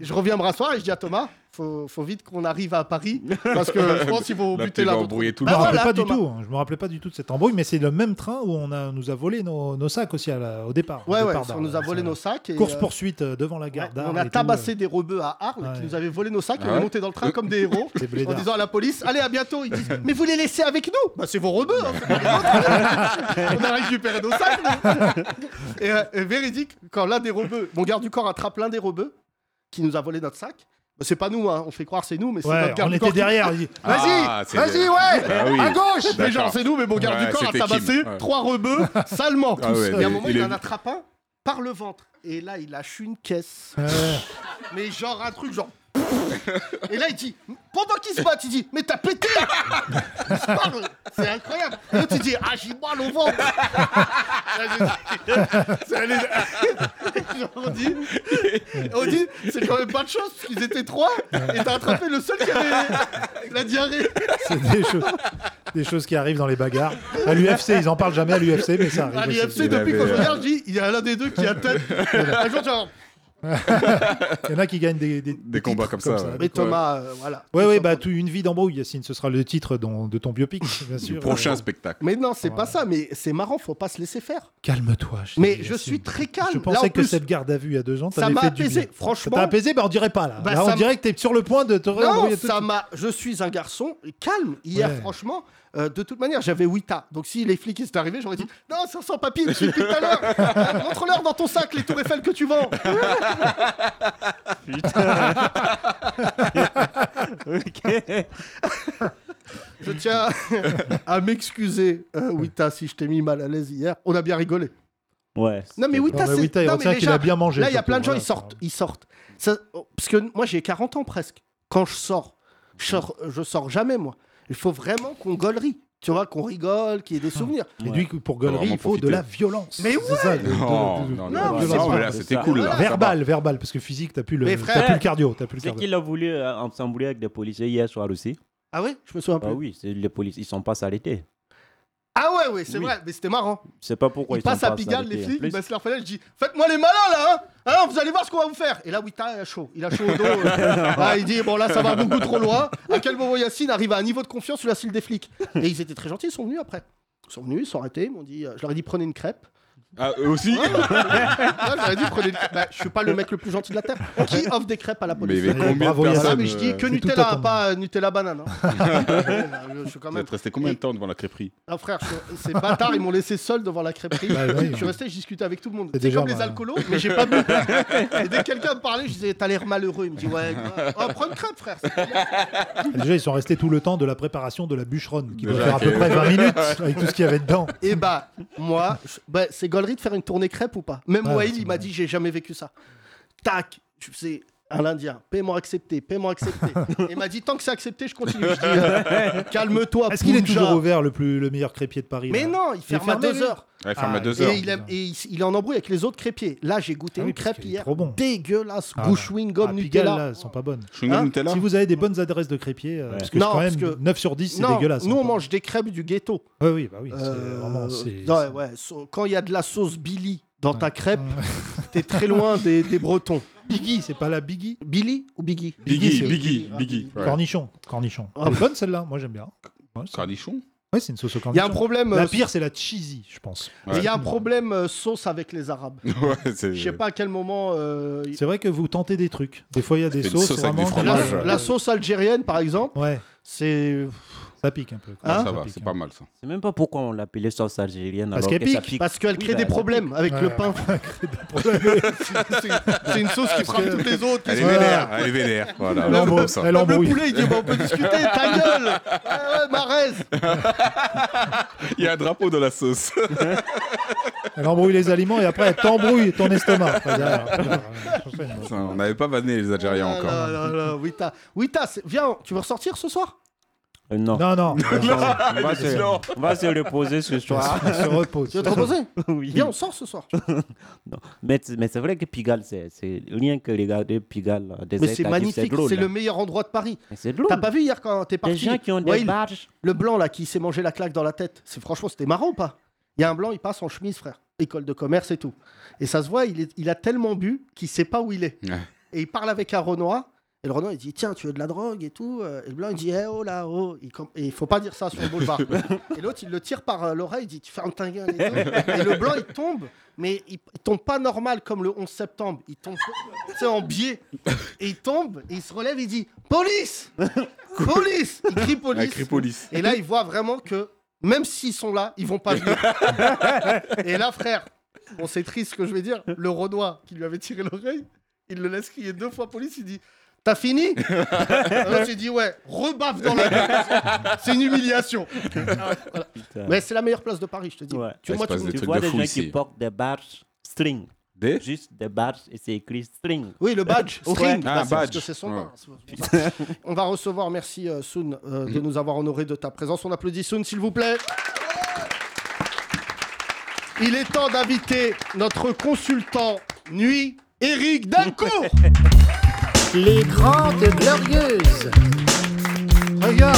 [SPEAKER 3] Je reviens me rasseoir et je dis à Thomas Faut, faut vite qu'on arrive à Paris parce que je pense qu'ils vont
[SPEAKER 5] Là,
[SPEAKER 3] buter
[SPEAKER 5] tu
[SPEAKER 3] là.
[SPEAKER 5] vas embrouiller tout
[SPEAKER 4] Je me
[SPEAKER 5] le
[SPEAKER 3] Ah,
[SPEAKER 5] monde.
[SPEAKER 4] rappelle
[SPEAKER 3] voilà, Thomas.
[SPEAKER 4] pas du tout. hein. Je me rappelais pas du tout de cette embrouille, mais c'est le même train où on a, nous a volé nos, nos sacs aussi à la- au départ. au
[SPEAKER 3] Ouais, ouais,
[SPEAKER 4] départ
[SPEAKER 3] on
[SPEAKER 4] d'Arles.
[SPEAKER 3] nous a volé
[SPEAKER 4] C'est-
[SPEAKER 3] nos sacs. Et,
[SPEAKER 4] Course
[SPEAKER 3] euh,
[SPEAKER 4] poursuite devant la gare
[SPEAKER 3] ouais,
[SPEAKER 4] d'Arles
[SPEAKER 3] on
[SPEAKER 4] et
[SPEAKER 3] a
[SPEAKER 4] tout.
[SPEAKER 3] tabassé des rebeux à Arles
[SPEAKER 4] euh Ouais.
[SPEAKER 3] qui nous avaient volé nos sacs
[SPEAKER 5] Ah
[SPEAKER 3] et on
[SPEAKER 5] ouais
[SPEAKER 3] est monté dans le train comme des héros <laughs>
[SPEAKER 4] C'est
[SPEAKER 3] en
[SPEAKER 4] blédard.
[SPEAKER 3] disant à la police Allez, à bientôt Ils disent Mais vous les laissez avec nous Bah, c'est vos rebeux hein, c'est pas les
[SPEAKER 4] <laughs>
[SPEAKER 3] nôtres. On a récupéré nos sacs nous. et, euh, et véridique, quand l'un des rebeux, mon garde du corps attrape l'un des rebeux qui nous a volé notre sac, bah, c'est pas nous, hein, on fait croire c'est nous, mais c'est
[SPEAKER 4] Ouais,
[SPEAKER 3] notre garde
[SPEAKER 4] on
[SPEAKER 3] du
[SPEAKER 4] était
[SPEAKER 3] corps. qui-
[SPEAKER 4] derrière. il dit,
[SPEAKER 5] Vas-y,
[SPEAKER 3] Vas-y, ouais
[SPEAKER 5] Ah oui.
[SPEAKER 3] bah, À gauche Mais genre,
[SPEAKER 5] D'accord.
[SPEAKER 3] c'est nous, mais mon garde
[SPEAKER 5] Ouais,
[SPEAKER 3] du corps a
[SPEAKER 5] c'était
[SPEAKER 3] tabassé
[SPEAKER 5] Kim, ouais.
[SPEAKER 3] trois rebeux salement.
[SPEAKER 5] Ah ouais,
[SPEAKER 3] Il y a un
[SPEAKER 5] il-
[SPEAKER 3] moment,
[SPEAKER 5] il
[SPEAKER 3] il,
[SPEAKER 5] est-
[SPEAKER 3] en attrape un par le ventre. Et là, il lâche une caisse.
[SPEAKER 4] euh, <laughs>
[SPEAKER 3] Mais genre, un truc genre. Et là, il dit, pendant qu'ils se battent, il dit, mais t'as pété Ils se parlent. C'est incroyable. Et L'autre, il dit, ah, j'ai mal au ventre Là, j'ai- C'est allé- Genre, On dit, on dit, c'est quand même pas de chance, parce qu'ils étaient trois, et t'as attrapé le seul qui avait la diarrhée.
[SPEAKER 4] c'est des choses, des choses qui arrivent dans les bagarres. À l'UFC, ils en parlent jamais à l'UFC, mais ça arrive.
[SPEAKER 3] À
[SPEAKER 4] aussi.
[SPEAKER 3] l'IFC,
[SPEAKER 5] Il
[SPEAKER 3] depuis
[SPEAKER 5] avait,
[SPEAKER 3] qu'on
[SPEAKER 5] euh,
[SPEAKER 3] regarde, je dis, il y a l'un des deux qui a tête. Un jour, tu vas voir.
[SPEAKER 4] Il y en a qui gagnent des, des,
[SPEAKER 5] Des combats comme ça, ouais.
[SPEAKER 3] Mais Thomas, euh, voilà.
[SPEAKER 4] Oui, oui, bah, tout- une vie d'embrouille, Yacine, ce sera le titre dont- de ton biopic, bien sûr.
[SPEAKER 5] Prochain
[SPEAKER 4] Euh,
[SPEAKER 5] spectacle.
[SPEAKER 3] Mais non, c'est pas ça, mais c'est marrant, faut pas se laisser faire.
[SPEAKER 4] Calme-toi. je
[SPEAKER 3] Mais
[SPEAKER 4] t'ai dit,
[SPEAKER 3] je
[SPEAKER 4] Yacine.
[SPEAKER 3] suis très calme.
[SPEAKER 4] Je
[SPEAKER 3] Là,
[SPEAKER 4] pensais
[SPEAKER 3] en
[SPEAKER 4] que
[SPEAKER 3] plus-
[SPEAKER 4] cette garde à vue à deux ans,
[SPEAKER 3] Ça
[SPEAKER 4] t'avait
[SPEAKER 3] m'a
[SPEAKER 4] fait du
[SPEAKER 3] apaisé,
[SPEAKER 4] bien.
[SPEAKER 3] franchement.
[SPEAKER 4] Ça t'a apaisé, bah, on dirait pas là.
[SPEAKER 3] Bah,
[SPEAKER 4] Là,
[SPEAKER 3] ça
[SPEAKER 4] on
[SPEAKER 3] m-
[SPEAKER 4] dirait que t'es sur le point de te réembrouiller
[SPEAKER 3] Non,
[SPEAKER 4] tout
[SPEAKER 3] ça
[SPEAKER 4] de suite.
[SPEAKER 3] m'a. Je suis un garçon calme. Hier,
[SPEAKER 4] Ouais.
[SPEAKER 3] franchement, euh, de toute manière, j'avais 8 tas. Donc si les flics étaient arrivés, j'aurais dit
[SPEAKER 4] Mm.
[SPEAKER 3] non, c'est sans papier depuis tout à
[SPEAKER 4] <laughs>
[SPEAKER 3] l'heure. Montre-leur dans ton sac les tours Eiffel que tu vends.
[SPEAKER 7] <laughs> Ok.
[SPEAKER 3] Je
[SPEAKER 4] <laughs>
[SPEAKER 3] tiens à m'excuser, euh, Wita, si je t'ai mis mal à l'aise hier. On a bien rigolé.
[SPEAKER 7] Ouais.
[SPEAKER 3] Non, mais Wita,
[SPEAKER 4] Non, mais
[SPEAKER 3] c'est.
[SPEAKER 4] Wita, il
[SPEAKER 3] non, mais
[SPEAKER 4] retient
[SPEAKER 3] les
[SPEAKER 4] qu'il a
[SPEAKER 3] gens-
[SPEAKER 4] bien mangé.
[SPEAKER 3] Là, il y a
[SPEAKER 4] surtout,
[SPEAKER 3] plein de gens,
[SPEAKER 4] voilà.
[SPEAKER 3] ils sortent. Ils sortent. Ça- oh, parce que moi, j'ai 40 ans presque. Quand je sors, je sors, je sors jamais, moi. Il faut vraiment qu'on gaulerie. Tu vois, qu'on rigole, qu'il y ait
[SPEAKER 4] Ah.
[SPEAKER 3] des souvenirs.
[SPEAKER 4] Et du coup, pour gaulerie,
[SPEAKER 5] vraiment
[SPEAKER 4] il faut de
[SPEAKER 5] profiter.
[SPEAKER 4] la violence.
[SPEAKER 3] Mais
[SPEAKER 4] C'est ça, de- de-
[SPEAKER 5] Non,
[SPEAKER 4] de-
[SPEAKER 5] non,
[SPEAKER 3] non,
[SPEAKER 4] de-
[SPEAKER 5] non,
[SPEAKER 4] de-
[SPEAKER 5] non,
[SPEAKER 4] de-
[SPEAKER 5] non,
[SPEAKER 4] de-
[SPEAKER 5] mais là c'était
[SPEAKER 7] ça.
[SPEAKER 5] cool.
[SPEAKER 3] Voilà.
[SPEAKER 5] Là.
[SPEAKER 4] Verbal, verbal, parce que physique, t'as plus le,
[SPEAKER 3] Mais
[SPEAKER 4] t'as
[SPEAKER 3] frère-
[SPEAKER 4] plus le cardio, t'as plus le
[SPEAKER 7] C'est
[SPEAKER 4] cardio.
[SPEAKER 7] qu'il a voulu euh, en- s'embrouiller avec des policiers hier soir aussi.
[SPEAKER 3] Ah ouais Je me souviens plus.
[SPEAKER 7] Bah oui, c'est les policiers, ils sont pas s'arrêter.
[SPEAKER 3] Ah ouais, ouais, c'est
[SPEAKER 7] Oui.
[SPEAKER 3] vrai, mais c'était marrant.
[SPEAKER 7] Je sais pas pourquoi ils,
[SPEAKER 3] ils passent
[SPEAKER 7] sont
[SPEAKER 3] à
[SPEAKER 7] pas hein
[SPEAKER 3] Pigalle, les
[SPEAKER 7] s'arrêter, en
[SPEAKER 3] flics,
[SPEAKER 7] plus.
[SPEAKER 3] ils baissent leur fenêtre, je dis Faites-moi les malins là, hein, Hein, Vous allez voir ce qu'on va vous faire Et là, Wita, il a chaud, il a chaud
[SPEAKER 7] <laughs>
[SPEAKER 3] au dos. euh. Ah, il dit Bon, là, ça va beaucoup trop loin. À quel moment Yacine arrive à un niveau de confiance sur la cible des flics Et ils étaient très gentils, ils sont venus après. Ils sont venus, ils sont arrêtés, ils m'ont dit euh, Je leur ai dit Prenez une crêpe.
[SPEAKER 5] Ah, eux aussi
[SPEAKER 3] Là, je leur ai dit Prenez une crêpe. Bah, je suis pas le mec le plus gentil de la terre. Qui offre des crêpes à la
[SPEAKER 5] Mais,
[SPEAKER 3] police
[SPEAKER 5] mais
[SPEAKER 4] Ouais,
[SPEAKER 5] combien
[SPEAKER 4] bravo,
[SPEAKER 5] de
[SPEAKER 4] Yann.
[SPEAKER 5] personnes
[SPEAKER 3] Ah, mais je dis
[SPEAKER 5] euh,
[SPEAKER 3] que
[SPEAKER 4] C'est
[SPEAKER 3] Nutella,
[SPEAKER 4] tout
[SPEAKER 3] hein,
[SPEAKER 4] attendu.
[SPEAKER 3] pas euh, Nutella banane. hein. Ouais, je suis quand
[SPEAKER 5] euh, Vous
[SPEAKER 3] même.
[SPEAKER 5] êtes resté combien de temps devant la crêperie
[SPEAKER 3] Non, frère, je- ces bâtards, ils m'ont laissé seul devant la crêperie.
[SPEAKER 4] Bah, oui.
[SPEAKER 3] je suis resté, je discutais avec tout le monde.
[SPEAKER 4] C'est hein.
[SPEAKER 3] C'est
[SPEAKER 4] déjà
[SPEAKER 3] comme les
[SPEAKER 4] mal.
[SPEAKER 3] alcoolos, mais j'ai pas bu. Et dès que quelqu'un me parlait, je disais, t'as l'air malheureux. Il me dit, ouais,
[SPEAKER 4] <laughs>
[SPEAKER 3] grave. oh, prends une crêpe, frère. c'est pas mal.
[SPEAKER 4] Déjà, ils sont restés tout le temps de la préparation de la bûcheronne, qui doit
[SPEAKER 5] Déjà,
[SPEAKER 4] faire à peu
[SPEAKER 5] ok.
[SPEAKER 4] près 20 minutes avec tout ce qu'il y avait dedans.
[SPEAKER 3] Et bah, moi, je- bah, c'est gaulerie de faire une tournée crêpe ou pas Même
[SPEAKER 4] Ouais,
[SPEAKER 3] Wael,
[SPEAKER 4] c'est
[SPEAKER 3] il m'a dit, j'ai jamais vécu ça. Tac, tu sais. Un indien, paiement accepté, paiement accepté. Et il m'a dit, tant que c'est accepté, je continue. Je dis,
[SPEAKER 4] <laughs>
[SPEAKER 3] euh, calme-toi,
[SPEAKER 4] Est-ce qu'il est
[SPEAKER 3] Punjab.
[SPEAKER 4] toujours ouvert, le, plus, le meilleur crépier de Paris
[SPEAKER 3] Mais
[SPEAKER 4] là
[SPEAKER 3] non, il ferme à
[SPEAKER 4] fermé,
[SPEAKER 3] deux
[SPEAKER 4] lui
[SPEAKER 3] heures.
[SPEAKER 5] Elle ferme
[SPEAKER 4] Ah,
[SPEAKER 5] à 2
[SPEAKER 3] Et
[SPEAKER 5] heures.
[SPEAKER 3] il,
[SPEAKER 4] Bizarre.
[SPEAKER 3] aime- et il, il est en embrouille avec les autres crépiers. Là, j'ai goûté
[SPEAKER 4] Ah oui,
[SPEAKER 3] une
[SPEAKER 4] parce
[SPEAKER 3] crêpe
[SPEAKER 4] qu'il est
[SPEAKER 3] hier.
[SPEAKER 4] trop bon.
[SPEAKER 3] Dégueulasse.
[SPEAKER 4] Ah,
[SPEAKER 3] Gouchouing
[SPEAKER 4] Ah,
[SPEAKER 3] gomme
[SPEAKER 4] Pigalle,
[SPEAKER 3] Nutella.
[SPEAKER 4] là, elles sont pas bonnes.
[SPEAKER 5] Chouïna
[SPEAKER 3] Hein
[SPEAKER 5] Nutella
[SPEAKER 4] Si vous avez des bonnes adresses de crépier, euh,
[SPEAKER 7] Ouais.
[SPEAKER 4] parce que
[SPEAKER 3] Non,
[SPEAKER 4] quand même,
[SPEAKER 3] parce que-
[SPEAKER 4] 9 sur 10, c'est
[SPEAKER 3] non,
[SPEAKER 4] dégueulasse.
[SPEAKER 3] nous, on
[SPEAKER 4] hein, pour-
[SPEAKER 3] mange des crêpes du ghetto.
[SPEAKER 4] Oui, oui, bah oui. c'est
[SPEAKER 3] Euh,
[SPEAKER 4] vraiment, c'est-
[SPEAKER 3] ouais, ouais, so- quand il y a de la sauce Billy dans ta crêpe,
[SPEAKER 4] <laughs> Ouais. <laughs>
[SPEAKER 3] t'es très loin des, des Bretons.
[SPEAKER 4] Biggie, c'est pas la Biggie
[SPEAKER 3] Billy ou Biggie Ah bah.
[SPEAKER 5] Biggie,
[SPEAKER 6] c'est-
[SPEAKER 5] Biggie, Biggie. ouais.
[SPEAKER 4] Cornichon. Cornichon. Elle est bonne celle-là, moi j'aime bien. Ouais, c'est-
[SPEAKER 3] <laughs>
[SPEAKER 5] Cornichon
[SPEAKER 4] ouais, c'est une sauce au
[SPEAKER 3] Il y a
[SPEAKER 4] cornichon.
[SPEAKER 3] un problème. euh,
[SPEAKER 4] La pire, c'est la cheesy, je pense.
[SPEAKER 3] Il y a un problème euh, sauce avec les Arabes.
[SPEAKER 5] Ouais, c'est.
[SPEAKER 3] Je sais pas à quel moment. euh, il-
[SPEAKER 4] C'est vrai que vous tentez des trucs. Des fois, il y a des
[SPEAKER 5] Une
[SPEAKER 4] sauces
[SPEAKER 5] sauce avec
[SPEAKER 4] vraiment.
[SPEAKER 5] du
[SPEAKER 4] qui-
[SPEAKER 5] fromage.
[SPEAKER 3] la, la sauce algérienne, par exemple,
[SPEAKER 4] Ouais,
[SPEAKER 3] c'est
[SPEAKER 4] ça pique un peu. quoi.
[SPEAKER 5] Ah, ça va,
[SPEAKER 4] pique,
[SPEAKER 5] c'est
[SPEAKER 4] hein.
[SPEAKER 5] pas mal ça.
[SPEAKER 7] C'est même pas pourquoi on l'appelait sauce algérienne.
[SPEAKER 4] Parce
[SPEAKER 7] alors
[SPEAKER 4] qu'elle
[SPEAKER 7] que ça
[SPEAKER 4] pique,
[SPEAKER 7] pique.
[SPEAKER 3] parce qu'elle
[SPEAKER 7] Oui,
[SPEAKER 3] crée
[SPEAKER 7] bah,
[SPEAKER 3] des
[SPEAKER 7] ça pique.
[SPEAKER 3] problèmes avec
[SPEAKER 4] Ouais. <laughs>
[SPEAKER 3] le pain. <laughs> C'est- c'est une sauce qui frappe toutes les autres.
[SPEAKER 5] Elle
[SPEAKER 3] Qu'est-ce
[SPEAKER 5] est
[SPEAKER 3] que-
[SPEAKER 5] vénère, elle
[SPEAKER 3] <laughs>
[SPEAKER 5] est vénère. Voilà,
[SPEAKER 4] Elle
[SPEAKER 5] comme
[SPEAKER 4] embrouille.
[SPEAKER 5] ça.
[SPEAKER 4] Elle
[SPEAKER 3] Même le
[SPEAKER 4] embrouille.
[SPEAKER 3] poulet, il dit bah, on peut discuter,
[SPEAKER 4] <laughs>
[SPEAKER 3] ta gueule Ouais, ouais, Marez
[SPEAKER 5] Il y a un drapeau dans
[SPEAKER 3] <laughs>
[SPEAKER 5] la sauce.
[SPEAKER 4] Elle embrouille les aliments et après, elle t'embrouille ton
[SPEAKER 3] <laughs>
[SPEAKER 4] estomac. Enfin, derrière.
[SPEAKER 5] Ça, On n'avait pas vanné les Algériens
[SPEAKER 3] Ah là
[SPEAKER 5] encore. hein.
[SPEAKER 3] là là, Wita. Wita, c'est- viens, tu veux ressortir ce soir
[SPEAKER 7] Euh, non.
[SPEAKER 4] <laughs> non, non.
[SPEAKER 7] On, va se...
[SPEAKER 5] Non.
[SPEAKER 7] on va se reposer ce soir.
[SPEAKER 4] Elle se repose.
[SPEAKER 3] Tu veux te reposer
[SPEAKER 7] Oui.
[SPEAKER 3] Viens, on sort ce soir.
[SPEAKER 7] Non. Mais, c'est- mais c'est vrai que Pigalle, c'est c'est- rien que regarder Pigalle. euh, Des
[SPEAKER 3] Mais c'est magnifique, c'est le
[SPEAKER 7] le...
[SPEAKER 3] meilleur endroit de Paris.
[SPEAKER 7] hein. C'est drôle.
[SPEAKER 3] T'as pas vu hier quand t'es
[SPEAKER 7] Des
[SPEAKER 3] parti
[SPEAKER 7] gens qui ont des
[SPEAKER 3] Wael,
[SPEAKER 7] barges.
[SPEAKER 3] Le blanc là qui s'est mangé la claque dans la tête, c'est franchement c'était marrant ou pas Il y a un blanc, il passe en chemise frère, école de commerce et tout. Et ça se voit, il, est- il a tellement bu qu'il sait pas où il est.
[SPEAKER 5] Ouais.
[SPEAKER 3] Et il parle avec un Renoir. Et le Renoir il dit tiens tu veux de la drogue et tout. euh, Et le blanc il dit eh oh là oh. Il com- et il faut pas dire ça sur le <laughs> boulevard. et l'autre il le tire par euh, l'oreille, il dit tu fermes ta gueule. Et, tout. Et le blanc il tombe, mais il, il tombe pas normal comme le 11 septembre. Il tombe tu sais, en biais. Et il tombe, et il se relève, il dit police, <laughs> police. Il crie
[SPEAKER 5] La
[SPEAKER 3] police.
[SPEAKER 5] Cripolis.
[SPEAKER 3] Et là, ils voient vraiment que même s'ils sont là, ils vont pas venir. et là, frère, bon, c'est triste ce que je vais dire. Le Renoir qui lui avait tiré l'oreille, il le laisse crier deux fois police. Il dit T'as fini Alors tu dis Ouais, rebaffe dans la gueule. C'est une humiliation.
[SPEAKER 7] Putain.
[SPEAKER 3] Mais c'est la meilleure place de Paris, je te dis.
[SPEAKER 7] Ouais.
[SPEAKER 3] Tu,
[SPEAKER 5] Ouais,
[SPEAKER 3] moi,
[SPEAKER 5] c'est
[SPEAKER 3] tu
[SPEAKER 5] pas-
[SPEAKER 3] me-
[SPEAKER 5] des
[SPEAKER 7] Tu
[SPEAKER 5] trucs
[SPEAKER 7] vois
[SPEAKER 5] de
[SPEAKER 7] des
[SPEAKER 5] fou
[SPEAKER 7] gens
[SPEAKER 5] ici.
[SPEAKER 7] qui portent des barges string.
[SPEAKER 5] Des
[SPEAKER 7] Juste des barges et c'est écrit string.
[SPEAKER 3] Oui,
[SPEAKER 8] Euh,
[SPEAKER 3] le badge.
[SPEAKER 7] Ouais.
[SPEAKER 3] String.
[SPEAKER 5] Ah,
[SPEAKER 3] Bah, c'est parce
[SPEAKER 5] badge.
[SPEAKER 3] que c'est son
[SPEAKER 5] Ouais.
[SPEAKER 3] nom. On va recevoir, merci euh, Soun, euh,
[SPEAKER 8] Mhm.
[SPEAKER 3] de nous avoir honorés de ta présence. On applaudit Soun, s'il vous plaît. Il est temps d'inviter notre consultant nuit, Eric
[SPEAKER 8] <laughs>
[SPEAKER 3] Dalcourt.
[SPEAKER 1] Les Grandes Glorieuses.
[SPEAKER 4] Regarde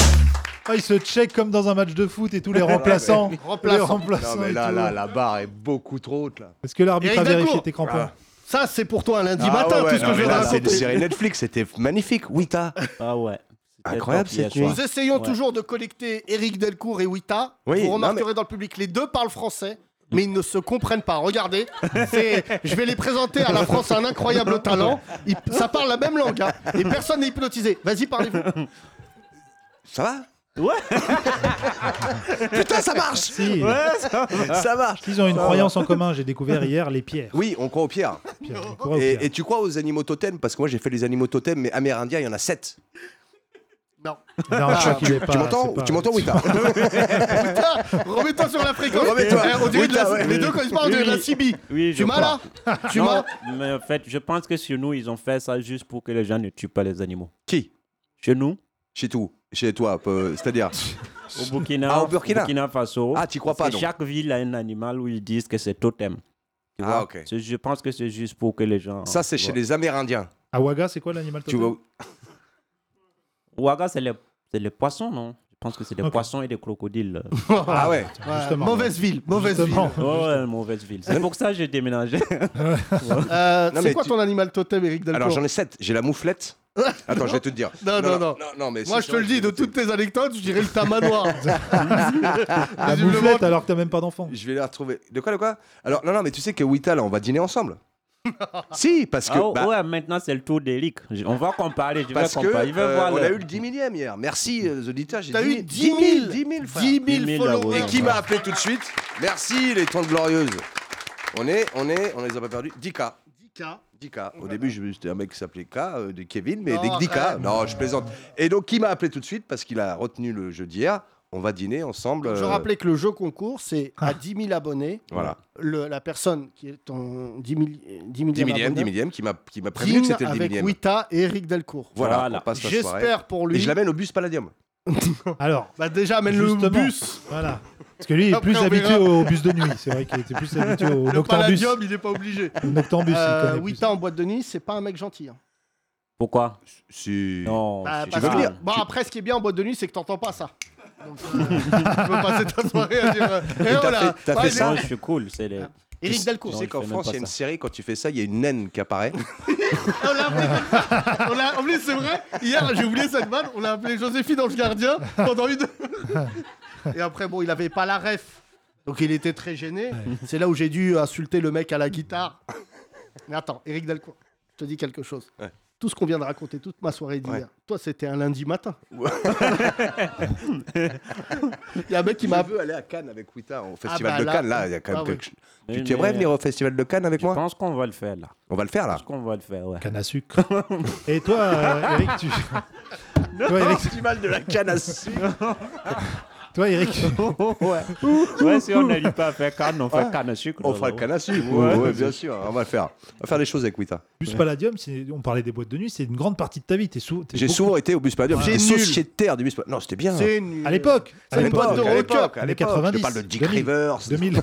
[SPEAKER 4] Ah, il se check comme dans un match de foot et tous
[SPEAKER 8] <laughs>
[SPEAKER 4] les remplaçants. les
[SPEAKER 3] Remplaçant.
[SPEAKER 4] remplaçants
[SPEAKER 8] Non, mais
[SPEAKER 4] et
[SPEAKER 8] là,
[SPEAKER 4] tout.
[SPEAKER 8] là, la barre est beaucoup trop haute, là.
[SPEAKER 4] Est-ce que l'arbitre
[SPEAKER 3] Eric
[SPEAKER 4] a vérifié
[SPEAKER 3] Dalcourt.
[SPEAKER 4] tes crampons
[SPEAKER 3] Ça, c'est pour toi un lundi
[SPEAKER 8] Ah
[SPEAKER 3] matin,
[SPEAKER 8] ouais, ouais,
[SPEAKER 3] Bah, tout ce
[SPEAKER 8] non,
[SPEAKER 3] que je
[SPEAKER 8] mais
[SPEAKER 3] vais
[SPEAKER 8] là, C'est une
[SPEAKER 3] raconter.
[SPEAKER 8] série Netflix, c'était magnifique. Wita.
[SPEAKER 7] Ah ouais. C'était
[SPEAKER 8] Incroyable,
[SPEAKER 7] top hier
[SPEAKER 8] cette nuit.
[SPEAKER 7] soir.
[SPEAKER 3] Nous essayons
[SPEAKER 7] Ouais.
[SPEAKER 3] toujours de collecter Eric Delcourt et Wita.
[SPEAKER 8] Oui,
[SPEAKER 3] Vous
[SPEAKER 8] non,
[SPEAKER 3] remarquerez dans le public, les deux parlent français, mais ils ne se comprennent pas. Regardez, c'est- je vais les présenter à la France un incroyable talent. Ils- ça parle la même langue, hein, et personne n'est hypnotisé. Vas-y,
[SPEAKER 8] <laughs>
[SPEAKER 3] parlez-vous.
[SPEAKER 8] Ça va
[SPEAKER 7] Ouais,
[SPEAKER 8] <laughs> Putain, ça marche
[SPEAKER 4] Si,
[SPEAKER 8] Ça marche
[SPEAKER 4] ils ont une croyance en commun. J'ai découvert hier les
[SPEAKER 8] <laughs>
[SPEAKER 4] pierres.
[SPEAKER 8] Oui, on croit aux pierres.
[SPEAKER 4] Pierres, les coraux aux pierres.
[SPEAKER 8] Et, et tu crois aux animaux totems Parce que moi, j'ai fait les animaux totems, mais amérindiens, il y en a 7.
[SPEAKER 3] Non.
[SPEAKER 4] Non, je crois qu'il est pas-
[SPEAKER 8] Ah. Tu m'entends
[SPEAKER 4] c'est pas-
[SPEAKER 8] Tu m'entends, Wita
[SPEAKER 3] <laughs> Ah, Remets-toi sur la fréquence.
[SPEAKER 8] Remets-toi.
[SPEAKER 3] Eh, on dirait de la-
[SPEAKER 8] Oui, t'as-
[SPEAKER 3] Les deux, quand ils parlent, on dirait de la CB.
[SPEAKER 7] oui, je
[SPEAKER 3] Tu m'as là
[SPEAKER 7] crois.
[SPEAKER 3] Tu
[SPEAKER 7] Non,
[SPEAKER 3] m'as
[SPEAKER 7] Mais en fait, je pense que chez nous, ils ont fait ça juste pour que les gens ne tuent pas les animaux.
[SPEAKER 8] Qui
[SPEAKER 7] Chez nous,
[SPEAKER 8] Chez tout. Chez toi, peu- c'est-à-dire
[SPEAKER 7] au Burkina,
[SPEAKER 8] Ah, au Burkina.
[SPEAKER 7] Faso.
[SPEAKER 8] Ah, t'y crois
[SPEAKER 7] parce
[SPEAKER 8] pas,
[SPEAKER 7] que
[SPEAKER 8] donc
[SPEAKER 7] Chaque ville a un animal où ils disent que c'est totem. Tu
[SPEAKER 8] Ah,
[SPEAKER 7] vois
[SPEAKER 8] ok.
[SPEAKER 7] C'est- Je pense que c'est juste pour que les gens.
[SPEAKER 8] Ça, c'est chez les Amérindiens.
[SPEAKER 4] Awaga, Ah, c'est quoi l'animal
[SPEAKER 8] Tu
[SPEAKER 4] totem
[SPEAKER 8] vois
[SPEAKER 7] Ouaga, c'est les, c'est les poissons, non Je pense que c'est des
[SPEAKER 4] Ok.
[SPEAKER 7] poissons et des
[SPEAKER 8] <laughs>
[SPEAKER 7] crocodiles.
[SPEAKER 8] Ah ouais
[SPEAKER 3] Ouais,
[SPEAKER 4] Justement.
[SPEAKER 3] Mauvaise ville, mauvaise
[SPEAKER 4] Justement.
[SPEAKER 7] oh, ouais, mauvaise ville. C'est pour ça que j'ai déménagé.
[SPEAKER 3] ville. Euh,
[SPEAKER 8] Non,
[SPEAKER 3] c'est
[SPEAKER 8] mais
[SPEAKER 3] quoi
[SPEAKER 8] tu-
[SPEAKER 3] ton animal totem, Eric
[SPEAKER 8] Alors,
[SPEAKER 3] Delcourt
[SPEAKER 8] j'en ai 7. J'ai
[SPEAKER 3] <laughs>
[SPEAKER 8] la mouflette. Attends, je vais te dire.
[SPEAKER 3] Non, non, non.
[SPEAKER 8] mais
[SPEAKER 3] Moi,
[SPEAKER 8] c'est
[SPEAKER 3] je te le
[SPEAKER 8] sûr,
[SPEAKER 3] dis, de toutes tes anecdotes, je dirais le
[SPEAKER 8] <laughs>
[SPEAKER 3] tamanoir.
[SPEAKER 8] Ah,
[SPEAKER 4] La mouflette, alors que t'as même pas
[SPEAKER 8] <laughs>
[SPEAKER 4] d'enfant.
[SPEAKER 8] Je vais la retrouver. De quoi, de quoi Alors, non, non, mais tu sais que Wita, là, on va
[SPEAKER 7] <laughs>
[SPEAKER 8] dîner ensemble. si, parce que.
[SPEAKER 7] Ah,
[SPEAKER 8] bah,
[SPEAKER 7] ouais, maintenant c'est le tour d'Eric. Je- On va comparer. Je
[SPEAKER 8] Parce
[SPEAKER 7] vais
[SPEAKER 8] que
[SPEAKER 7] comparer. Il veut
[SPEAKER 8] euh,
[SPEAKER 7] voir
[SPEAKER 8] on
[SPEAKER 7] le-
[SPEAKER 8] a eu le 10 millième hier. Merci, euh, les auditeurs. J'ai
[SPEAKER 3] T'as eu 10 000,
[SPEAKER 8] 10 000, frère.
[SPEAKER 3] 10 000
[SPEAKER 8] Et
[SPEAKER 3] followers.
[SPEAKER 8] qui m'a appelé tout de suite Merci, les 30 glorieuses. On est, on est, on les a pas perdus. 10K.
[SPEAKER 3] 10K.
[SPEAKER 8] 10K. Au début, je- c'était un mec qui s'appelait K, euh, de Kevin, mais
[SPEAKER 3] Non,
[SPEAKER 8] dès que 10K.
[SPEAKER 3] arrête.
[SPEAKER 8] Non, je plaisante. Et donc, qui m'a appelé tout de suite parce qu'il a retenu le jeu d'hier. On va dîner ensemble.
[SPEAKER 3] Je
[SPEAKER 8] euh, Ah.
[SPEAKER 3] rappelais que le jeu concours, c'est à 10 000 abonnés.
[SPEAKER 8] Voilà.
[SPEAKER 3] Le- la personne qui est en 10 000, 10 000
[SPEAKER 8] 10 millième, 10
[SPEAKER 3] abonnés,
[SPEAKER 8] millième, qui m'a qui m'a prévenu
[SPEAKER 3] dîne
[SPEAKER 8] que c'était le 10
[SPEAKER 3] avec
[SPEAKER 8] millième.
[SPEAKER 3] Wita et Eric Delcourt.
[SPEAKER 8] Voilà,
[SPEAKER 7] Voilà.
[SPEAKER 8] on passe la soirée.
[SPEAKER 3] J'espère pour
[SPEAKER 8] Et
[SPEAKER 3] lui.
[SPEAKER 8] je l'amène au bus Palladium.
[SPEAKER 4] Alors,
[SPEAKER 3] Bah déjà, amène le
[SPEAKER 4] Justement.
[SPEAKER 3] bus.
[SPEAKER 4] voilà. Parce que lui, il est
[SPEAKER 3] Après,
[SPEAKER 4] plus
[SPEAKER 3] on
[SPEAKER 4] habitué
[SPEAKER 3] verra.
[SPEAKER 4] au bus de nuit. C'est vrai qu'il était plus habitué au
[SPEAKER 3] Le
[SPEAKER 4] noctambus.
[SPEAKER 3] palladium, il n'est pas
[SPEAKER 8] <laughs>
[SPEAKER 3] obligé.
[SPEAKER 4] Noctambus,
[SPEAKER 3] Euh,
[SPEAKER 4] il connaît plus.
[SPEAKER 3] Wita en boîte de nuit, c'est pas un mec gentil. hein.
[SPEAKER 7] Pourquoi
[SPEAKER 8] Oh, Si.
[SPEAKER 7] Non.
[SPEAKER 3] Bah,
[SPEAKER 7] c'est
[SPEAKER 3] parce
[SPEAKER 8] veux
[SPEAKER 3] que-
[SPEAKER 7] grave.
[SPEAKER 8] venir
[SPEAKER 3] Bon, après, ce qui est bien en boîte de nuit, c'est que t'entends pas ça. Donc, euh, <laughs> tu peux passer ta soirée à dire. euh, Eh,
[SPEAKER 8] t'as
[SPEAKER 3] oh là,
[SPEAKER 8] fait- t'as
[SPEAKER 3] bah,
[SPEAKER 8] fait
[SPEAKER 3] il est-
[SPEAKER 8] ça
[SPEAKER 7] Non, je suis cool. C'est les...
[SPEAKER 3] Eric
[SPEAKER 8] Tu
[SPEAKER 3] Delcourt.
[SPEAKER 8] sais
[SPEAKER 7] Non, je
[SPEAKER 8] qu'en
[SPEAKER 7] fais même
[SPEAKER 8] France,
[SPEAKER 7] pas
[SPEAKER 8] il y a une
[SPEAKER 7] ça.
[SPEAKER 8] <laughs> série, quand tu fais ça, il y a une naine qui apparaît.
[SPEAKER 3] On l'a appelé comme ça. On l'a- En plus, c'est vrai, hier, j'ai oublié cette balle. On l'a appelé Joséphine Ange Gardien pendant une heure. Et après, bon, il avait pas la ref. Donc il était très gêné. C'est là où j'ai dû insulter le mec à la guitare. Mais attends, Eric Delcourt, je te dis quelque chose.
[SPEAKER 8] Ouais.
[SPEAKER 3] Tout ce qu'on vient de raconter toute ma soirée d'hier,
[SPEAKER 8] Ouais.
[SPEAKER 3] toi, c'était un lundi matin. Il y a un mec qui m'a.
[SPEAKER 8] Je veux aller à Cannes avec Wita au Festival
[SPEAKER 3] bah
[SPEAKER 8] de
[SPEAKER 3] là-
[SPEAKER 8] Cannes. Là, il y a quand même
[SPEAKER 3] Ah
[SPEAKER 8] quelque chose.
[SPEAKER 7] Oui,
[SPEAKER 8] Tu aimerais
[SPEAKER 7] mais
[SPEAKER 8] venir au Festival de Cannes avec
[SPEAKER 7] Je
[SPEAKER 8] moi
[SPEAKER 7] pense qu'on va le faire là.
[SPEAKER 8] On va le faire là.
[SPEAKER 7] Je pense qu'on va le faire,
[SPEAKER 8] <laughs>
[SPEAKER 7] ouais.
[SPEAKER 4] Canne à sucre. <laughs> Et toi, euh, Eric, tu. toi, Eric,
[SPEAKER 8] Festival de la Cannes à sucre.
[SPEAKER 4] <laughs> toi, Eric,
[SPEAKER 7] ouais. ouais, si on n'arrive pas à faire canne, on fait canne à sucre.
[SPEAKER 8] On fera le Cannes à sucre. Ouais, ouais, bien sûr. On va le faire. On va faire des choses avec Wita.
[SPEAKER 4] Bus Palladium, c'est- on parlait des boîtes de nuit, c'est une grande partie de ta vie. T'es sou- t'es
[SPEAKER 8] J'ai
[SPEAKER 4] beaucoup-
[SPEAKER 8] souvent été au Bus Palladium.
[SPEAKER 3] J'ai
[SPEAKER 8] J'étais
[SPEAKER 3] nul.
[SPEAKER 8] sociétaire du Bus Palladium. Non, c'était bien.
[SPEAKER 3] C'est nul.
[SPEAKER 4] À l'époque
[SPEAKER 8] À l'époque,
[SPEAKER 3] de
[SPEAKER 8] à l'époque,
[SPEAKER 4] années
[SPEAKER 8] à l'époque.
[SPEAKER 4] 90,
[SPEAKER 8] Je parle de Dick
[SPEAKER 4] 2000.
[SPEAKER 8] Rivers.
[SPEAKER 4] 2000.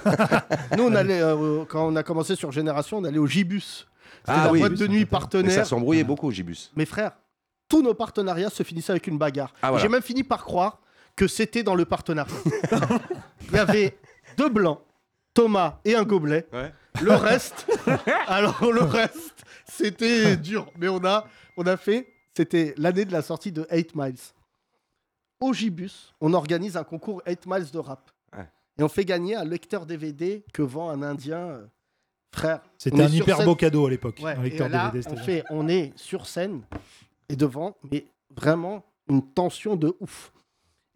[SPEAKER 3] Nous, on allait, euh, quand on a commencé sur Génération, on allait au Gibus. C'était
[SPEAKER 8] Ah
[SPEAKER 3] la
[SPEAKER 8] oui.
[SPEAKER 3] boîte de nuit
[SPEAKER 8] Mais ça
[SPEAKER 3] partenaire.
[SPEAKER 8] s'embrouillait beaucoup, Gibus.
[SPEAKER 3] Mes frères, tous nos partenariats se finissaient avec une bagarre.
[SPEAKER 8] Ah, voilà.
[SPEAKER 3] J'ai même fini par croire que c'était dans le
[SPEAKER 8] <laughs>
[SPEAKER 3] partenariat. Il y avait deux blancs, Thomas et un gobelet.
[SPEAKER 8] Ouais.
[SPEAKER 3] Le
[SPEAKER 8] <laughs>
[SPEAKER 3] reste, alors le reste, c'était dur. Mais on a, on a fait, c'était l'année de la sortie de 8 Miles. Au Gibus, on organise un concours 8 Miles de rap.
[SPEAKER 8] Ouais.
[SPEAKER 3] Et on fait gagner un lecteur DVD que vend un Indien. euh, Frère,
[SPEAKER 4] C'était
[SPEAKER 3] On est
[SPEAKER 4] un
[SPEAKER 3] sur
[SPEAKER 4] hyper
[SPEAKER 3] scène.
[SPEAKER 4] beau cadeau à l'époque.
[SPEAKER 3] Ouais,
[SPEAKER 4] un
[SPEAKER 3] et
[SPEAKER 4] lecteur
[SPEAKER 3] là,
[SPEAKER 4] DVD,
[SPEAKER 3] on,
[SPEAKER 4] c'était
[SPEAKER 3] fait, on est sur scène et devant, mais vraiment une tension de ouf.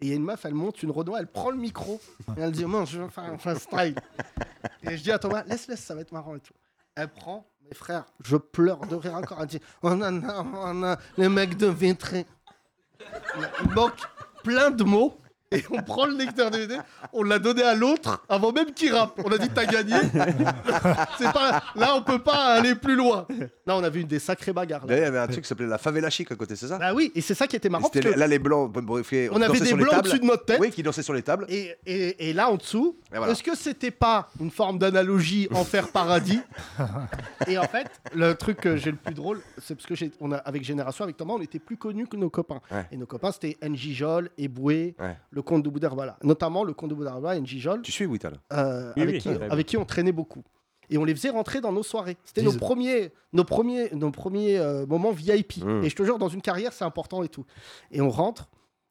[SPEAKER 3] Et il y a une meuf, elle monte une Renault, elle prend le micro et elle dit Moi, je veux faire un freestyle. et je dis à Thomas Laisse, laisse, ça va être marrant et tout. Elle prend, mes frères, je pleure de rire encore. Elle dit Oh nan, nan, nan, nan, les mecs de Vitré. Il manque plein de mots. Et on prend le lecteur DVD, on l'a donné à l'autre avant même qu'il rappe. On a dit t'as gagné. C'est pas là on peut pas aller plus loin. Là on a vu une des sacrées bagarres.
[SPEAKER 8] Là,
[SPEAKER 3] Là.
[SPEAKER 8] il y avait un truc qui s'appelait la favela chic à côté, c'est ça
[SPEAKER 3] Bah oui, et c'est ça qui était
[SPEAKER 8] Et
[SPEAKER 3] marrant.
[SPEAKER 8] c'était
[SPEAKER 3] parce que
[SPEAKER 8] Là, les blancs, bon, bref,
[SPEAKER 3] on avait
[SPEAKER 8] dansaient
[SPEAKER 3] des
[SPEAKER 8] sur les
[SPEAKER 3] blancs
[SPEAKER 8] tables.
[SPEAKER 3] au-dessus de notre tête.
[SPEAKER 8] Oui, qui dansaient sur les tables.
[SPEAKER 3] Et, et- et là en dessous,
[SPEAKER 8] Et voilà.
[SPEAKER 3] est-ce que c'était pas une forme
[SPEAKER 8] <laughs>
[SPEAKER 3] d'analogie enfer paradis Et en fait, le truc que j'ai le plus drôle, c'est parce que j'ai, on a, avec Génération, avec Thomas, on était plus connus que nos copains.
[SPEAKER 8] Ouais.
[SPEAKER 3] Et nos copains, c'était NJ Jol, Eboué,
[SPEAKER 8] Ouais.
[SPEAKER 3] le comte de Boudherbala. Notamment le comte de Boudherbala, NJ Jol,
[SPEAKER 8] Tu suis Wita là
[SPEAKER 3] euh,
[SPEAKER 7] Oui,
[SPEAKER 3] avec,
[SPEAKER 7] oui,
[SPEAKER 3] qui,
[SPEAKER 7] très bien.
[SPEAKER 3] avec qui on traînait beaucoup. Et on les faisait rentrer dans nos soirées. C'était nos
[SPEAKER 4] Dis-
[SPEAKER 3] premiers, nos premiers, nos premiers euh, moments VIP.
[SPEAKER 8] Mm.
[SPEAKER 3] Et je te jure, dans une carrière, c'est important et tout. Et on rentre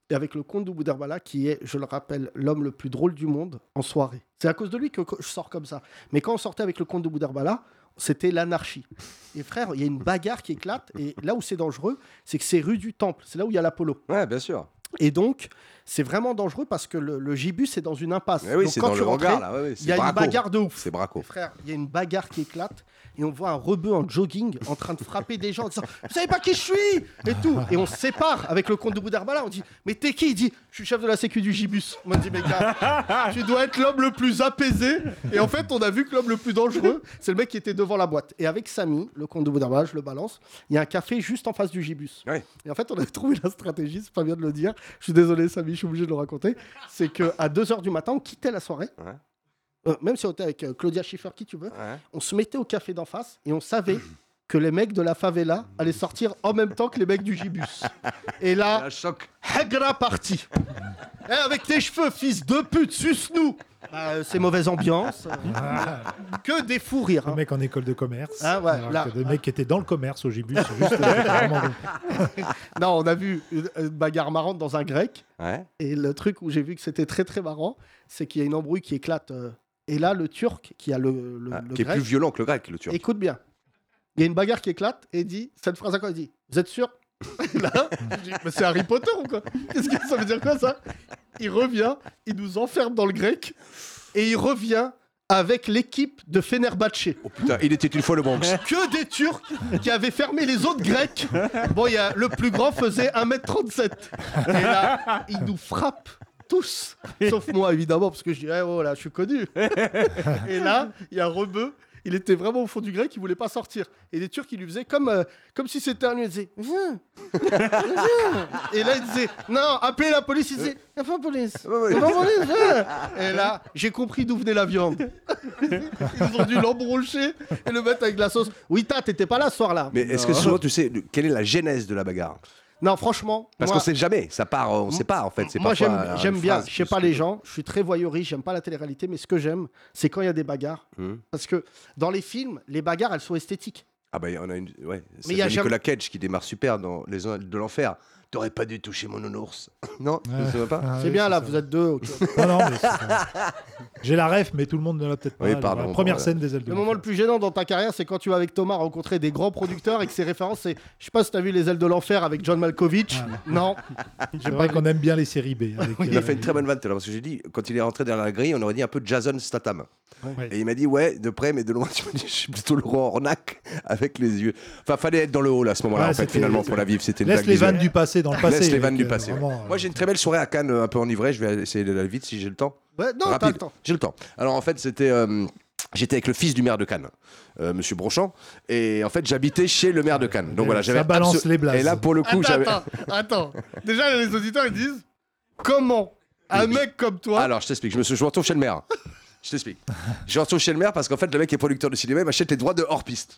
[SPEAKER 3] et avec le comte de Boudherbala, qui est, je le rappelle, l'homme le plus drôle du monde en soirée. C'est à cause de lui que que je sors comme ça. Mais quand on sortait avec le comte de Boudherbala, c'était l'anarchie. Et frère, il y a une bagarre qui éclate. Et là où c'est dangereux, c'est que c'est rue du Temple. C'est là où il y a l'Apollo.
[SPEAKER 8] Ouais, bien sûr.
[SPEAKER 3] Et donc, c'est vraiment dangereux parce que le, le gibus est dans une impasse.
[SPEAKER 8] Mais Eh oui,
[SPEAKER 3] Donc,
[SPEAKER 8] c'est
[SPEAKER 3] quand
[SPEAKER 8] dans
[SPEAKER 3] tu
[SPEAKER 8] le
[SPEAKER 3] rentrais,
[SPEAKER 8] hangar là. ouais, ouais,
[SPEAKER 3] Il
[SPEAKER 8] c'est
[SPEAKER 3] y a une
[SPEAKER 8] braco.
[SPEAKER 3] bagarre de ouf.
[SPEAKER 8] C'est braco.
[SPEAKER 3] Mes frères, il y a une bagarre qui éclate et on voit un rebeu en jogging en train de frapper des gens en disant Vous savez pas qui je suis Et tout. Et on se sépare avec le comte de Boudarbala. On dit Mais t'es qui Il dit Je suis chef de la sécu du Gibus. On dit Mais
[SPEAKER 8] Ah.
[SPEAKER 3] gars, tu dois être l'homme le plus apaisé. Et en fait, on a vu que l'homme le plus dangereux, c'est le mec qui était devant la boîte. Et avec Samy, le comte de Boudarbala, je le balance, il y a un café juste en face du Gibus.
[SPEAKER 8] Ouais.
[SPEAKER 3] Et en fait, on a trouvé la stratégie, c'est pas bien de le dire. Je suis désolé, Samy, je suis obligé de le raconter. C'est qu'à 2h du matin, on quittait la soirée.
[SPEAKER 8] Ouais.
[SPEAKER 3] Euh, même si on était avec euh, Claudia Schiffer, qui tu veux,
[SPEAKER 8] Ouais.
[SPEAKER 3] on se mettait au café d'en face et on savait que les mecs de la favela allaient sortir en même temps que les mecs du gibus. Et là,
[SPEAKER 8] Un choc.
[SPEAKER 3] Hagra parti. Eh, avec tes cheveux, fils de pute, suce-nous. Bah, euh, c'est mauvaise ambiance. euh, que des fous rires.
[SPEAKER 4] Ah, Le
[SPEAKER 3] hein.
[SPEAKER 4] mec en école de commerce.
[SPEAKER 3] Ah ouais,
[SPEAKER 4] alors
[SPEAKER 3] là.
[SPEAKER 4] que le mec qui était dans le commerce au Gibus. c'est
[SPEAKER 3] <laughs>
[SPEAKER 4] juste, euh, vraiment-
[SPEAKER 3] Non, on a vu une, une bagarre marrante dans un grec.
[SPEAKER 8] Ouais.
[SPEAKER 3] Et le truc où j'ai vu que c'était très très marrant, c'est qu'il y a une embrouille qui éclate. euh, et là, le turc, qui a le, le-
[SPEAKER 8] Ah,
[SPEAKER 3] le
[SPEAKER 8] Qui est
[SPEAKER 3] grec,
[SPEAKER 8] plus violent que le grec, le turc.
[SPEAKER 3] Écoute bien. Il y a une bagarre qui éclate et il dit cette phrase à quoi il dit Vous êtes sûr <laughs> Là, je dis, Mais c'est Harry Potter ou quoi Qu'est-ce que ça veut dire quoi ça Il revient, il nous enferme dans le grec et il revient avec l'équipe de Fenerbahçe.
[SPEAKER 8] Oh putain, il était une fois le <laughs> Bronx.
[SPEAKER 3] Que des Turcs qui avaient fermé les autres Grecs. Bon, il y a, le plus grand faisait 1m37. Et là, il nous frappe tous. Sauf moi, évidemment, parce que je dis, eh, oh là, je suis connu. Et là, il y a Rebeu. Il était vraiment au fond du grec, il voulait pas sortir. Et les Turcs, ils lui faisaient comme, euh, comme si c'était un lui. Ils disaient, viens, viens. Et là, il disait, non, appelez la police. Il disait, la police.
[SPEAKER 8] Ouais, ouais.
[SPEAKER 3] C'est pas vrai, ça. <laughs> Et là, j'ai compris d'où venait la viande. <laughs> Ils ont dû l'embrocher et le mettre avec la sauce. Oui, t'as, t'étais pas là ce soir-là.
[SPEAKER 8] Mais est-ce que souvent tu sais de- quelle est la genèse de la bagarre
[SPEAKER 3] Non, franchement,
[SPEAKER 8] Parce
[SPEAKER 3] moi,
[SPEAKER 8] qu'on sait jamais, ça part, euh, on sait pas en fait. C'est
[SPEAKER 3] moi
[SPEAKER 8] parfois,
[SPEAKER 3] j'aime,
[SPEAKER 8] euh, une
[SPEAKER 3] j'aime bien,
[SPEAKER 8] phrase
[SPEAKER 3] je sais
[SPEAKER 8] plus
[SPEAKER 3] pas
[SPEAKER 8] que-
[SPEAKER 3] les gens, je suis très voyeuriste, j'aime pas la télé-réalité, mais ce que j'aime, c'est quand il y a des bagarres.
[SPEAKER 8] Hmm.
[SPEAKER 3] Parce que dans les films, les bagarres, elles sont esthétiques.
[SPEAKER 8] Ah bah on a une. Ouais, c'est
[SPEAKER 3] Mais il y a
[SPEAKER 8] de
[SPEAKER 3] jamais-
[SPEAKER 8] Nicolas Cage qui démarre super dans Les Anges de l'Enfer. T'aurais pas dû toucher mon nounours. <laughs> non, tu ne savais <laughs> pas
[SPEAKER 4] Ah
[SPEAKER 3] C'est
[SPEAKER 4] oui,
[SPEAKER 3] bien là,
[SPEAKER 4] ça.
[SPEAKER 3] vous êtes deux. ok.
[SPEAKER 4] Non, non, mais c'est ça. J'ai la ref, mais tout le monde ne l'a peut-être pas.
[SPEAKER 8] Oui,
[SPEAKER 4] la
[SPEAKER 8] pardon,
[SPEAKER 4] première
[SPEAKER 8] bon,
[SPEAKER 4] scène des ailes de
[SPEAKER 3] Le moment le plus gênant dans ta carrière, c'est quand tu vas avec Thomas rencontrer des grands producteurs et que ses références, c'est. Je sais pas si t'as vu Les Ailes de l'Enfer avec John Malkovich.
[SPEAKER 4] Ah,
[SPEAKER 3] Non.
[SPEAKER 4] C'est vrai qu'on aime bien les séries B. avec,
[SPEAKER 8] Il
[SPEAKER 4] euh,
[SPEAKER 8] a fait une très bonne vanne tout à l'heure, parce que j'ai dit, quand il est rentré derrière la grille, on aurait dit un peu Jason Statham.
[SPEAKER 4] Ouais.
[SPEAKER 8] Et il m'a dit, ouais, de près, mais de loin, <laughs> tu m'as dit, je suis plutôt Laurent Ornac avec les yeux. Enfin, fallait être dans le hall à ce moment-là,
[SPEAKER 4] Ouais,
[SPEAKER 8] en fait,
[SPEAKER 4] c'était-
[SPEAKER 8] finalement, pour la vivre. C'était une
[SPEAKER 4] Laisse
[SPEAKER 8] blague
[SPEAKER 4] les
[SPEAKER 8] visuelle.
[SPEAKER 4] vannes du passé dans le passé.
[SPEAKER 8] Laisse les
[SPEAKER 4] avec,
[SPEAKER 8] vannes du
[SPEAKER 4] euh,
[SPEAKER 8] passé. ouais.
[SPEAKER 4] vraiment, euh,
[SPEAKER 8] Moi, j'ai une très belle soirée à Cannes, euh, un peu enivrée. Je vais essayer d'aller vite si j'ai le temps.
[SPEAKER 3] Ouais, non, t'as
[SPEAKER 8] Rapide.
[SPEAKER 3] le temps.
[SPEAKER 8] J'ai le temps. Alors en fait, c'était. euh, J'étais avec le fils du maire de Cannes, euh, Monsieur Brochant, et en fait j'habitais chez le maire de Cannes. Donc
[SPEAKER 4] Euh,
[SPEAKER 8] voilà,
[SPEAKER 4] ça
[SPEAKER 8] j'avais
[SPEAKER 4] balance
[SPEAKER 8] abso-
[SPEAKER 4] les blazes.
[SPEAKER 8] Et là pour le coup,
[SPEAKER 3] Attends,
[SPEAKER 8] j'avais.
[SPEAKER 3] attends, attends. Déjà, les auditeurs, ils disent Comment un mec comme toi.
[SPEAKER 8] Alors je t'explique. Je me suis, je me retrouve chez le maire. Je t'explique. Je me retrouve chez le maire parce qu'en fait le mec est producteur de cinéma, il m'achète les droits de hors piste.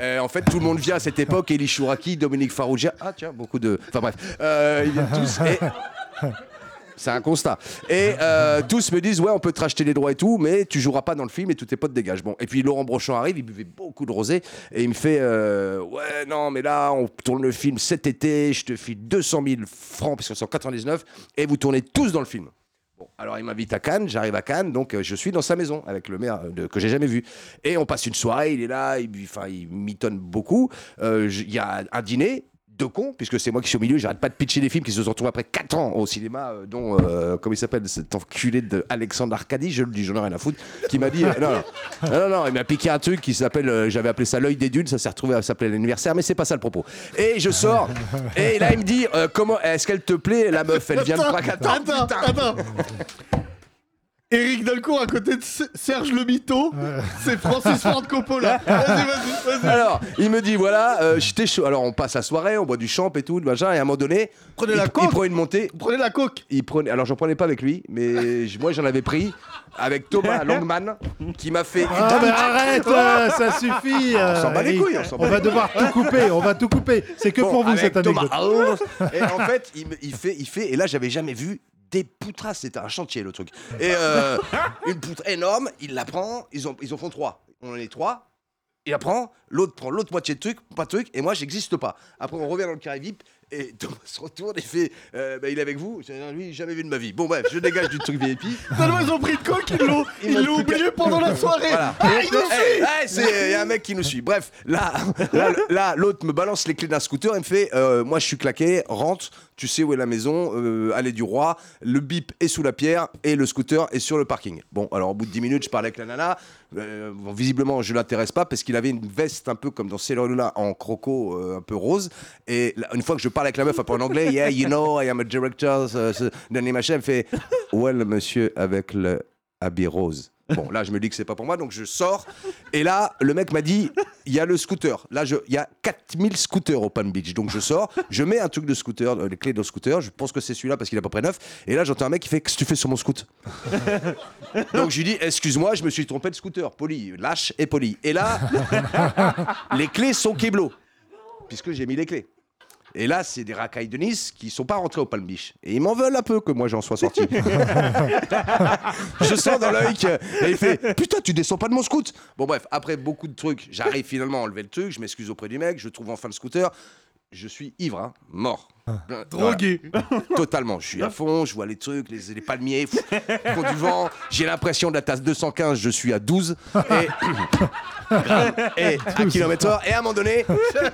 [SPEAKER 8] Et en fait, tout le monde vient à cette époque. Eli Chouraki, Dominique Farrugia. Ah tiens, beaucoup de. Enfin bref, Euh, ils viennent tous. Et... C'est un constat. Et euh, tous me disent, ouais, on peut te racheter les droits et tout, mais tu joueras pas dans le film et tous tes potes dégagent. Bon, et puis Laurent Brochant arrive, il buvait beaucoup de rosé et il me fait, euh, ouais, non, mais là, on tourne le film cet été, je te file 200 000 francs, puisqu'on est en 99, et vous tournez tous dans le film. Bon, alors il m'invite à Cannes, j'arrive à Cannes, donc euh, je suis dans sa maison avec le maire euh, de- que j'ai jamais vu. Et on passe une soirée, il est là, il, bu- enfin, il mitonne beaucoup. Euh, j- Il y a un dîner de cons, puisque c'est moi qui suis au milieu, j'arrête pas de pitcher des films qui se sont retrouvés après 4 ans au cinéma, euh, dont, euh, comment il s'appelle, cet enculé de Alexandre Arcadi, je le dis, j'en ai rien à foutre, qui m'a dit, euh, non, non, non, non, non, il m'a piqué un truc qui s'appelle, euh, j'avais appelé ça l'œil des dunes, ça s'est retrouvé, ça s'appelait l'anniversaire, mais c'est pas ça le propos. Et je sors, et là il me dit, euh, comment, est-ce qu'elle te plaît, la meuf, elle vient de Krakatoa
[SPEAKER 3] Attends, attends. Éric Dalcourt à côté de S- Serge Le Mito, c'est Francis Ford
[SPEAKER 8] <laughs>
[SPEAKER 3] Coppola. Vas-y, vas-y, vas-y.
[SPEAKER 8] Alors, il me dit voilà, euh, j'étais chaud. Alors, on passe la soirée, on boit du champ et tout, le machin. Et à un moment donné,
[SPEAKER 3] Prenez
[SPEAKER 8] il,
[SPEAKER 3] la
[SPEAKER 8] il
[SPEAKER 3] coke.
[SPEAKER 8] prend une montée.
[SPEAKER 3] Prenez la coke.
[SPEAKER 8] Il prenait, alors, j'en prenais pas avec lui, mais j- moi, j'en avais pris
[SPEAKER 3] <laughs>
[SPEAKER 8] avec Thomas Longman, qui m'a fait.
[SPEAKER 4] Ah, mais
[SPEAKER 8] <laughs>
[SPEAKER 4] arrête, euh, ça suffit. euh,
[SPEAKER 8] s'en bat les
[SPEAKER 4] Eric.
[SPEAKER 8] couilles, <laughs> on s'en bat
[SPEAKER 4] va
[SPEAKER 8] les
[SPEAKER 4] devoir tout couper. On va tout couper. C'est que
[SPEAKER 8] Bon,
[SPEAKER 4] pour vous
[SPEAKER 8] avec
[SPEAKER 4] cette
[SPEAKER 8] Thomas
[SPEAKER 4] anecdote. <laughs>
[SPEAKER 8] Arnaud. Et en fait, il, me- il fait, il fait, et là, j'avais jamais vu des poutras. C'était un chantier, le truc. Et euh, une poutre énorme, il la prend, ils, ont, ils en font trois. On en est trois. Il la prend, l'autre prend l'autre moitié de truc, pas de truc, et moi, j'existe pas. Après, on revient dans le carré VIP, et Thomas se retourne et fait euh, bah, Il est avec vous Je dis, Non, Lui, jamais vu de ma vie. Bon, bref, je dégage du truc VIP.
[SPEAKER 3] Tellement ils ont pris de coke, ils
[SPEAKER 8] <laughs>
[SPEAKER 3] l'ont, ils l'ont oublié pendant la soirée.
[SPEAKER 8] Voilà.
[SPEAKER 3] Ah, il nous
[SPEAKER 8] Eh,
[SPEAKER 3] suit.
[SPEAKER 8] eh, c'est- y a un mec qui nous suit. Bref, là, là, là, l'autre me balance les clés d'un scooter et me fait euh, Moi, je suis claqué, rentre, tu sais où est la maison, euh, allée du roi, le bip est sous la pierre et le scooter est sur le parking. Bon, alors au bout de 10 minutes, je parlais avec la nana. Euh, bon, visiblement, je l'intéresse pas parce qu'il avait une veste un peu comme dans Sailor Luna en croco, euh, un peu rose. Et là, une fois que je parle avec la meuf un peu en anglais, Yeah, you know, I am a director, euh, ce- ce- Denis Machin, elle fait Well, monsieur, avec le habit rose. Bon, là, je me dis que c'est pas pour moi, donc je sors. Et là, le mec m'a dit, il y a le scooter. Là, je- il y a 4000 scooters au Palm Beach. Donc je sors, je mets un truc de scooter, euh, les clés de scooter. Je pense que c'est celui-là parce qu'il est à peu près neuf. Et là, j'entends un mec qui fait, qu'est-ce que tu fais sur mon scoot Donc je lui dis, excuse-moi, je me suis trompé de scooter. Poli, lâche et poli. Et là, <laughs> les clés sont Keblo, puisque j'ai mis les clés. Et là, c'est des racailles de Nice qui sont pas rentrés au Palm Beach. Et ils m'en veulent un peu que moi j'en sois sorti. je sens dans l'œil que. Et il fait Putain, tu descends pas de mon scoot Bon, bref, après beaucoup de trucs, j'arrive finalement à enlever le truc, je m'excuse auprès du mec, je trouve enfin le scooter. Je suis ivre, hein, mort. Plein-
[SPEAKER 3] Drogué.
[SPEAKER 8] voilà, <laughs> totalement. Je suis à fond, je vois les trucs, les, les palmiers, pff, ils font du vent. J'ai l'impression de la tasse 215, je suis à 12. Et. Grave. et à kilomètre heure. Et à un moment donné,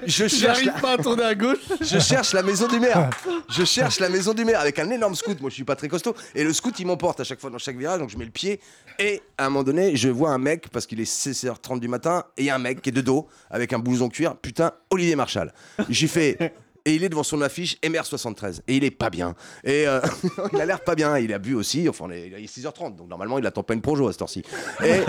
[SPEAKER 8] je cherche la-
[SPEAKER 3] J'arrive pas à tourner à gauche.
[SPEAKER 8] je cherche la maison du maire. Je cherche la maison du maire avec un énorme scout. Moi, je suis pas très costaud. Et le scout, il m'emporte à chaque fois dans chaque virage. Donc, je mets le pied. Et à un moment donné, je vois un mec, parce qu'il est 16h30 du matin, et il y a un mec qui est de dos, avec un blouson cuir. Putain, Olivier Marchal. J'ai fait. Et il est devant son affiche MR73. Et il est pas bien. Et euh, <laughs> il a l'air pas bien. Il a bu aussi. Enfin, on est- il est 6h30. Donc normalement, il attend pas une projo à cette heure-ci. Et-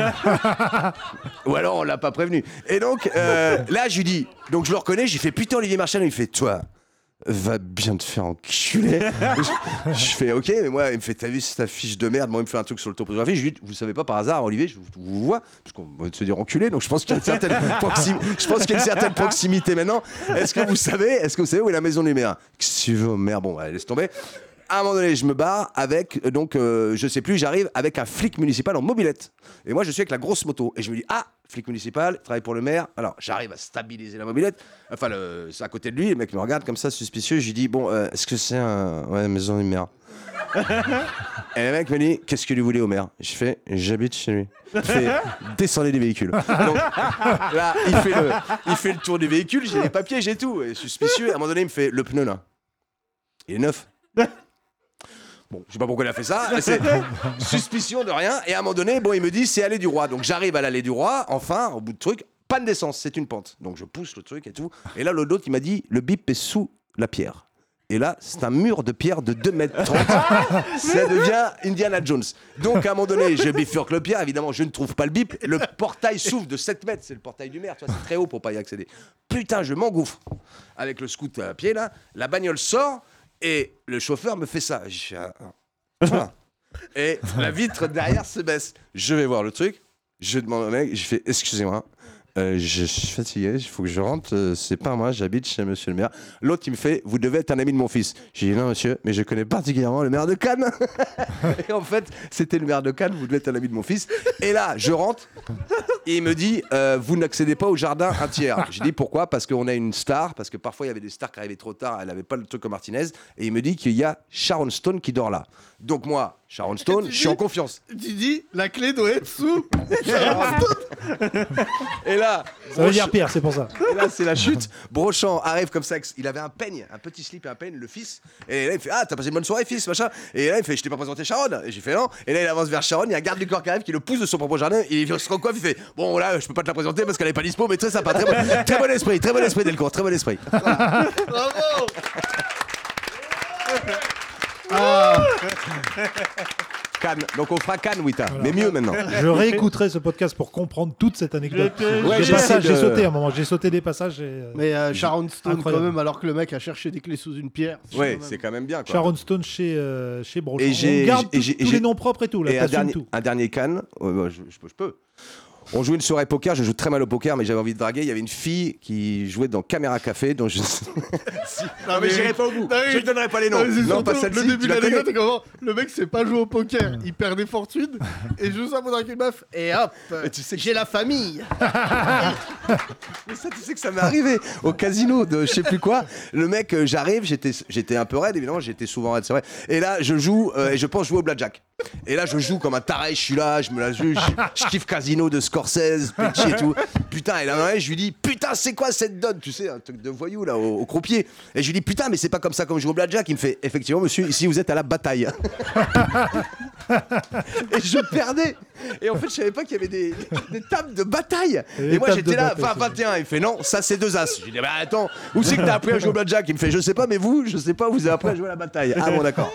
[SPEAKER 8] Ou alors, on l'a pas prévenu. Et donc, euh, là, je lui dis. Donc, je le reconnais. J'ai fait Putain, Olivier Marchal. Il fait Toi, va bien te faire enculer. je, je fais ok, mais moi, il me fait, t'as vu cette affiche de merde, moi, il me fait un truc sur le topographie. Je lui dis, vous savez pas par hasard, Olivier, je vous, vous vois, parce qu'on va se dire enculé, donc je pense qu'il y a une certaine, proxim- je pense qu'il y a une certaine proximité maintenant. Est-ce que vous savez, est-ce que vous savez où est la maison numéro 1 Si tu veux, merde, bon, bah, laisse tomber. à un moment donné, je me barre avec, euh, donc, euh, je sais plus, j'arrive avec un flic municipal en mobilette. Et moi, je suis avec la grosse moto. Et je me dis, ah, flic municipal, travaille pour le maire. Alors, j'arrive à stabiliser la mobilette. Enfin, le- c'est à côté de lui. Le mec me regarde comme ça, suspicieux. Je lui dis, bon, euh, est-ce que c'est un. Ouais, maison du maire. Et le mec me dit Qu'est-ce que lui voulez au maire Je fais J'habite chez lui. Il fait Descendez des véhicules. Donc, là, il fait, le, il fait le tour des véhicules, j'ai les papiers, j'ai tout. Et suspicieux, à un moment donné, il me fait Le pneu là. Il est neuf. Bon, je sais pas pourquoi il a fait ça. C'est suspicion de rien. Et à un moment donné, bon, il me dit C'est allée du roi. Donc j'arrive à l'allée du roi, enfin, au bout de truc, panne d'essence, c'est une pente. Donc je pousse le truc et tout. Et là, l'autre, il m'a dit Le bip est sous la pierre. Et là, c'est un mur de pierre de 2 mètres 30. Ça devient Indiana Jones. Donc, à un moment donné, je bifurque le pierre. Évidemment, je ne trouve pas le bip. Le portail s'ouvre de 7 mètres. C'est le portail du maire. Tu vois, c'est très haut pour pas y accéder. Putain, je m'engouffre. Avec le scout à pied, là, la bagnole sort et le chauffeur me fait ça. Je fais un- un- un. Et la vitre derrière se baisse. Je vais voir le truc. Je demande au mec, je fais Excusez-moi. euh, je suis fatigué, il faut que je rentre. euh, c'est pas moi, j'habite chez monsieur le maire. L'autre, il me fait Vous devez être un ami de mon fils. J'ai dit Non, monsieur, mais je connais particulièrement le maire de Cannes. <laughs> Et en fait, c'était le maire de Cannes, vous devez être un ami de mon fils. Et là, je rentre et il me dit euh, Vous n'accédez pas au jardin un <laughs> tiers. Je dis Pourquoi Parce qu'on a une star, parce que parfois il y avait des stars qui arrivaient trop tard, elle n'avait pas le truc comme Martinez. Et il me dit qu'il y a Sharon Stone qui dort là. Donc moi, Sharon Stone, je suis en confiance.
[SPEAKER 3] Tu dis, la clé doit être sous.
[SPEAKER 8] Et là,
[SPEAKER 4] Ça veut
[SPEAKER 8] Broch-
[SPEAKER 4] dire pire, c'est pour ça.
[SPEAKER 8] et là c'est la chute. Brochant arrive comme ça. avec- Il avait un peigne, un petit slip et un peigne, le fils. Et là, il fait Ah, t'as passé une bonne soirée, fils, machin. Et là, il fait Je t'ai pas présenté Sharon. Et j'ai fait Non. Et là, il avance vers Sharon. Il y a un garde du corps qui arrive, qui le pousse de son propre jardin. Et il se recoiffe. Il fait Bon, là, je peux pas te la présenter parce qu'elle est pas dispo, mais très sympa. Très bon, très bon esprit, très bon esprit, Delcourt. Très bon esprit.
[SPEAKER 3] Bravo
[SPEAKER 8] Cannes. Donc, on fera Cannes, Wita. Mais
[SPEAKER 3] <laughs>
[SPEAKER 8] mieux maintenant. <laughs>
[SPEAKER 4] Je réécouterai ce podcast pour comprendre toute cette anecdote.
[SPEAKER 7] J'étais-
[SPEAKER 8] Ouais,
[SPEAKER 4] J'ai
[SPEAKER 8] j'essaie
[SPEAKER 4] pas ça, j'ai
[SPEAKER 8] de-
[SPEAKER 4] sauté à un moment, j'ai sauté des passages. et, euh,
[SPEAKER 3] Mais euh, Sharon Stone,
[SPEAKER 4] Incroyable.
[SPEAKER 3] quand même, alors que le mec a cherché des clés sous une pierre.
[SPEAKER 8] Ouais, c'est quand même bien. Quoi.
[SPEAKER 4] Sharon Stone chez, euh, chez Brochon.
[SPEAKER 8] Et j'ai-
[SPEAKER 4] On garde
[SPEAKER 8] et
[SPEAKER 4] tous-
[SPEAKER 8] j'ai- et
[SPEAKER 4] tous
[SPEAKER 8] j'ai-
[SPEAKER 4] les noms propres et tout, là,
[SPEAKER 8] Et un
[SPEAKER 4] t'assumes
[SPEAKER 8] dernier,
[SPEAKER 4] tout.
[SPEAKER 8] un dernier Cannes, Ouais, bah, je, je peux, je peux. On jouait une soirée poker, je joue très mal au poker, mais j'avais envie de draguer. Il y avait une fille qui jouait dans Caméra Café, dont je. Si. Non, Ah, mais <laughs> j'irai pas au bout.
[SPEAKER 3] mais-
[SPEAKER 8] Je ne donnerai pas les noms.
[SPEAKER 3] Non, mais c'est
[SPEAKER 8] Non,
[SPEAKER 3] surtout,
[SPEAKER 8] pas celle-ci.
[SPEAKER 3] Le début
[SPEAKER 8] tu
[SPEAKER 3] de
[SPEAKER 8] la
[SPEAKER 3] l'anecdote
[SPEAKER 8] connais.
[SPEAKER 3] est comment Le mec sait pas jouer au poker, il perd des fortunes et joue ça pendant qu'une meuf. Et hop,
[SPEAKER 8] tu sais que-
[SPEAKER 3] j'ai la famille.
[SPEAKER 8] Mais ça, tu sais que ça m'est arrivé au casino de je sais plus quoi. Le mec, euh, j'arrive, j'étais, j'étais un peu raide, évidemment, j'étais souvent raide, c'est vrai. Et là, je joue, euh, et je pense jouer au blackjack. Et là, je joue comme un taré, je suis là, je me la joue, je, je kiffe Casino de Scorsese, Pesci et tout. Putain, et là, ouais, je lui dis, putain, c'est quoi cette donne Tu sais, un truc de voyou, là, au, au croupier. Et je lui dis, putain, mais c'est pas comme ça qu'on joue au blackjack. Il me fait, effectivement, monsieur, ici, vous êtes à la bataille. <laughs> et je perdais. Et en fait, je savais pas qu'il y avait des, des tables de bataille.
[SPEAKER 4] Des
[SPEAKER 8] Et moi,
[SPEAKER 4] tables
[SPEAKER 8] j'étais
[SPEAKER 4] de
[SPEAKER 8] là,
[SPEAKER 4] bataille,
[SPEAKER 8] va,
[SPEAKER 4] c'est
[SPEAKER 8] 21. Il me fait non, ça c'est deux as. J'ai dit, bah attends, où c'est que t'as appris à jouer au blackjack Il me fait, je sais pas, mais vous, je sais pas, vous avez appris à jouer à la bataille. Ah bon, d'accord.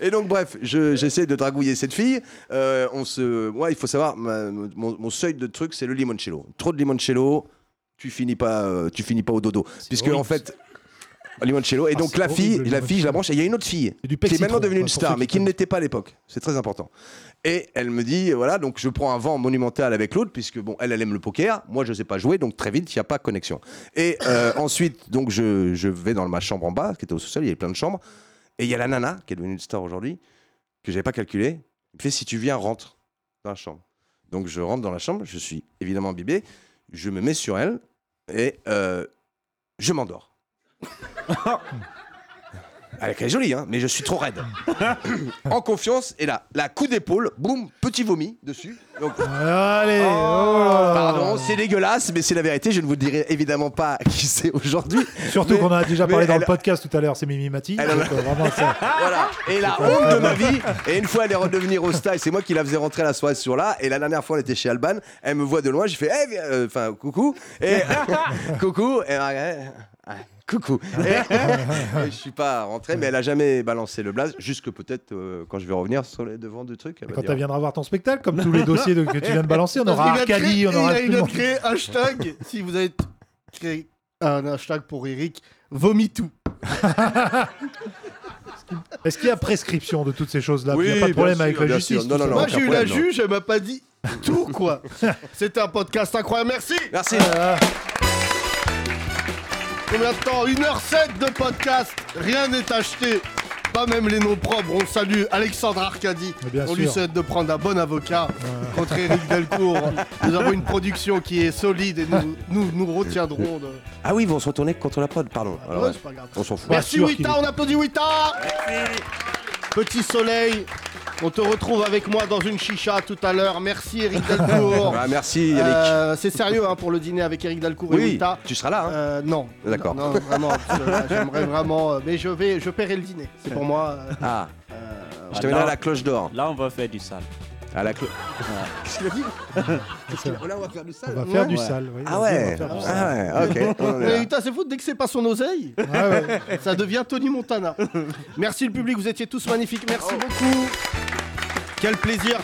[SPEAKER 8] Et donc, bref, je- j'essaie de dragouiller cette fille. Euh, on se. Moi, il faut savoir, ma- mon, mon seuil de truc, c'est le limoncello. Trop de limoncello, tu finis pas, euh, tu finis pas au dodo. Puisque,
[SPEAKER 4] horrible,
[SPEAKER 8] en fait. Limoncello. Et
[SPEAKER 4] Ah,
[SPEAKER 8] donc
[SPEAKER 4] c'est
[SPEAKER 8] la fille,
[SPEAKER 4] horrible, le
[SPEAKER 8] la fille, je la branche. Et il y a une autre fille
[SPEAKER 4] Et du
[SPEAKER 8] qui est
[SPEAKER 4] pexitron,
[SPEAKER 8] maintenant devenue une
[SPEAKER 4] pour ceux
[SPEAKER 8] star,
[SPEAKER 4] qui
[SPEAKER 8] mais qui ne
[SPEAKER 4] connaissent.
[SPEAKER 8] l'était pas à l'époque. C'est très important. Et elle me dit, voilà, donc je prends un vent monumental avec l'autre, puisque bon, elle, elle aime le poker, moi je sais pas jouer, donc très vite, il n'y a pas de connexion. Et euh, <laughs> ensuite, donc je, je vais dans ma chambre en bas, qui était au sous-sol, il y avait plein de chambres, et il y a la nana, qui est devenue une star aujourd'hui, que j'avais pas calculé, il me fait, si tu viens, rentre dans la chambre. Donc je rentre dans la chambre, je suis évidemment imbibé, je me mets sur elle, et euh, je m'endors. Elle est jolie, hein, mais je suis trop raide. en confiance, et là, la coup d'épaule, boum, petit vomi dessus. Donc,
[SPEAKER 4] Allez, oh là là.
[SPEAKER 8] pardon, c'est dégueulasse, mais c'est la vérité. Je ne vous dirai évidemment pas <laughs> qui c'est aujourd'hui.
[SPEAKER 4] Surtout
[SPEAKER 8] Mais-
[SPEAKER 4] qu'on en a déjà
[SPEAKER 8] mais
[SPEAKER 4] parlé dans
[SPEAKER 8] elle-
[SPEAKER 4] le podcast tout à l'heure, c'est Mimi Mati.
[SPEAKER 8] Elle en a-
[SPEAKER 4] donc, euh, vraiment, ça-
[SPEAKER 8] Voilà. Et la honte de ma vie. Et une fois, elle est redevenue Rosta. Et c'est moi qui la faisais rentrer à la soirée sur là. Et la dernière fois, on était chez Alban. Elle me voit de loin. J'ai fait, Eh, viens, euh, enfin, coucou. Et coucou. Et elle m'a regardé. Ah, Coucou. Et- et je suis pas rentré, mais elle a jamais balancé le blaze. Jusque peut-être euh, quand je vais revenir sur les devants du truc. elle va
[SPEAKER 4] Quand
[SPEAKER 8] dire,
[SPEAKER 4] elle viendra voir ton spectacle, comme
[SPEAKER 3] <laughs>
[SPEAKER 4] tous les dossiers de- que tu viens de balancer, on aura
[SPEAKER 3] Parce qu'il a
[SPEAKER 4] Arcadie,
[SPEAKER 3] créé-
[SPEAKER 4] on aura
[SPEAKER 3] et
[SPEAKER 4] tout
[SPEAKER 3] Il
[SPEAKER 4] le
[SPEAKER 3] a
[SPEAKER 4] monde.
[SPEAKER 3] créé hashtag, si vous avez créé un hashtag pour Eric, vomitou.
[SPEAKER 4] Est-ce qu'il y a prescription de toutes ces choses-là Il n'y a pas de
[SPEAKER 8] bien
[SPEAKER 4] problème
[SPEAKER 8] sûr,
[SPEAKER 4] avec la
[SPEAKER 8] bien
[SPEAKER 4] justice.
[SPEAKER 8] sûr. Non,
[SPEAKER 4] tout
[SPEAKER 8] non,
[SPEAKER 4] ça.
[SPEAKER 8] non.
[SPEAKER 3] Moi
[SPEAKER 8] aucun
[SPEAKER 3] j'ai eu la
[SPEAKER 8] problème, non.
[SPEAKER 3] juge, elle m'a pas dit tout quoi.
[SPEAKER 8] <laughs>
[SPEAKER 3] C'était un podcast incroyable, merci.
[SPEAKER 8] Merci.
[SPEAKER 3] Combien de temps 1h07 de podcast, rien n'est acheté. pas même les noms propres. On salue Alexandre Arcadi.
[SPEAKER 4] Mais bien
[SPEAKER 3] on lui
[SPEAKER 4] sûr.
[SPEAKER 3] souhaite de prendre un bon avocat contre Éric Delcourt. Nous avons une production qui est solide et nous nous, nous retiendrons. De...
[SPEAKER 8] Ah oui, ils vont se retourner contre la prod, pardon.
[SPEAKER 3] Ouais,
[SPEAKER 8] Alors, Ah ouais,
[SPEAKER 3] c'est pas grave.
[SPEAKER 8] on s'en fout.
[SPEAKER 3] Merci
[SPEAKER 4] sûr
[SPEAKER 3] Wita,
[SPEAKER 4] qu'il-
[SPEAKER 3] on applaudit Wita Petit soleil, on te retrouve avec moi dans une chicha tout à l'heure. Merci Eric
[SPEAKER 8] <laughs>
[SPEAKER 3] Delcourt.
[SPEAKER 8] Ah, merci Yannick.
[SPEAKER 3] Euh, c'est sérieux hein, pour le dîner avec Eric Dalcourt et
[SPEAKER 8] oui,
[SPEAKER 3] Wita.
[SPEAKER 8] tu seras là. Hein.
[SPEAKER 3] Euh, non.
[SPEAKER 8] D'accord.
[SPEAKER 3] Non, non, vraiment. parce que, euh, J'aimerais vraiment. euh, Mais je vais, je paierai le dîner. C'est pour moi. euh,
[SPEAKER 8] Ah,
[SPEAKER 3] euh,
[SPEAKER 8] je te mets là la cloche d'or.
[SPEAKER 7] Là, on va faire du sale.
[SPEAKER 8] À la clo...
[SPEAKER 4] C'est ça.
[SPEAKER 8] Là, on va faire du
[SPEAKER 4] On
[SPEAKER 8] sale.
[SPEAKER 4] va faire du
[SPEAKER 7] Ouais.
[SPEAKER 4] sale. oui,
[SPEAKER 8] Ah
[SPEAKER 4] on va dire, on va
[SPEAKER 8] ouais,
[SPEAKER 4] faire du sale.
[SPEAKER 8] ah ouais, ok. on en
[SPEAKER 3] Mais
[SPEAKER 8] est là.
[SPEAKER 3] Wita, c'est fou, dès que c'est pas son oseille,
[SPEAKER 4] Ah ouais.
[SPEAKER 3] ça devient Tony Montana. Merci le public, vous étiez tous magnifiques. Merci beaucoup. Quel plaisir.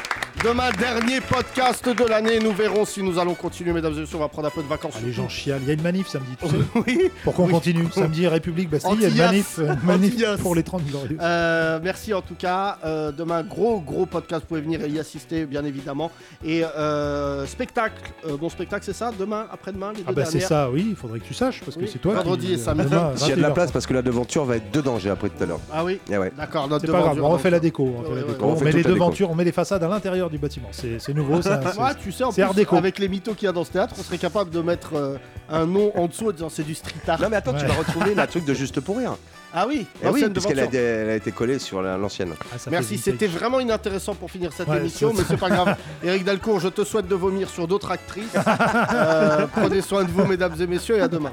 [SPEAKER 3] Demain, dernier podcast de l'année. Nous verrons si nous allons continuer, mesdames et messieurs. On va prendre un peu de vacances.
[SPEAKER 4] Ah, les gens chialent. Il y a une manif samedi. Tu sais.
[SPEAKER 3] <laughs> Oui.
[SPEAKER 4] Pourquoi on continue Samedi, République Bastille, il y a une
[SPEAKER 3] Antillas.
[SPEAKER 4] manif, euh, manif
[SPEAKER 3] Antillas.
[SPEAKER 4] pour les 30 glorieux.
[SPEAKER 3] Euh, merci en tout cas. Euh, demain, gros, gros podcast. Vous pouvez venir y assister, bien évidemment. Et euh, spectacle. Euh, bon spectacle, c'est ça Demain, après-demain, les deux
[SPEAKER 4] Ah bah c'est
[SPEAKER 3] dernières.
[SPEAKER 4] ça, oui, il faudrait que tu saches, parce que
[SPEAKER 3] Oui.
[SPEAKER 4] c'est toi
[SPEAKER 3] Vendredi
[SPEAKER 4] qui...
[SPEAKER 3] et samedi.
[SPEAKER 4] demain,
[SPEAKER 8] S'il y a de la
[SPEAKER 4] 21h30.
[SPEAKER 3] bah,
[SPEAKER 8] place, parce que la devanture va être dedans, j'ai appris tout à l'heure.
[SPEAKER 3] Ah oui
[SPEAKER 8] Eh ouais.
[SPEAKER 3] D'accord, notre
[SPEAKER 4] C'est pas grave,
[SPEAKER 3] devanture,
[SPEAKER 4] on refait la
[SPEAKER 3] donc.
[SPEAKER 4] déco. On, refait la
[SPEAKER 3] Ouais, ouais,
[SPEAKER 4] déco.
[SPEAKER 8] ouais.
[SPEAKER 4] On
[SPEAKER 8] On fait
[SPEAKER 4] met
[SPEAKER 8] toute
[SPEAKER 4] les
[SPEAKER 8] la déco.
[SPEAKER 4] devantures, on met les façades à l'intérieur du bâtiment. C'est c'est nouveau, ça. c'est-
[SPEAKER 3] Ouais, Ah, tu sais, en
[SPEAKER 4] C'est Art
[SPEAKER 3] plus,
[SPEAKER 4] déco.
[SPEAKER 3] avec les mythos qu'il y a dans ce théâtre, on serait capable de mettre euh, un nom en dessous en disant c'est du street art.
[SPEAKER 8] Non, mais attends, tu
[SPEAKER 4] Ouais.
[SPEAKER 8] vas retrouver la truc de juste pour rire.
[SPEAKER 3] Ah oui,
[SPEAKER 8] Eh oui,
[SPEAKER 3] l'ancienne
[SPEAKER 8] puisqu'elle a,
[SPEAKER 3] devanture.
[SPEAKER 8] été- elle a été collée sur la- l'ancienne.
[SPEAKER 4] Ah, ça fait
[SPEAKER 3] Merci,
[SPEAKER 4] vintage.
[SPEAKER 3] c'était vraiment inintéressant pour finir cette
[SPEAKER 4] Ouais,
[SPEAKER 3] émission,
[SPEAKER 4] ça-
[SPEAKER 3] mais c'est pas grave.
[SPEAKER 4] <laughs>
[SPEAKER 3] Eric Dalcourt, je te souhaite de vomir sur d'autres actrices. Euh, prenez soin de vous, mesdames et messieurs, et à demain.